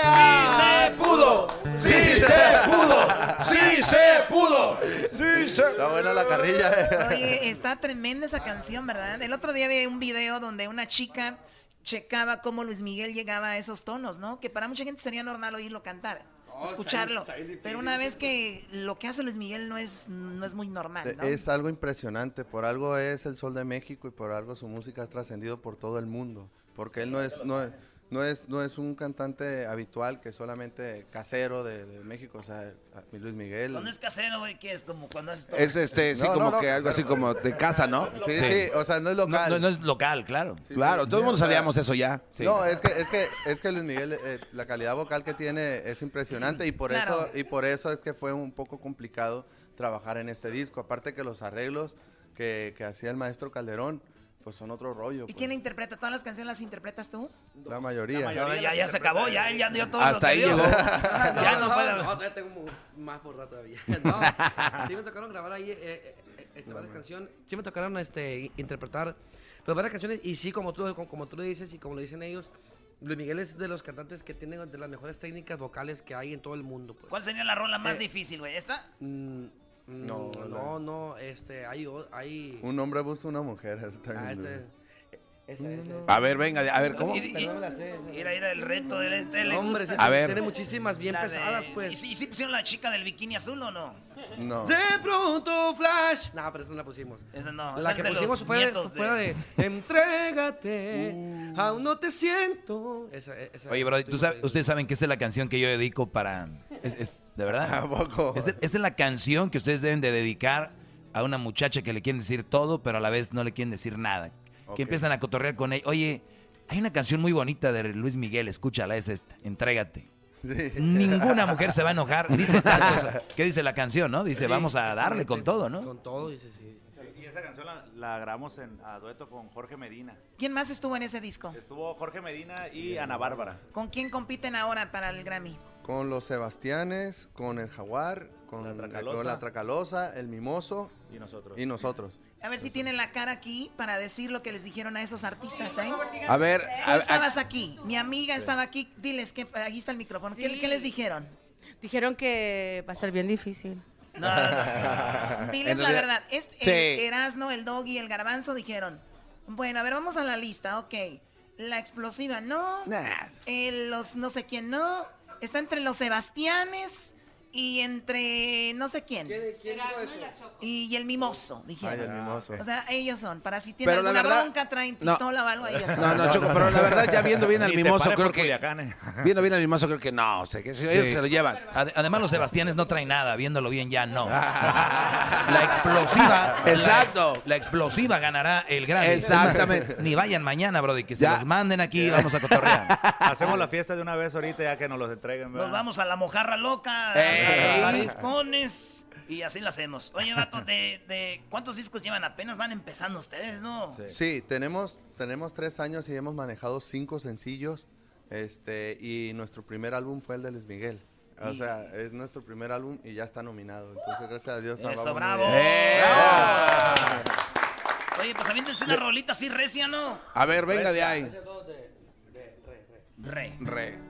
[SPEAKER 16] ¡Sí se pudo!
[SPEAKER 10] ¡Sí se pudo! ¡Sí se
[SPEAKER 11] pudo! ¡Sí se Está buena la carrilla, eh.
[SPEAKER 3] Oye, está tremenda esa canción, ¿verdad? El otro día vi un video donde una chica checaba cómo Luis Miguel llegaba a esos tonos, ¿no? Que para mucha gente sería normal oírlo cantar,
[SPEAKER 4] Oh,
[SPEAKER 3] escucharlo.
[SPEAKER 21] está bien difícil.
[SPEAKER 3] Pero una vez que lo que hace Luis Miguel no es, no es muy normal, ¿no?
[SPEAKER 21] Es algo impresionante, por algo es el sol de México y por algo su música ha trascendido por todo el mundo, porque él no es, no es, no es, no es un cantante habitual que es solamente casero de, de México, o sea, a- Luis Miguel.
[SPEAKER 4] ¿Dónde es casero, güey? ¿Qué es? Como cuando haces todo.
[SPEAKER 18] Es este, sí,
[SPEAKER 21] No, no,
[SPEAKER 18] como
[SPEAKER 21] no,
[SPEAKER 18] que algo así como de casa, ¿no?
[SPEAKER 21] Sí, sí, o sea, no es local.
[SPEAKER 5] No, no es local, claro.
[SPEAKER 18] Claro, todo el mundo
[SPEAKER 21] o sea,
[SPEAKER 18] sabíamos eso ya.
[SPEAKER 21] No, es que, es que, es que Luis Miguel, eh, la calidad vocal que tiene es impresionante y por
[SPEAKER 3] Claro.
[SPEAKER 21] eso, y por eso es que fue un poco complicado trabajar en este disco. Aparte que los arreglos que, que hacía el maestro Calderón, pues son otro
[SPEAKER 3] ¿Y
[SPEAKER 21] rollo. pues,
[SPEAKER 3] quién la interpreta? ¿Todas las canciones las interpretas tú?
[SPEAKER 21] la mayoría.
[SPEAKER 4] No, ya, ya se acabó, ya él ya dio todo
[SPEAKER 21] Hasta
[SPEAKER 4] lo que
[SPEAKER 21] ahí
[SPEAKER 4] dio.
[SPEAKER 21] llegó.
[SPEAKER 4] ya no, puede.
[SPEAKER 16] No, todavía tengo mu- más por rato todavía. No, sí me tocaron grabar ahí eh, eh, eh, este, varias canciones. Sí me tocaron este, interpretar pues, varias canciones y sí, como tú, como, como tú lo dices y como lo dicen ellos, Luis Miguel es de los cantantes que tienen de las mejores técnicas vocales que hay en todo el mundo. pues.
[SPEAKER 4] ¿Cuál sería la rola más
[SPEAKER 16] Eh,
[SPEAKER 4] difícil, güey? ¿Esta?
[SPEAKER 16] Mm, mm,
[SPEAKER 21] No,
[SPEAKER 16] no,
[SPEAKER 21] la-
[SPEAKER 16] no, este, hay... o- hay...
[SPEAKER 21] Un hombre busca una mujer. eso está
[SPEAKER 16] Ah,
[SPEAKER 21] bien
[SPEAKER 16] este-
[SPEAKER 21] duro.
[SPEAKER 16] esa- esa-
[SPEAKER 21] A ver, venga, a ver, ¿cómo?
[SPEAKER 16] Y- y-
[SPEAKER 4] No me la sé. Era, era el reto de este. le
[SPEAKER 16] Hombre,
[SPEAKER 4] gusta.
[SPEAKER 16] sí,
[SPEAKER 21] A ver.
[SPEAKER 16] tiene muchísimas bien
[SPEAKER 4] La de-
[SPEAKER 16] pesadas, pues.
[SPEAKER 4] ¿Y sí, sí pusieron la chica del bikini azul o no?
[SPEAKER 21] No.
[SPEAKER 16] De pronto, Flash. No, pero esa no la pusimos.
[SPEAKER 4] Esa no. esa
[SPEAKER 16] La
[SPEAKER 4] es
[SPEAKER 16] que
[SPEAKER 4] de los
[SPEAKER 16] pusimos fue,
[SPEAKER 4] nietos
[SPEAKER 16] fue la de Entrégate, aún no te siento. Esa, esa-
[SPEAKER 5] Oye, bro, ¿tú sab- ustedes saben que esta es la canción que yo dedico para... Es, es- ¿De verdad?
[SPEAKER 21] ¿A poco?
[SPEAKER 5] Esta, esta es la canción que ustedes deben de dedicar a una muchacha que le quieren decir todo, pero a la vez no le quieren decir nada.
[SPEAKER 21] Ok.
[SPEAKER 5] Que empiezan a cotorrear con ella. Oye, hay una canción muy bonita de Luis Miguel, escúchala, es esta, Entrégate. Ninguna mujer se va a enojar. Dice tal cosa. ¿Qué dice la canción, no? Dice,
[SPEAKER 15] Sí.
[SPEAKER 5] vamos a darle con todo, ¿no?
[SPEAKER 16] Con todo, dice, sí.
[SPEAKER 15] Y esa canción la, la grabamos en, a dueto con Jorge Medina.
[SPEAKER 3] ¿Quién más estuvo en ese disco?
[SPEAKER 15] Estuvo Jorge Medina y Ana Bárbara.
[SPEAKER 3] ¿Con quién compiten ahora para el Grammy?
[SPEAKER 21] Con los Sebastianes, con el Jaguar, con con la Tracalosa,
[SPEAKER 15] Tracalosa.
[SPEAKER 21] el Mimoso.
[SPEAKER 15] Y nosotros.
[SPEAKER 21] Y nosotros.
[SPEAKER 3] A ver si tienen la cara aquí para decir lo que les dijeron a esos artistas, ¿eh?
[SPEAKER 21] A ver,
[SPEAKER 3] Tú
[SPEAKER 21] a- a-
[SPEAKER 3] estabas aquí, mi amiga estaba aquí. Diles que eh, ahí está el micrófono. ¿Qué-
[SPEAKER 2] Sí.
[SPEAKER 3] ¿Qué, les dijeron?
[SPEAKER 2] Dijeron que va a estar bien difícil.
[SPEAKER 3] Diles
[SPEAKER 2] En
[SPEAKER 3] la
[SPEAKER 2] realidad-
[SPEAKER 3] verdad. Es,
[SPEAKER 2] Sí.
[SPEAKER 3] el Erasno, el Doggy, el Garbanzo dijeron. Bueno, a ver, vamos a la lista, ok. La explosiva, no. Eh, los no sé quién, no. Está entre los Sebastianes y entre no sé quién. Y, y el mimoso, dijeron.
[SPEAKER 21] Ay, el Mimoso.
[SPEAKER 3] O sea, ellos son. Para si tienen
[SPEAKER 21] Pero la
[SPEAKER 3] alguna
[SPEAKER 21] verdad-
[SPEAKER 3] bronca, traen
[SPEAKER 21] no.
[SPEAKER 3] pistola o algo, ellos son.
[SPEAKER 18] No, no, Choco, pero la verdad, ya viendo bien al
[SPEAKER 15] Ni te
[SPEAKER 18] mimoso,
[SPEAKER 15] pare
[SPEAKER 18] creo
[SPEAKER 15] por
[SPEAKER 18] que.
[SPEAKER 15] Culiacán, eh.
[SPEAKER 18] Viendo bien al mimoso, creo que no. O sea, que ellos
[SPEAKER 5] Sí.
[SPEAKER 18] se lo llevan.
[SPEAKER 5] Ad- además, los Sebastianes no traen nada, viéndolo bien ya no. La explosiva.
[SPEAKER 18] Exacto.
[SPEAKER 5] La, la explosiva ganará el Grammy.
[SPEAKER 18] Exactamente.
[SPEAKER 5] Ni vayan mañana, Brody, que se
[SPEAKER 15] Ya.
[SPEAKER 5] los manden aquí y vamos a cotorrear.
[SPEAKER 15] Hacemos la fiesta de una vez ahorita ya que nos los entreguen.
[SPEAKER 4] Nos vamos a la mojarra loca,
[SPEAKER 5] Eh.
[SPEAKER 15] ¡Ey!
[SPEAKER 4] a los mariscones, y así lo hacemos. Oye, vato, de, de- ¿cuántos discos llevan? Apenas van empezando ustedes, ¿no?
[SPEAKER 21] Sí, tenemos, tenemos tres años y hemos manejado cinco sencillos. Este, y nuestro primer álbum fue el de Luis Miguel. O
[SPEAKER 18] Y-
[SPEAKER 21] sea, es nuestro primer álbum y ya está nominado. Entonces, gracias a Dios.
[SPEAKER 18] pues,
[SPEAKER 4] Eso,
[SPEAKER 21] vamos muy
[SPEAKER 4] bravo.
[SPEAKER 21] bien.
[SPEAKER 4] ¡Eh!
[SPEAKER 21] ¡Bravo!
[SPEAKER 4] Oye, pues aviéntense una rolita así recia, ¿no?
[SPEAKER 18] A ver, venga de ahí.
[SPEAKER 4] Re.
[SPEAKER 18] Re.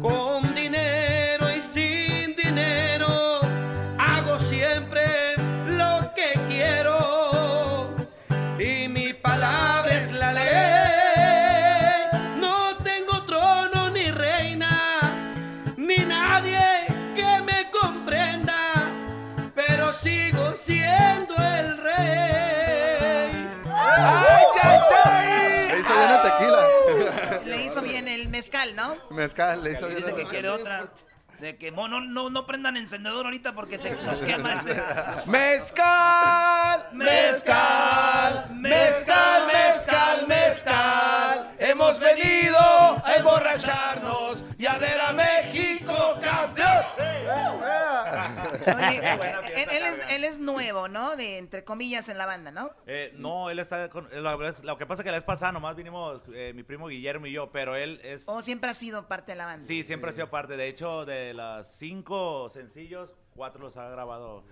[SPEAKER 16] Con dinero y sin dinero, hago siempre lo que quiero y mi palabra es la ley. No tengo trono ni reina, ni nadie que me comprenda pero sigo siendo el rey. ¡Ay, ay, ay!
[SPEAKER 21] Le hizo bien el tequila.
[SPEAKER 3] Le hizo bien el mezcal, ¿no?
[SPEAKER 21] Mezcal, le hizo bien
[SPEAKER 4] Dice
[SPEAKER 21] el-
[SPEAKER 4] que quiere otra. Se quemó. No, no, no prendan encendedor ahorita porque se nos quema este.
[SPEAKER 18] Mezcal, mezcal, mezcal, mezcal, mezcal. Hemos venido a emborracharnos y a ver a México campeón.
[SPEAKER 3] Oye, Eh,
[SPEAKER 5] eh,
[SPEAKER 3] él, él es, él es nuevo, ¿no? De entre comillas en la banda, ¿no?
[SPEAKER 15] Eh, no, él está con... La, verdad es- lo que pasa es que la vez pasada nomás vinimos eh, mi primo Guillermo y yo, pero él es...
[SPEAKER 5] Oh,
[SPEAKER 3] O siempre ha sido parte de la banda.
[SPEAKER 15] Sí, siempre ha sido parte. De hecho, de las cinco sencillos, cuatro los ha grabado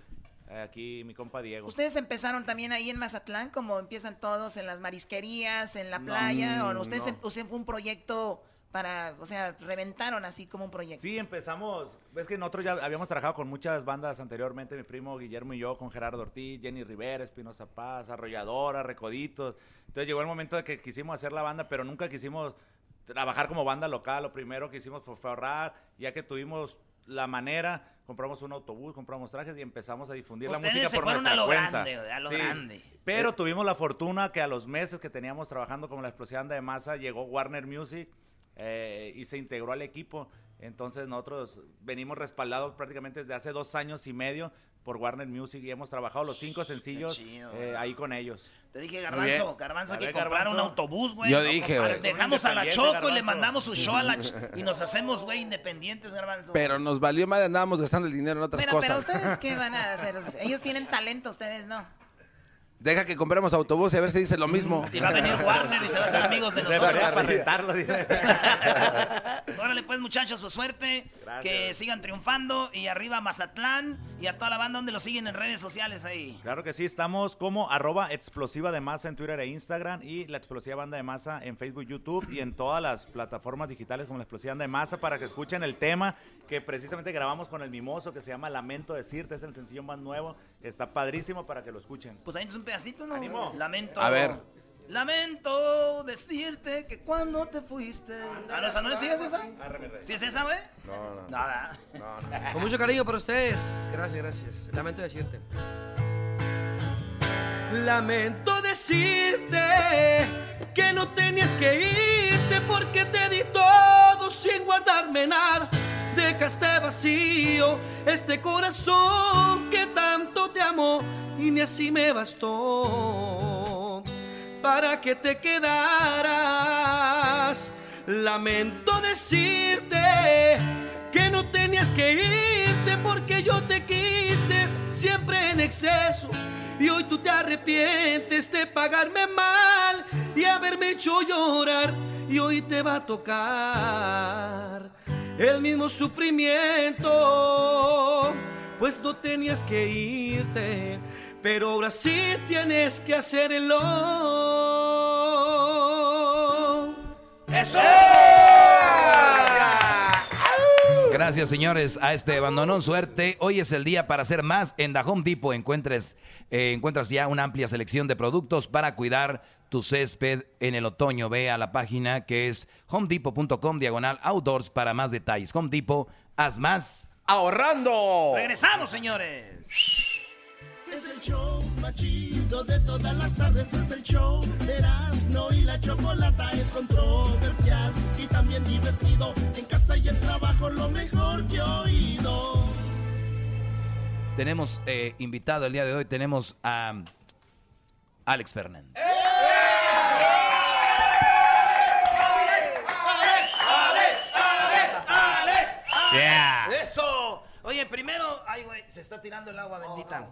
[SPEAKER 15] eh, aquí mi compa Diego.
[SPEAKER 3] ¿Ustedes empezaron también ahí en Mazatlán, como empiezan todos, en las marisquerías, en la
[SPEAKER 15] No.
[SPEAKER 3] playa?
[SPEAKER 15] Mm,
[SPEAKER 3] ¿O ustedes
[SPEAKER 15] no.
[SPEAKER 3] em- o sea, fue un proyecto para, o sea, reventaron así como un proyecto?
[SPEAKER 15] Sí, empezamos. Ves que nosotros ya habíamos trabajado con muchas bandas anteriormente, mi primo Guillermo y yo, con Gerardo Ortiz, Jenny Rivera, Espinosa Paz, Arrolladora, Recoditos. Entonces llegó el momento de que quisimos hacer la banda, pero nunca quisimos trabajar como banda local. Lo primero que hicimos fue fue ahorrar, ya que tuvimos la manera, compramos un autobús, compramos trajes y empezamos a difundir la
[SPEAKER 4] Ustedes
[SPEAKER 15] música
[SPEAKER 4] se
[SPEAKER 15] por
[SPEAKER 4] fueron
[SPEAKER 15] nuestra
[SPEAKER 4] a lo
[SPEAKER 15] cuenta.
[SPEAKER 4] grande, güey, a lo
[SPEAKER 15] Sí.
[SPEAKER 4] grande. Eh,
[SPEAKER 15] Pero tuvimos la fortuna que a los meses que teníamos trabajando como la explosiva Anda de masa llegó Warner Music eh, y se integró al equipo. Entonces nosotros venimos respaldados prácticamente desde hace dos años y medio por Warner Music y hemos trabajado los cinco sencillos
[SPEAKER 4] chido.
[SPEAKER 15] eh, ahí con ellos.
[SPEAKER 4] Te dije,
[SPEAKER 15] Muy
[SPEAKER 4] Garbanzo,
[SPEAKER 15] bien.
[SPEAKER 4] Garbanzo,
[SPEAKER 15] A
[SPEAKER 4] hay que
[SPEAKER 15] ver,
[SPEAKER 4] comprar
[SPEAKER 15] Garbanzo.
[SPEAKER 4] un autobús, güey.
[SPEAKER 18] Yo
[SPEAKER 4] No,
[SPEAKER 18] dije,
[SPEAKER 4] compadre,
[SPEAKER 18] güey.
[SPEAKER 4] Dejamos a la
[SPEAKER 15] Independiente,
[SPEAKER 4] Choco y le
[SPEAKER 15] Garbanzo.
[SPEAKER 4] mandamos su show a la Ch- Y nos hacemos, güey, independientes, Garbanzo.
[SPEAKER 18] Pero nos valió mal, andábamos gastando el dinero en otras
[SPEAKER 3] Bueno, pero
[SPEAKER 18] cosas.
[SPEAKER 3] ustedes qué van a hacer? Ellos tienen talento, ustedes no.
[SPEAKER 18] Deja que compremos autobús y a ver si dice lo mismo.
[SPEAKER 4] Y va a venir Warner y se va a hacer amigos de nosotros.
[SPEAKER 18] Para
[SPEAKER 15] rentarlo,
[SPEAKER 4] Órale, pues, muchachos, pues suerte. Que sigan triunfando. Y arriba a Mazatlán y a toda la banda donde lo siguen en redes sociales ahí.
[SPEAKER 15] Claro que sí, estamos como arroba explosiva de masa en Twitter e Instagram y la explosiva banda de masa en Facebook, YouTube y en todas las plataformas digitales como la explosiva banda de masa para que escuchen el tema que precisamente grabamos con el mimoso que se llama Lamento Decirte, es el sencillo más nuevo, está padrísimo para que lo escuchen.
[SPEAKER 4] Pues ahí es un pedacito, ¿no? Lamento.
[SPEAKER 15] A ver.
[SPEAKER 4] Lamento decirte que cuando te fuiste. Ah, no, esa no es, ¿sí es esa? Ah, ¿Sí es esa, güey?
[SPEAKER 21] No, no.
[SPEAKER 4] Nada.
[SPEAKER 21] No,
[SPEAKER 16] Con mucho cariño para ustedes. Gracias, gracias. Lamento decirte. Lamento decirte que no tenías que irte porque te di todo sin guardarme nada. Dejaste vacío este corazón que tanto te amó y ni así me bastó para que te quedaras. Lamento decirte que no tenías que irte porque yo te quise siempre en exceso. Y hoy tú te arrepientes de pagarme mal y haberme hecho llorar. Y hoy te va a tocar el mismo sufrimiento, pues no tenías que irte, pero ahora sí tienes que hacerlo.
[SPEAKER 4] ¡Eso!
[SPEAKER 5] Gracias, señores, a este abandonón suerte. Hoy es el día para hacer más. En The Home Depot encuentres, eh, encuentras ya una amplia selección de productos para cuidar tu césped en el otoño. Ve a la página que es homedepot.com diagonal outdoors para más detalles. Home Depot, haz más ahorrando.
[SPEAKER 4] Regresamos, señores.
[SPEAKER 1] Es el show más chido de todas las tardes. Es el show de Erasmo y la Chocolata. Es controversial y también divertido. En casa y en trabajo lo mejor que he oído.
[SPEAKER 5] Tenemos eh, invitado el día de hoy, tenemos a Alex Fernández.
[SPEAKER 4] Alex, Alex, Alex, Alex.
[SPEAKER 5] Yeah.
[SPEAKER 4] Eso. Oye, primero, ay, güey, se está tirando el agua bendita.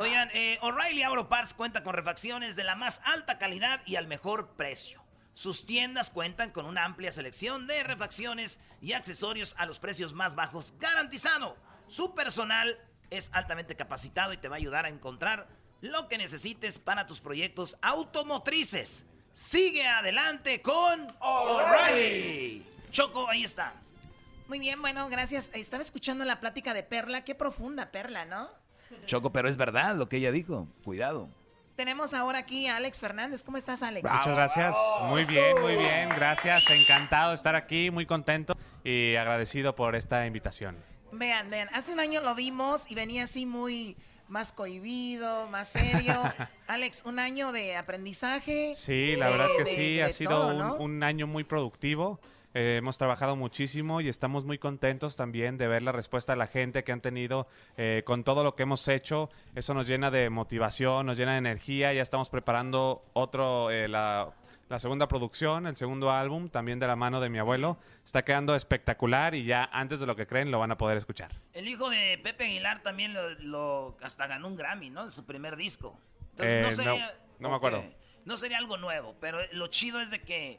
[SPEAKER 4] Oigan, eh, O'Reilly Auto Parts cuenta con refacciones de la más alta calidad y al mejor precio. Sus tiendas cuentan con una amplia selección de refacciones y accesorios a los precios más bajos garantizado. Su personal es altamente capacitado y te va a ayudar a encontrar lo que necesites para tus proyectos automotrices. Sigue adelante con O'Reilly. Choco, ahí está.
[SPEAKER 3] Muy bien, bueno, gracias. Estaba escuchando la plática de Perla. Qué profunda Perla, ¿no?
[SPEAKER 5] Choco, pero es verdad lo que ella dijo. Cuidado.
[SPEAKER 3] Tenemos ahora aquí a Alex Fernández. ¿Cómo estás, Alex?
[SPEAKER 6] Muchas gracias. Muy bien, muy bien. Gracias. Encantado de estar aquí, muy contento y agradecido por esta invitación.
[SPEAKER 3] Vean, vean, hace un año lo vimos y venía así muy más cohibido, más serio. Alex, un año de aprendizaje.
[SPEAKER 6] Sí, la
[SPEAKER 3] de-
[SPEAKER 6] verdad que
[SPEAKER 3] de-
[SPEAKER 6] sí,
[SPEAKER 3] de
[SPEAKER 6] ha sido
[SPEAKER 3] todo,
[SPEAKER 6] un,
[SPEAKER 3] ¿no?
[SPEAKER 6] un año muy productivo. Eh, hemos trabajado muchísimo y estamos muy contentos también de ver la respuesta de la gente que han tenido eh, con todo lo que hemos hecho. Eso nos llena de motivación, nos llena de energía. Ya estamos preparando otro, eh, la, la segunda producción, el segundo álbum, también de la mano de mi abuelo. Está quedando espectacular y ya antes de lo que creen lo van a poder escuchar.
[SPEAKER 4] El hijo de Pepe Aguilar también lo, lo- hasta ganó un Grammy, ¿no? De su primer disco. Entonces, no
[SPEAKER 6] Eh,
[SPEAKER 4] sería,
[SPEAKER 6] no me acuerdo.
[SPEAKER 4] ok, no sería algo nuevo, pero lo chido es de que,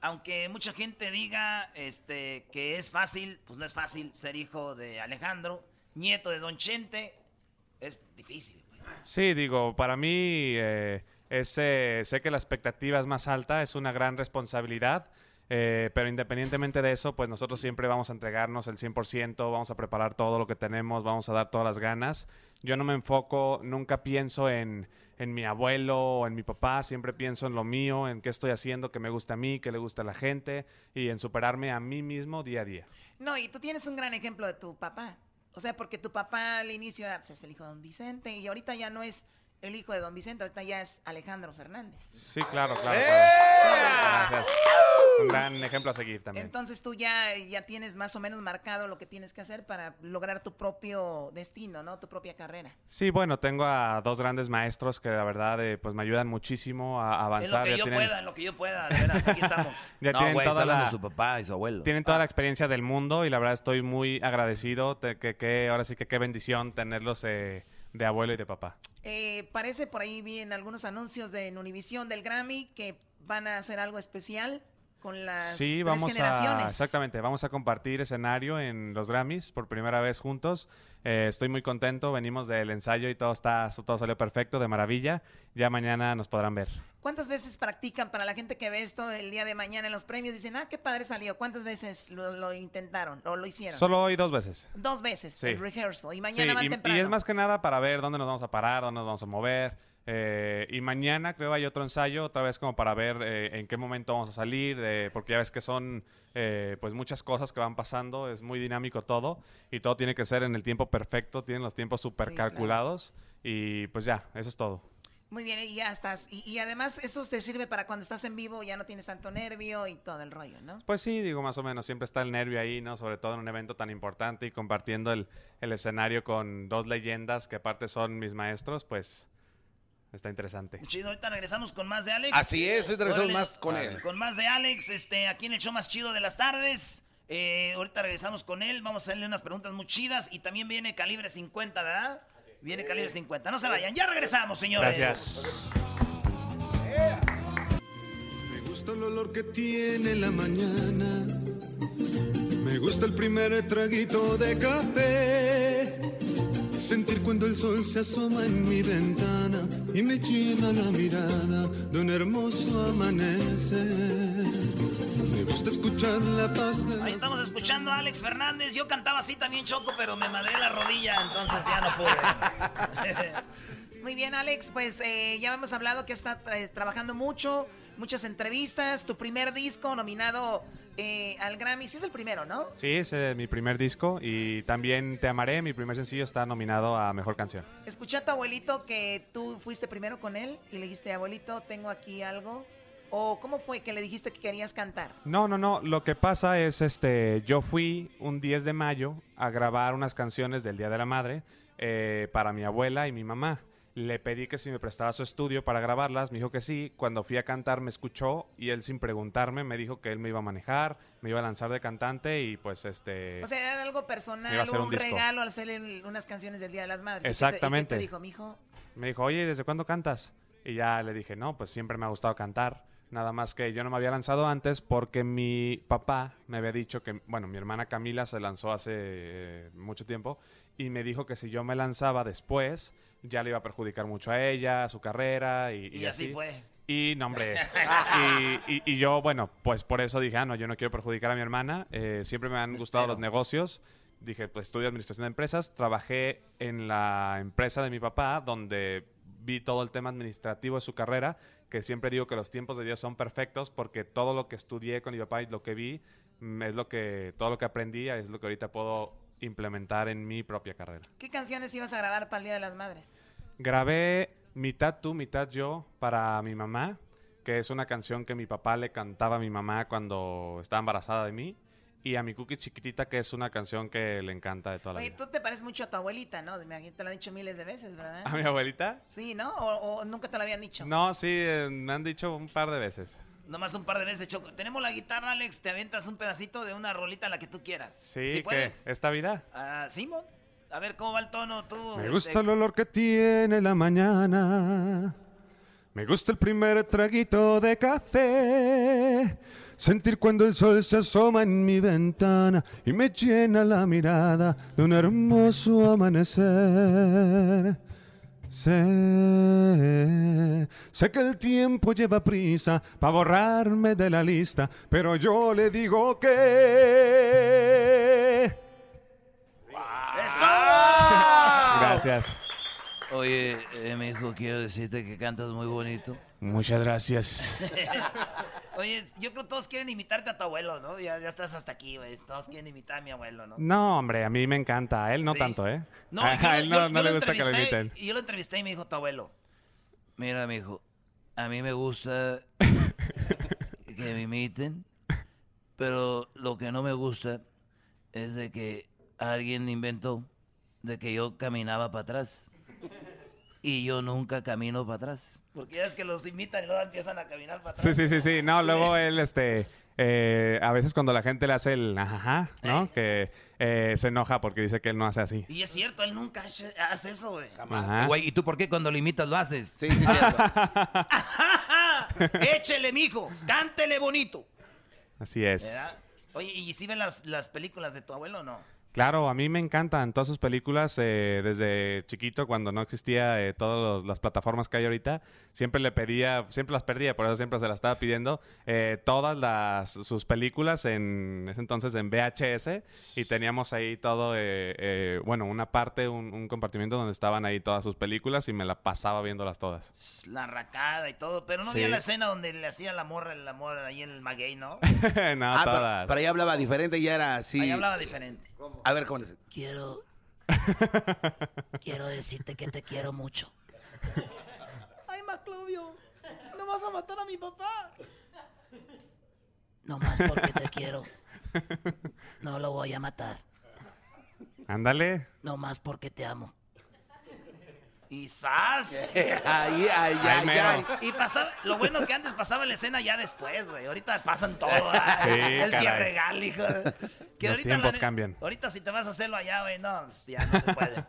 [SPEAKER 4] aunque mucha gente diga este, que es fácil, pues no es fácil ser hijo de Alejandro, nieto de Don Chente, es difícil.
[SPEAKER 6] Sí, digo, para mí eh, es, eh, sé que la expectativa es más alta, es una gran responsabilidad, eh, pero independientemente de eso, pues nosotros siempre vamos a entregarnos el 100%, vamos a preparar todo lo que tenemos, vamos a dar todas las ganas. Yo no me enfoco, nunca pienso en, en mi abuelo o en mi papá, siempre pienso en lo mío, en qué estoy haciendo, que me gusta a mí, que le gusta a la gente y en superarme a mí mismo día a día.
[SPEAKER 3] No, y tú tienes un gran ejemplo de tu papá. O sea, porque tu papá al inicio era, pues, es el hijo de Don Vicente y ahorita ya no es el hijo de Don Vicente, ahorita ya es Alejandro Fernández.
[SPEAKER 6] Sí, claro, claro. claro. Gracias. Un gran ejemplo a seguir también.
[SPEAKER 3] Entonces tú ya, ya tienes más o menos marcado lo que tienes que hacer para lograr tu propio destino, ¿no? Tu propia carrera.
[SPEAKER 6] Sí, bueno, tengo a dos grandes maestros que la verdad eh, pues me ayudan muchísimo a
[SPEAKER 4] En lo
[SPEAKER 6] avanzar.
[SPEAKER 4] que
[SPEAKER 6] ya
[SPEAKER 4] yo
[SPEAKER 6] tienen-
[SPEAKER 4] pueda, en lo que yo pueda, de veras, aquí estamos.
[SPEAKER 6] ya
[SPEAKER 5] No,
[SPEAKER 6] tienen
[SPEAKER 5] güey, está
[SPEAKER 6] toda
[SPEAKER 5] hablando
[SPEAKER 6] la,
[SPEAKER 5] de su papá y su abuelo.
[SPEAKER 6] Tienen toda la experiencia del mundo y la verdad estoy muy agradecido. te- que, que- ahora sí que qué bendición tenerlos eh, de abuelo y de papá.
[SPEAKER 3] Eh, parece por ahí vi en algunos anuncios de en Univisión del Grammy que van a hacer algo especial con las
[SPEAKER 6] Sí,
[SPEAKER 3] tres
[SPEAKER 6] vamos a,
[SPEAKER 3] generaciones.
[SPEAKER 6] exactamente, vamos a compartir escenario en los Grammys por primera vez juntos. Eh, estoy muy contento, venimos del ensayo y todo está, todo salió perfecto, de maravilla. Ya mañana nos podrán ver.
[SPEAKER 3] ¿Cuántas veces practican para la gente que ve esto el día de mañana en los premios? Dicen, ah, qué padre salió. ¿Cuántas veces lo, lo intentaron o lo hicieron?
[SPEAKER 6] Solo hoy dos veces.
[SPEAKER 3] Dos veces,
[SPEAKER 6] Sí.
[SPEAKER 3] el rehearsal. Y
[SPEAKER 6] Sí,
[SPEAKER 3] mañana van
[SPEAKER 6] y- y,
[SPEAKER 3] temprano.
[SPEAKER 6] es más que nada para ver dónde nos vamos a parar, dónde nos vamos a mover. eh, y mañana creo hay otro ensayo, otra vez como para ver eh, en qué momento vamos a salir, de- porque ya ves que son eh, pues muchas cosas que van pasando, es muy dinámico todo y todo tiene que ser en el tiempo perfecto, tienen los tiempos súper calculados y pues ya, eso es todo.
[SPEAKER 3] Muy bien, y ya estás. Y, y además eso te sirve para cuando estás en vivo, ya no tienes tanto nervio y todo el rollo, ¿no?
[SPEAKER 6] Pues sí, digo más o menos, siempre está el nervio ahí, ¿no? Sobre todo en un evento tan importante y compartiendo el, el escenario con dos leyendas que aparte son mis maestros, pues está interesante.
[SPEAKER 4] Chido, ahorita regresamos con más de Alex.
[SPEAKER 6] Así es, ahorita regresamos
[SPEAKER 4] Órale.
[SPEAKER 6] más con
[SPEAKER 4] Órale.
[SPEAKER 6] él.
[SPEAKER 4] Con más de Alex, este, aquí en el show más chido de las tardes. Eh, ahorita regresamos con él, vamos a hacerle unas preguntas muy chidas y también viene calibre 50, ¿verdad? Viene calibre 50. No se vayan, ya regresamos, señores.
[SPEAKER 6] Gracias.
[SPEAKER 20] Me gusta el olor que tiene la mañana. Me gusta el primer traguito de café. Sentir cuando el sol se asoma en mi ventana y me llena la mirada de un hermoso amanecer. Me gusta escuchar la paz de
[SPEAKER 4] Ahí estamos escuchando a Alex Fernández. Yo cantaba así también Choco, pero me madré la rodilla, entonces ya no pude.
[SPEAKER 3] Muy bien, Alex, pues eh, ya hemos hablado que está tra- eh, trabajando mucho, muchas entrevistas, tu primer disco nominado eh, al Grammy, sí es el primero, ¿no?
[SPEAKER 6] Sí, es eh, mi primer disco y también Te Amaré, mi primer sencillo, está nominado a Mejor Canción.
[SPEAKER 3] Escuché a tu abuelito que tú fuiste primero con él y le dijiste, abuelito, tengo aquí algo. ¿O cómo fue que le dijiste que querías cantar?
[SPEAKER 6] No, no, no, lo que pasa es, este, yo fui un 10 de mayo a grabar unas canciones del Día de la Madre eh, para mi abuela y mi mamá. Le pedí que si me prestaba su estudio para grabarlas, me dijo que sí. Cuando fui a cantar me escuchó y él sin preguntarme me dijo que él me iba a manejar, me iba a lanzar de cantante y pues este...
[SPEAKER 3] O sea, era algo
[SPEAKER 6] Iba a
[SPEAKER 3] personal,
[SPEAKER 6] ser
[SPEAKER 3] un,
[SPEAKER 6] un disco.
[SPEAKER 3] regalo al hacerle unas canciones del Día de las Madres. ¿Y qué te- y qué
[SPEAKER 6] Exactamente.
[SPEAKER 3] te dijo, mijo?
[SPEAKER 6] me dijo, oye, ¿y ¿desde cuándo cantas? Y ya le dije, no, pues siempre me ha gustado cantar. Nada más que yo no me había lanzado antes porque mi papá me había dicho que, bueno, mi hermana Camila se lanzó hace eh, mucho tiempo y me dijo que si yo me lanzaba después ya le iba a perjudicar mucho a ella, a su carrera y,
[SPEAKER 4] Y así fue.
[SPEAKER 6] Y no, hombre. y, y- y yo, bueno, pues por eso dije, ah, no, yo no quiero perjudicar a mi hermana. Eh, siempre me han gustado los negocios. Dije, pues estudio administración de empresas. Trabajé en la empresa de mi papá, donde vi todo el tema administrativo de su carrera, que siempre digo que los tiempos de Dios son perfectos porque todo lo que estudié con mi papá y lo que vi mm, es lo que todo lo que aprendí es lo que ahorita puedo implementar en mi propia carrera.
[SPEAKER 3] ¿Qué canciones ibas a grabar para el Día de las Madres?
[SPEAKER 6] Grabé mitad tú, mitad yo para mi mamá, que es una canción que mi papá le cantaba a mi mamá cuando estaba embarazada de mí. Y a mi cookie chiquitita, que es una canción que le encanta de toda la
[SPEAKER 3] Oye,
[SPEAKER 6] vida.
[SPEAKER 3] tú te pareces mucho a tu abuelita, ¿no? Me- Te lo han dicho miles de veces, ¿verdad?
[SPEAKER 6] ¿A mi abuelita?
[SPEAKER 3] Sí, ¿no? O, o nunca te lo habían dicho.
[SPEAKER 6] No, sí, eh, me han dicho un par de veces.
[SPEAKER 4] Nomás un par de veces, Choco. Tenemos la guitarra, Alex. Te avientas un pedacito de una rolita, la que tú quieras.
[SPEAKER 6] Sí,
[SPEAKER 4] ¿Sí
[SPEAKER 6] que
[SPEAKER 4] puedes?
[SPEAKER 6] esta vida.
[SPEAKER 4] Ah, Simón. A ver, ¿cómo va el tono tú?
[SPEAKER 20] Me
[SPEAKER 4] este,
[SPEAKER 20] gusta el olor que tiene la mañana. Me gusta el primer traguito de café. Sentir cuando el sol se asoma en mi ventana y me llena la mirada de un hermoso amanecer. Sé, sé que el tiempo lleva prisa para borrarme de la lista, pero yo le digo que... Ah.
[SPEAKER 6] Gracias.
[SPEAKER 5] Oye, eh, mi hijo, quiero decirte que cantas muy bonito. Muchas gracias.
[SPEAKER 4] Oye, yo creo que todos quieren imitarte a tu abuelo, ¿no? Ya, ya estás hasta aquí, güey. Todos quieren imitar a mi abuelo, ¿no?
[SPEAKER 6] No, hombre, a mí me encanta. A él no
[SPEAKER 4] Sí.
[SPEAKER 6] tanto, ¿eh?
[SPEAKER 4] No,
[SPEAKER 6] a
[SPEAKER 4] yo-
[SPEAKER 6] él
[SPEAKER 4] yo-
[SPEAKER 6] no,
[SPEAKER 4] yo
[SPEAKER 6] no le
[SPEAKER 4] lo
[SPEAKER 6] gusta que lo
[SPEAKER 4] entrevisté
[SPEAKER 6] imiten.
[SPEAKER 4] Y yo lo entrevisté y me dijo tu abuelo.
[SPEAKER 5] Mira, mijo, a mí me gusta que me imiten,
[SPEAKER 13] Pero lo que no me gusta es de que alguien inventó de que yo caminaba para atrás. Y yo nunca camino para atrás.
[SPEAKER 4] Porque ya es que los imitan y luego empiezan a caminar para atrás.
[SPEAKER 6] Sí, sí, sí, sí. No, luego él, este, eh, a veces cuando la gente le hace el ajá, ¿no? Que eh, se enoja porque dice que él no hace así.
[SPEAKER 4] Y es cierto, él nunca hace hace eso, güey.
[SPEAKER 6] Ajá.
[SPEAKER 13] Güey, ¿y tú por qué cuando lo imitas lo haces? Sí,
[SPEAKER 18] sí,
[SPEAKER 4] Échele, mijo. Cántele bonito.
[SPEAKER 6] Así es.
[SPEAKER 4] ¿Verdad? Oye, ¿y si ven las, las películas de tu abuelo o no?
[SPEAKER 6] Claro, a mí me encantan todas sus películas eh, desde chiquito cuando no existía eh, todas los- las plataformas que hay ahorita. Siempre le pedía, siempre las perdía, por eso siempre se las estaba pidiendo eh, todas las sus películas en ese entonces en VHS y teníamos ahí todo, eh, eh, bueno, una parte, un, un compartimiento donde estaban ahí todas sus películas y me la pasaba viéndolas todas.
[SPEAKER 4] La racada y todo. Pero no
[SPEAKER 6] Sí.
[SPEAKER 4] había la escena donde le hacía la morra, la morra ahí en el maguey, ¿no?
[SPEAKER 6] no,
[SPEAKER 18] Ah,
[SPEAKER 6] todas.
[SPEAKER 18] pero, pero ahí hablaba diferente y ya era así.
[SPEAKER 4] Ahí hablaba diferente.
[SPEAKER 18] A ver, ¿cómo le dice?
[SPEAKER 13] Quiero. quiero decirte que te quiero mucho.
[SPEAKER 10] Ay, Maclovio, no vas a matar a mi papá.
[SPEAKER 13] Nomás porque te quiero. No lo voy a matar.
[SPEAKER 6] Ándale.
[SPEAKER 13] Nomás porque te amo.
[SPEAKER 4] Y ¡zas!
[SPEAKER 18] Ahí, ahí,
[SPEAKER 6] Ah, Ahí ay, mero. ay.
[SPEAKER 4] Y pasaba, lo bueno que antes pasaba la escena ya después, güey. Ahorita pasan todo. ah,
[SPEAKER 6] Sí,
[SPEAKER 4] el tía
[SPEAKER 6] caray.
[SPEAKER 4] regal, hijo. de-
[SPEAKER 6] Los
[SPEAKER 4] ahorita
[SPEAKER 6] tiempos
[SPEAKER 4] ne-
[SPEAKER 6] cambian.
[SPEAKER 4] Ahorita si te vas a hacerlo allá, güey, no, pues, ya no se puede.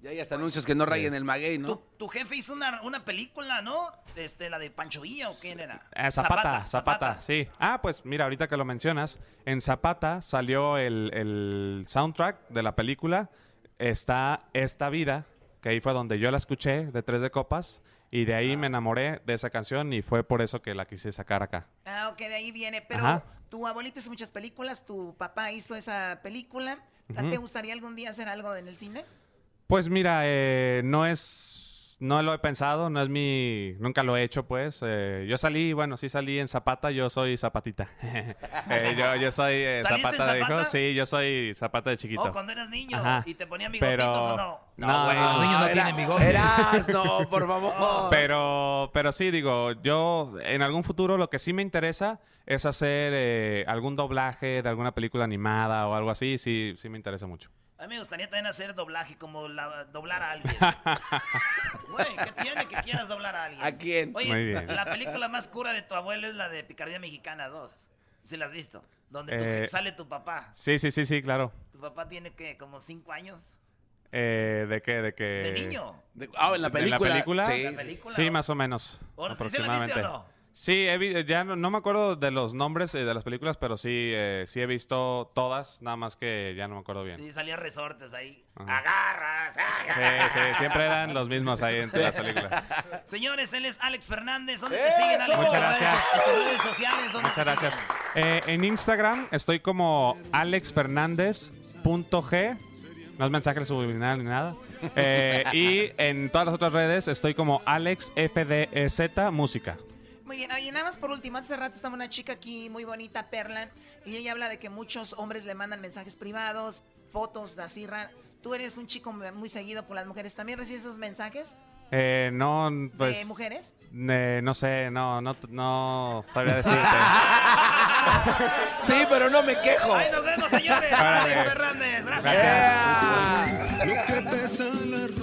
[SPEAKER 18] Ya hay hasta anuncios que no rayen el maguey, ¿no?
[SPEAKER 4] Tu jefe hizo una, una película, ¿no? Este, la de Pancho Villa o quién era.
[SPEAKER 6] Eh, Zapata, Zapata, sí. Ah, pues mira, ahorita que lo mencionas, en Zapata salió el, el soundtrack de la película. Está Esta Vida, que ahí fue donde yo la escuché de Tres de Copas. Y de ahí me enamoré de esa canción y fue por eso que la quise sacar acá.
[SPEAKER 4] Ah, ok, de ahí viene. Pero
[SPEAKER 6] Ajá.
[SPEAKER 4] tu abuelito hizo muchas películas, tu papá hizo esa película. ¿A-
[SPEAKER 6] Ujú.
[SPEAKER 4] ¿Te gustaría algún día hacer algo en el cine?
[SPEAKER 6] Pues mira, eh, no es, no lo he pensado, no es mi, nunca lo he hecho, pues. Eh, yo salí, bueno, sí salí en Zapata, yo soy zapatita. Eh, yo, yo soy eh,
[SPEAKER 4] ¿Saliste en
[SPEAKER 6] Zapata de hijo,
[SPEAKER 4] Zapata?
[SPEAKER 6] sí, yo soy Zapata de chiquito.
[SPEAKER 4] Oh, cuando eras niño
[SPEAKER 6] Ajá.
[SPEAKER 4] y te ponían bigotitos
[SPEAKER 6] Pero-
[SPEAKER 4] o Ah, no.
[SPEAKER 6] No,
[SPEAKER 18] güey,
[SPEAKER 6] no,
[SPEAKER 18] los niños no
[SPEAKER 6] era-
[SPEAKER 18] tienen bigotes. Eras, no, por favor.
[SPEAKER 6] Pero, pero sí, digo, yo en algún futuro lo que sí me interesa es hacer eh, algún doblaje de alguna película animada o algo así, sí, sí me interesa mucho.
[SPEAKER 4] A mí me gustaría también hacer doblaje, como la- doblar a alguien. Güey, ¿qué tiene que quieras doblar a alguien?
[SPEAKER 18] ¿A quién?
[SPEAKER 4] Oye,
[SPEAKER 6] Muy bien.
[SPEAKER 4] la película más cura de tu abuelo es la de Picardía Mexicana 2. Si la has visto. Donde tu-
[SPEAKER 6] Eh,
[SPEAKER 4] sale tu papá.
[SPEAKER 6] Sí, sí, sí, sí, claro.
[SPEAKER 4] Tu papá tiene que como 5 años.
[SPEAKER 6] Eh, ¿De qué? ¿De qué?
[SPEAKER 4] ¿De niño?
[SPEAKER 18] De- ah, en la
[SPEAKER 6] ¿En
[SPEAKER 18] película.
[SPEAKER 6] la película?
[SPEAKER 18] Sí,
[SPEAKER 6] Sí,
[SPEAKER 18] sí, sí.
[SPEAKER 6] más o menos.
[SPEAKER 4] Ahora, ¿sí se la viste
[SPEAKER 6] aproximadamente.
[SPEAKER 4] o no?
[SPEAKER 6] Sí, he vi- ya no, no me acuerdo de los nombres eh, de las películas, pero sí, eh, sí he visto todas, nada más que ya no me acuerdo bien.
[SPEAKER 4] Sí, salían resortes ahí.
[SPEAKER 6] Ajá.
[SPEAKER 4] Agarras,
[SPEAKER 6] Sí,
[SPEAKER 4] agarras.
[SPEAKER 6] sí, siempre eran los mismos ahí entre las películas.
[SPEAKER 4] Señores, él es Alex Fernández. ¿Dónde te siguen, Alex?
[SPEAKER 6] Muchas
[SPEAKER 4] En tus
[SPEAKER 6] gracias.
[SPEAKER 4] redes- En tus redes sociales. ¿dónde
[SPEAKER 6] Muchas
[SPEAKER 4] te siguen?
[SPEAKER 6] gracias. Eh, en Instagram estoy como alexfernandez.g. No es mensaje subliminal ni nada. Eh, y en todas las otras redes estoy como alexfdz música.
[SPEAKER 4] Muy bien, oye, nada más por último, hace rato estaba una chica aquí muy bonita, Perla, y ella habla de que muchos hombres le mandan mensajes privados, fotos así raras. Tú eres un chico muy seguido por las mujeres. ¿También recibes esos mensajes
[SPEAKER 6] Eh, no, pues.
[SPEAKER 4] de mujeres?
[SPEAKER 6] eh, no sé, no, no, no sabría decirte.
[SPEAKER 18] Sí, pero no me quejo.
[SPEAKER 4] Ahí nos vemos, señores.
[SPEAKER 6] Órale.
[SPEAKER 4] Alex Fernández, gracias.
[SPEAKER 20] Lo que pesa la roca.